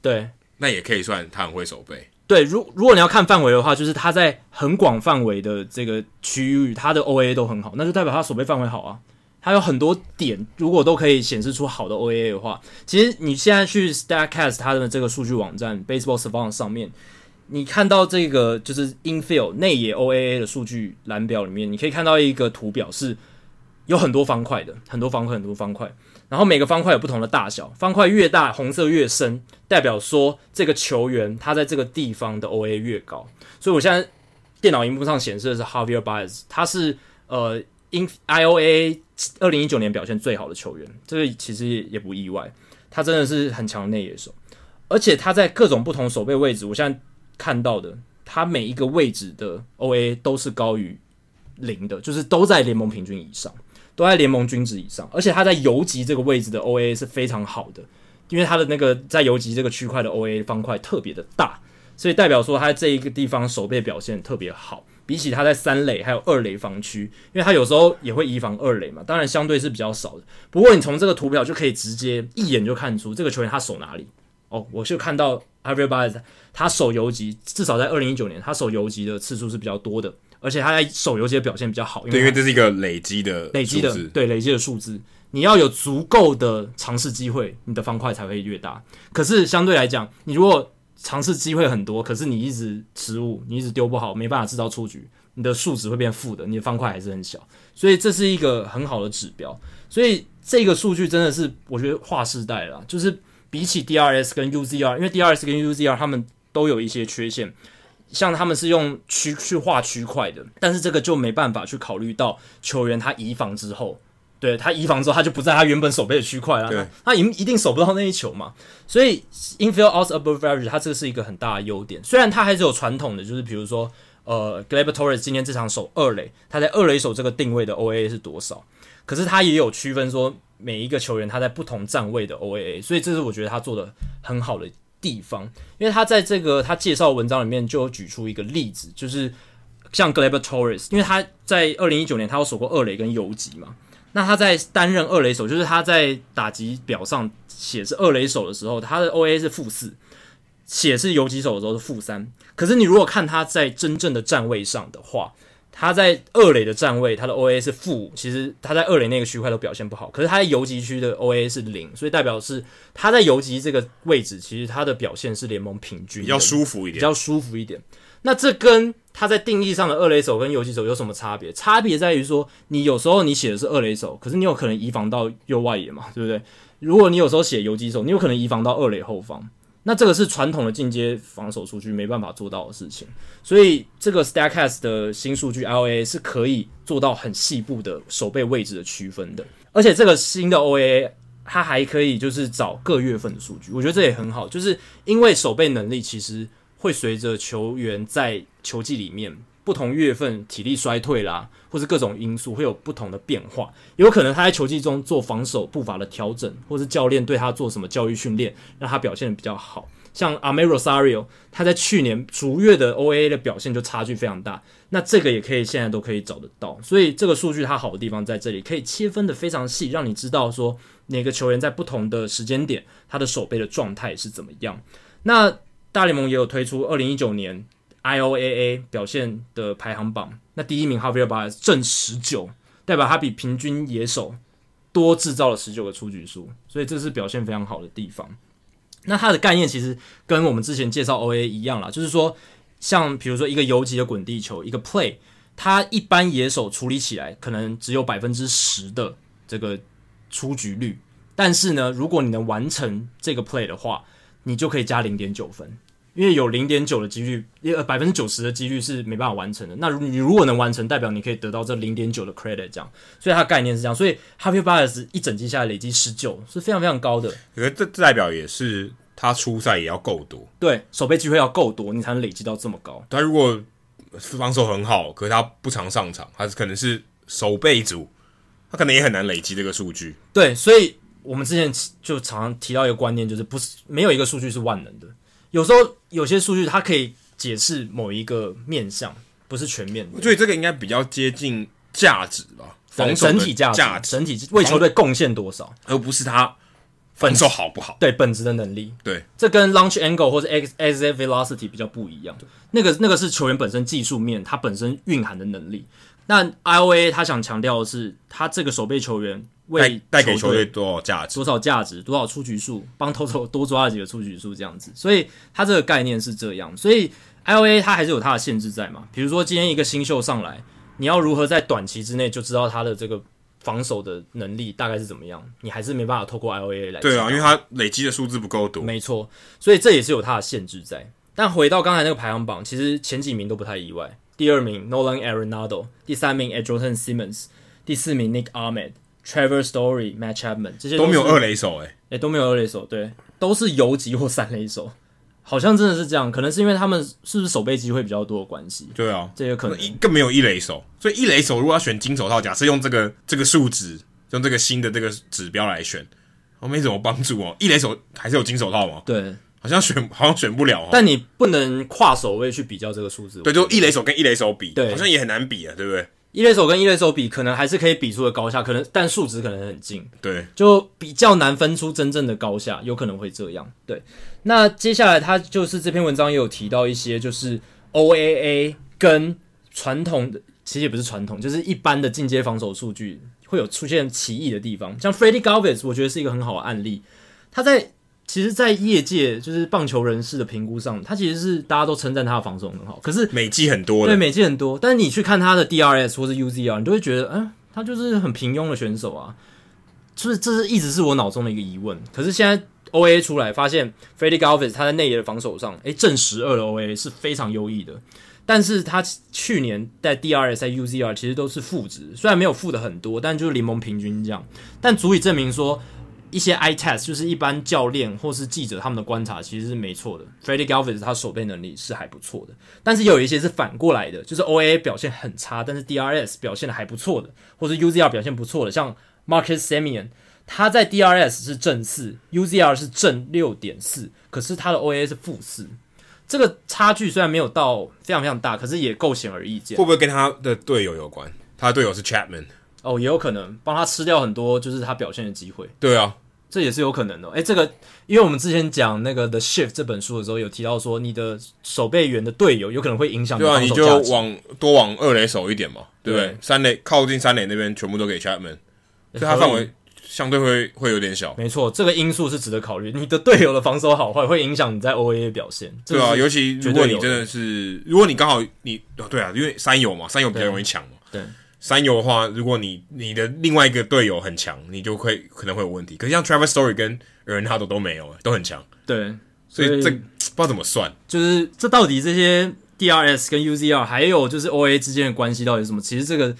B: 对
A: 那也可以算他很会守备。
B: 对，如如果你要看范围的话，就是他在很广范围的这个区域，他的 OA 都很好，那就代表他守备范围好啊。他有很多点，如果都可以显示出好的 OA 的话，其实你现在去 Statcast 它的这个数据网站 Baseball Savant 上面，你看到这个就是 infield 内野 OAA 的数据栏表里面，你可以看到一个图表是有很多方块的，很多方块，很多方块，然后每个方块有不同的大小，方块越大，红色越深，代表说这个球员他在这个地方的 OA 越高。所以我现在电脑荧幕上显示的是 Javier Baez，他是呃 in IOA 二零一九年表现最好的球员，这个其实也不意外，他真的是很强的内野手，而且他在各种不同守备位置，我现在看到的他每一个位置的 OA 都是高于零的，就是都在联盟平均以上。都在联盟均值以上，而且他在游击这个位置的 OA 是非常好的，因为他的那个在游击这个区块的 OA 方块特别的大，所以代表说他这一个地方守备表现特别好。比起他在三垒还有二垒防区，因为他有时候也会移防二垒嘛，当然相对是比较少的。不过你从这个图表就可以直接一眼就看出这个球员他守哪里。哦，我就看到 a v e r b a z 他守游击，至少在二零一九年他守游击的次数是比较多的，而且他在守游击的表现比较好。因
A: 对，因
B: 为
A: 为
B: 他
A: 这是一个累积的
B: 累积
A: 数
B: 的
A: 字，
B: 对累积的数字，你要有足够的尝试机会，你的方块才会越大。可是相对来讲，你如果尝试机会很多，可是你一直失误，你一直丢不好，没办法制造出局，你的数值会变负的，你的方块还是很小。所以这是一个很好的指标。所以这个数据真的是我觉得划时代了啦，就是比起 DRS 跟 UZR，因为 DRS 跟 UZR 他们都有一些缺陷，像他们是用区去画区块的，但是这个就没办法去考虑到球员他移防之后，对他移防之后他就不在他原本守备的区块了，
A: 对
B: 那他一一定守不到那一球嘛，所以 infield out above average 它这个是一个很大的优点，虽然它还是有传统的，就是比如说呃 g l a b e r Torres 今天这场守二垒，他在二垒手这个定位的 OAA 是多少？可是他也有区分说每一个球员他在不同站位的 OAA，所以这是我觉得他做的很好的地方，因为他在这个他介绍文章里面就有举出一个例子，就是像 g l a b e r Torres，因为他在二零一九年他有守过二垒跟游击嘛，那他在担任二垒手，就是他在打击表上写是二垒手的时候，他的 OA 是负四，写是游击手的时候是负三。可是你如果看他在真正的站位上的话，他在二垒的站位，他的 OA 是负五，其实他在二垒那个区块都表现不好。可是他在游击区的 OA 是零，所以代表是他在游击这个位置，其实他的表现是联盟平均的，
A: 比较舒服一
B: 比
A: 点。
B: 较舒服一点。那这跟他在定义上的二垒手跟游击手有什么差别？差别在于说，你有时候你写的是二垒手，可是你有可能移防到右外野嘛，对不对？如果你有时候写游击手，你有可能移防到二垒后方。那这个是传统的进阶防守数据没办法做到的事情，所以这个 Stacks 的新数据 LA 是可以做到很细部的守备位置的区分的，而且这个新的 OA 它还可以就是找各月份的数据，我觉得这也很好，就是因为守备能力其实会随着球员在球季里面不同月份体力衰退啦，或是各种因素会有不同的变化。也有可能他在球季中做防守步伐的调整，或是教练对他做什么教育训练，让他表现的比较好。像 a m e r o Sario，他在去年逐月的 OA 的表现就差距非常大，那这个也可以现在都可以找得到，所以这个数据它好的地方在这里，可以切分的非常细，让你知道说哪个球员在不同的时间点他的手背的状态是怎么样。那大联盟也有推出二零一九年 IOAA 表现的排行榜，那第一名 Javier b a r 正十九，代表他比平均野手多制造了十九个出局数，所以这是表现非常好的地方。那它的概念其实跟我们之前介绍 OA 一样啦，就是说，像比如说一个游击的滚地球，一个 play，它一般野手处理起来可能只有百分之十的这个出局率，但是呢，如果你能完成这个 play 的话，你就可以加零点九分，因为有零点九的几率，呃，百分之九十的几率是没办法完成的。那你如果能完成，代表你可以得到这零点九的 credit，这样，所以它的概念是这样。所以 Happy b a r s 一整季下来累积十九是非常非常高的。
A: 可是这这代表也是他出赛也要够多。
B: 对，守备机会要够多，你才能累积到这么高。
A: 他如果防守很好，可是他不常上场，他可能是守备组，他可能也很难累积这个数据。
B: 对，所以我们之前就常常提到一个观念，就是不是没有一个数据是万能的。有时候有些数据它可以解释某一个面向，不是全面的。
A: 所以这个应该比较接近价值吧，防守的
B: 整体价值、
A: 价值，
B: 整体为球队贡献多少，
A: 而不是他防守好不好。
B: 对本质的能力。
A: 对，
B: 这跟 launch angle 或者 x exit velocity 比较不一样。那个那个是球员本身技术面，它本身蕴含的能力。那 IOA 他想强调的是，他这个守备球员
A: 带
B: 为
A: 带给球队
B: 队
A: 多少价值？
B: 多少价值，多少出局数，帮投手 *laughs* 多抓了几个出局数这样子。所以它这个概念是这样，所以 I O A 它还是有它的限制在嘛。比如说今天一个新秀上来，你要如何在短期之内就知道他的这个防守的能力大概是怎么样，你还是没办法透过 I O A 来
A: 对啊，
B: 知道
A: 因为他累积的数字不够多。
B: 没错，所以这也是有它的限制在。但回到刚才那个排行榜，其实前几名都不太意外。第二名 Nolan Arenado，第三名 Edgerton Simmons，第四名 Nick Ahmed。Trevor Story、Matt Chapman 这些
A: 都没有
B: 是
A: 二垒手哎、欸
B: 诶、都没有二垒手，对，都是游击或三垒手，好像真的是这样。可能是因为他们是不是守备机会比较多的关系，
A: 对啊，
B: 这有可能。
A: 一更没有一垒手，所以一垒手如果要选金手套，假设用这个这个数值，用这个新的这个指标来选，哦，没什么帮助哦。一垒手还是有金手套吗？
B: 对，
A: 好像选好像选不了哦。
B: 但你不能跨守卫去比较这个数字。
A: 对，就一垒手跟一垒手比，
B: 对
A: 好像也很难比啊，对不对？
B: 一垒手跟一垒手比，可能还是可以比出的高下，可能但数值可能很近，
A: 对，
B: 就比较难分出真正的高下，有可能会这样。对，那接下来他就是这篇文章也有提到一些，就是 OAA 跟传统的，其实也不是传统，就是一般的进阶防守数据会有出现歧义的地方。像 Freddie Galvez，我觉得是一个很好的案例，他在。其实，在业界就是棒球人士的评估上，他其实是大家都称赞他的防守很好，可是
A: 美记很多
B: 对，
A: 的，
B: 美记很多，但是你去看他的 DRS 或是 UZR，你就会觉得，嗯、他就是很平庸的选手啊。就是这是一直是我脑中的一个疑问。可是现在 OA 出来，发现 f r e d d y Galvis 他在内野的防守上，诶，正十二的 OA 是非常优异的。但是他去年在 DRS 在 UZR 其实都是负值，虽然没有负的很多，但就是联盟平均这样，但足以证明说一些 i test 就是一般教练或是记者他们的观察其实是没错的。f r e d d y Galvis 他守备能力是还不错的，但是有一些是反过来的，就是 OA 表现很差，但是 DRS 表现的还不错的，或是 UZR 表现不错的，像 Marcus Simeon，他在 DRS 是正四，UZR 是正六点四，可是他的 OA 是负四，这个差距虽然没有到非常非常大，可是也够显而易见
A: 会。不会跟他的队友有关？他的队友是 Chapman，
B: 哦，也有可能帮他吃掉很多就是他表现的机会，
A: 对啊，
B: 这也是有可能的。诶，这个因为我们之前讲那个《The Shift》这本书的时候，有提到说你的守备员的队友有可能会影响
A: 对啊，
B: 你
A: 你
B: 的防
A: 就
B: 守价值
A: 往多往二垒手一点嘛，对不对
B: 对？
A: 三垒靠近三垒那边全部都给 Chapman，所以他范围相对会会有点小，
B: 没错，这个因素是值得考虑。你的队友的防守好坏会影响你在 OA 的表现，这
A: 对啊，
B: 是
A: 尤其如
B: 绝
A: 果
B: 对
A: 你
B: 有
A: 真的是，如果你刚好你哦对啊，因为三友嘛，三友比较容易抢嘛。
B: 对
A: 三友的话，如果你你的另外一个队友很强，你就会可能会有问题。可是像 Trevor Story 跟 e r n a d o 都没有，都很强，
B: 对，
A: 所以
B: 所以
A: 这不知道怎么算。
B: 就是这到底这些 DRS 跟 UZR 还有就是 OA 之间的关系到底是什么？其实这个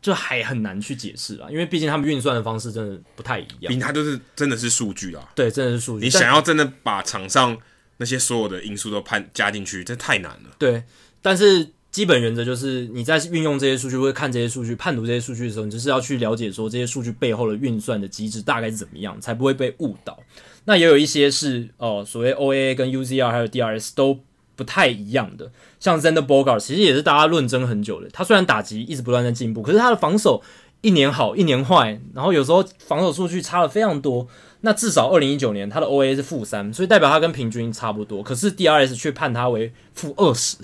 B: 就还很难去解释啦，因为毕竟他们运算的方式真的不太一
A: 毕。
B: 样
A: 竟它就是真的是数据啦，
B: 对，真的是数据。
A: 你
B: 但
A: 想要真的把场上那些所有的因素都判加进去，这太难了。
B: 对，但是基本原则就是你在运用这些数据，或者看这些数据、判读这些数据的时候，你就是要去了解说这些数据背后的运算的机制大概是怎么样，才不会被误导。那也有一些是哦、呃所谓 OAA 跟 UZR 还有 DRS 都不太一样的，像 Zander Bogart 其实也是大家论争很久的。他虽然打击一直不断在进步，可是他的防守一年好一年坏，然后有时候防守数据差了非常多。那至少二零一九年他的 OA 是负三，所以代表他跟平均差不多。可是 DRS 却判他为负二十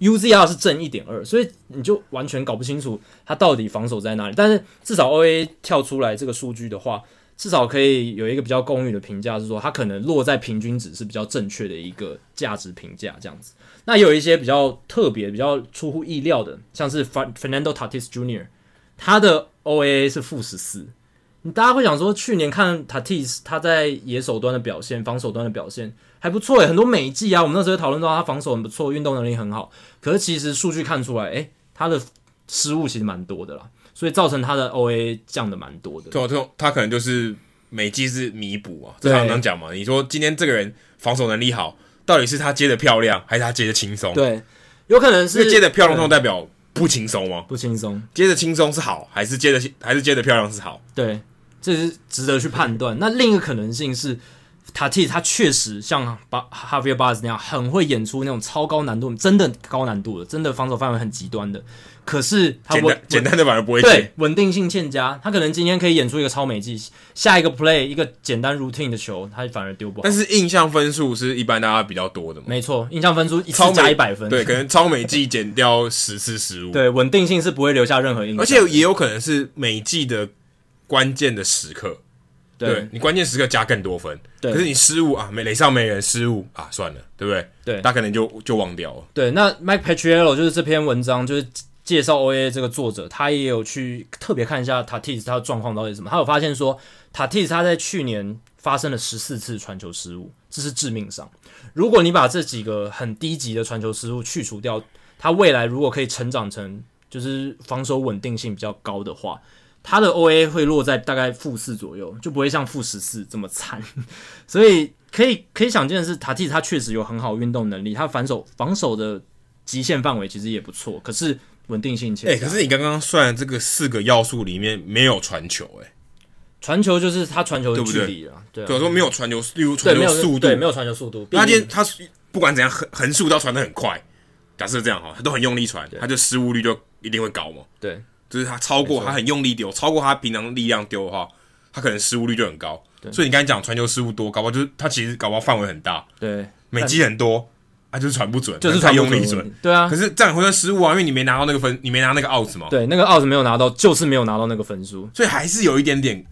B: ，UZR 啊是正一点二，所以你就完全搞不清楚他到底防守在哪里。但是至少 OA 跳出来这个数据的话，至少可以有一个比较公允的评价，是说它可能落在平均值是比较正确的一个价值评价这样子。那也有一些比较特别、比较出乎意料的，像是 Fer- Fernando Tatis Jr.，他的 OAA 是负十四。你大家会想说，去年看 Tatis 他在野手端的表现、防守端的表现还不错诶，很多美技啊。我们那时候讨论到他防守很不错，运动能力很好，可是其实数据看出来，诶、他的失误其实蛮多的啦，所以造成他的 OA 降的蛮多的。
A: 对啊，这种他可能就是每季是弥补啊，这
B: 对
A: 常常讲嘛。你说今天这个人防守能力好，到底是他接的漂亮，还是他接的轻松？，
B: 对，有可能
A: 因
B: 是
A: 为接的漂亮，通常代表不轻松吗？
B: 不轻松。
A: 接的轻松是好，还是接的还是接的漂亮是好？
B: 对，这是值得去判断。那另一个可能性是，塔蒂他确实像巴哈维尔巴斯那样，很会演出那种超高难度、真的高难度的、真的防守范围很极端的。可是他
A: 简单
B: 稳
A: 简单的反而不会接。
B: 对稳定性欠佳，他可能今天可以演出一个超美技，下一个 play 一个简单 routine 的球，他反而丢不好。
A: 但是印象分数是一般大家比较多的嘛，
B: 没错，印象分数一
A: 超美
B: 次加一百分，
A: 对，可能超美季减掉十次失误，
B: 对稳定性是不会留下任何印象，
A: 而且也有可能是每季的关键的时刻，对
B: 对
A: 你关键时刻加更多分，
B: 对
A: 可是你失误啊，没垒上没人失误啊，算了，对不对？
B: 对
A: 他可能就就忘掉了。
B: 对，那 Mike Patriello 就是这篇文章就是介绍 OA 这个作者，他也有去特别看一下 Tatis 他的状况到底是什么。他有发现说，Tatis 他在去年发生了十四次传球失误，这是致命伤。如果你把这几个很低级的传球失误去除掉，他未来如果可以成长成就是防守稳定性比较高的话，他的 OA 会落在大概负四左右，就不会像负十四这么惨。 *laughs* 所以可以可以想见的是，塔蒂他确实有很好运动能力，他反手防守的极限范围其实也不错，可是稳定性
A: 哎、
B: 欠
A: 可
B: 佳。
A: 是你刚刚算的这个四个要素里面没有传球、哎，
B: 传球就是他传球的
A: 对不
B: 距
A: 对
B: 离了，对啊
A: 对我说没有传球，例如
B: 对
A: 传
B: 没
A: 球
B: 有
A: 速度
B: 对，没有传球速度，
A: 他今
B: 毕
A: 天他不管怎样横横速都要传的很快，假设这样哈，他都很用力传，他就失误率就一定会高嘛。
B: 对
A: 就是他超过他很用力丢，超过他平常力量丢的话，他可能失误率就很高。所以你刚才讲传球失误多，搞不好就是他其实搞不好范围很大，
B: 对
A: 每击很多，他就是传不准，
B: 就是
A: 他
B: 传
A: 用力
B: 不
A: 准。，
B: 对啊
A: 可，是这样会算失误啊，因为你没拿到那个分，你没拿那个 out 嘛，
B: 对那个奥子没有拿到，就是没有拿到那个分数，
A: 所以还是有一点点，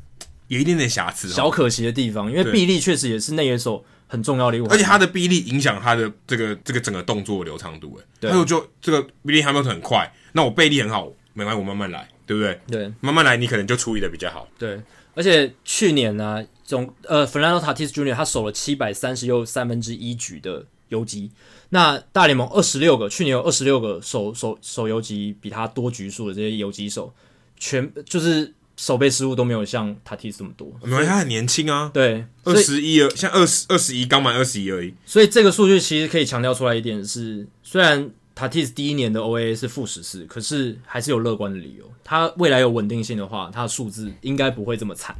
A: 有一点点瑕疵、
B: 小
A: 哦。
B: 可惜的地方，因为
A: 对
B: 臂力确实也是内野手很重要的一环，
A: 而且他的臂力影响他的这个这个整个动作的流畅度、哎，
B: 对
A: 他就就这个臂力还没有很快，那我背力很好，没关系，我慢慢来，对不对？
B: 对
A: 慢慢来，你可能就处理的比较好。
B: 对，而且去年呢、总呃，Fernando Tatis Jr. 他守了七百三十又三分之一局的游击。那大联盟二十六个，去年有二十六个守守守游击比他多局数的这些游击手，全就是守备失误都没有像 Tatis 这么多。
A: 没关系，他很年轻啊，
B: 对，
A: 二
B: 所以
A: 十一，像二十二十一，刚满二十一而已。
B: 所以这个数据其实可以强调出来一点是，虽然 Tatis 第一年的 OAA 是负十四，可是还是有乐观的理由。他未来有稳定性的话，他的数字应该不会这么惨。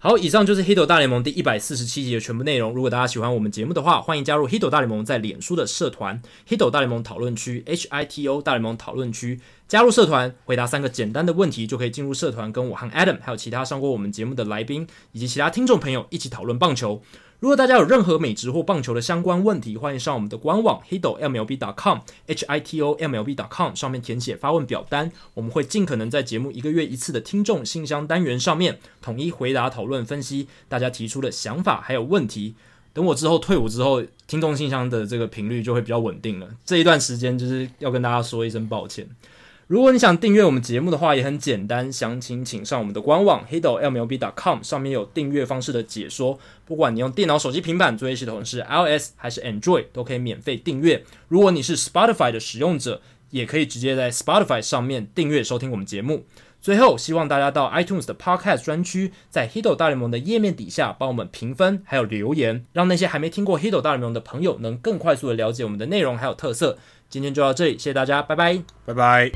B: 好，以上就是《h i d o 大联盟》第一百四十七集的全部内容。如果大家喜欢我们节目的话，欢迎加入《h i d o 大联盟》在脸书的社团 h i d o 大联盟讨论区 （H I T O 大联盟讨论区）。加入社团，回答三个简单的问题就可以进入社团，跟我和 Adam 还有其他上过我们节目的来宾以及其他听众朋友一起讨论棒球。如果大家有任何美职或棒球的相关问题，欢迎上我们的官网 hito mlb.com h i t o m l b.com 上面填写发问表单，我们会尽可能在节目一个月一次的听众信箱单元上面统一回答、讨论、分析大家提出的想法还有问题。等我之后退伍之后，听众信箱的这个频率就会比较稳定了。这一段时间就是要跟大家说一声抱歉。如果你想订阅我们节目的话，也很简单，详情请上我们的官网 hito mlb.com，上面有订阅方式的解说。不管你用电脑、手机、平板，作业系统是 iOS 还是 Android，都可以免费订阅。如果你是 Spotify 的使用者，也可以直接在 Spotify 上面订阅收听我们节目。最后，希望大家到 iTunes 的 Podcast 专区，在 Hiddle 大联盟的页面底下帮我们评分，还有留言，让那些还没听过 Hiddle 大联盟的朋友能更快速的了解我们的内容还有特色。今天就到这里，谢谢大家，拜拜。
A: 拜拜。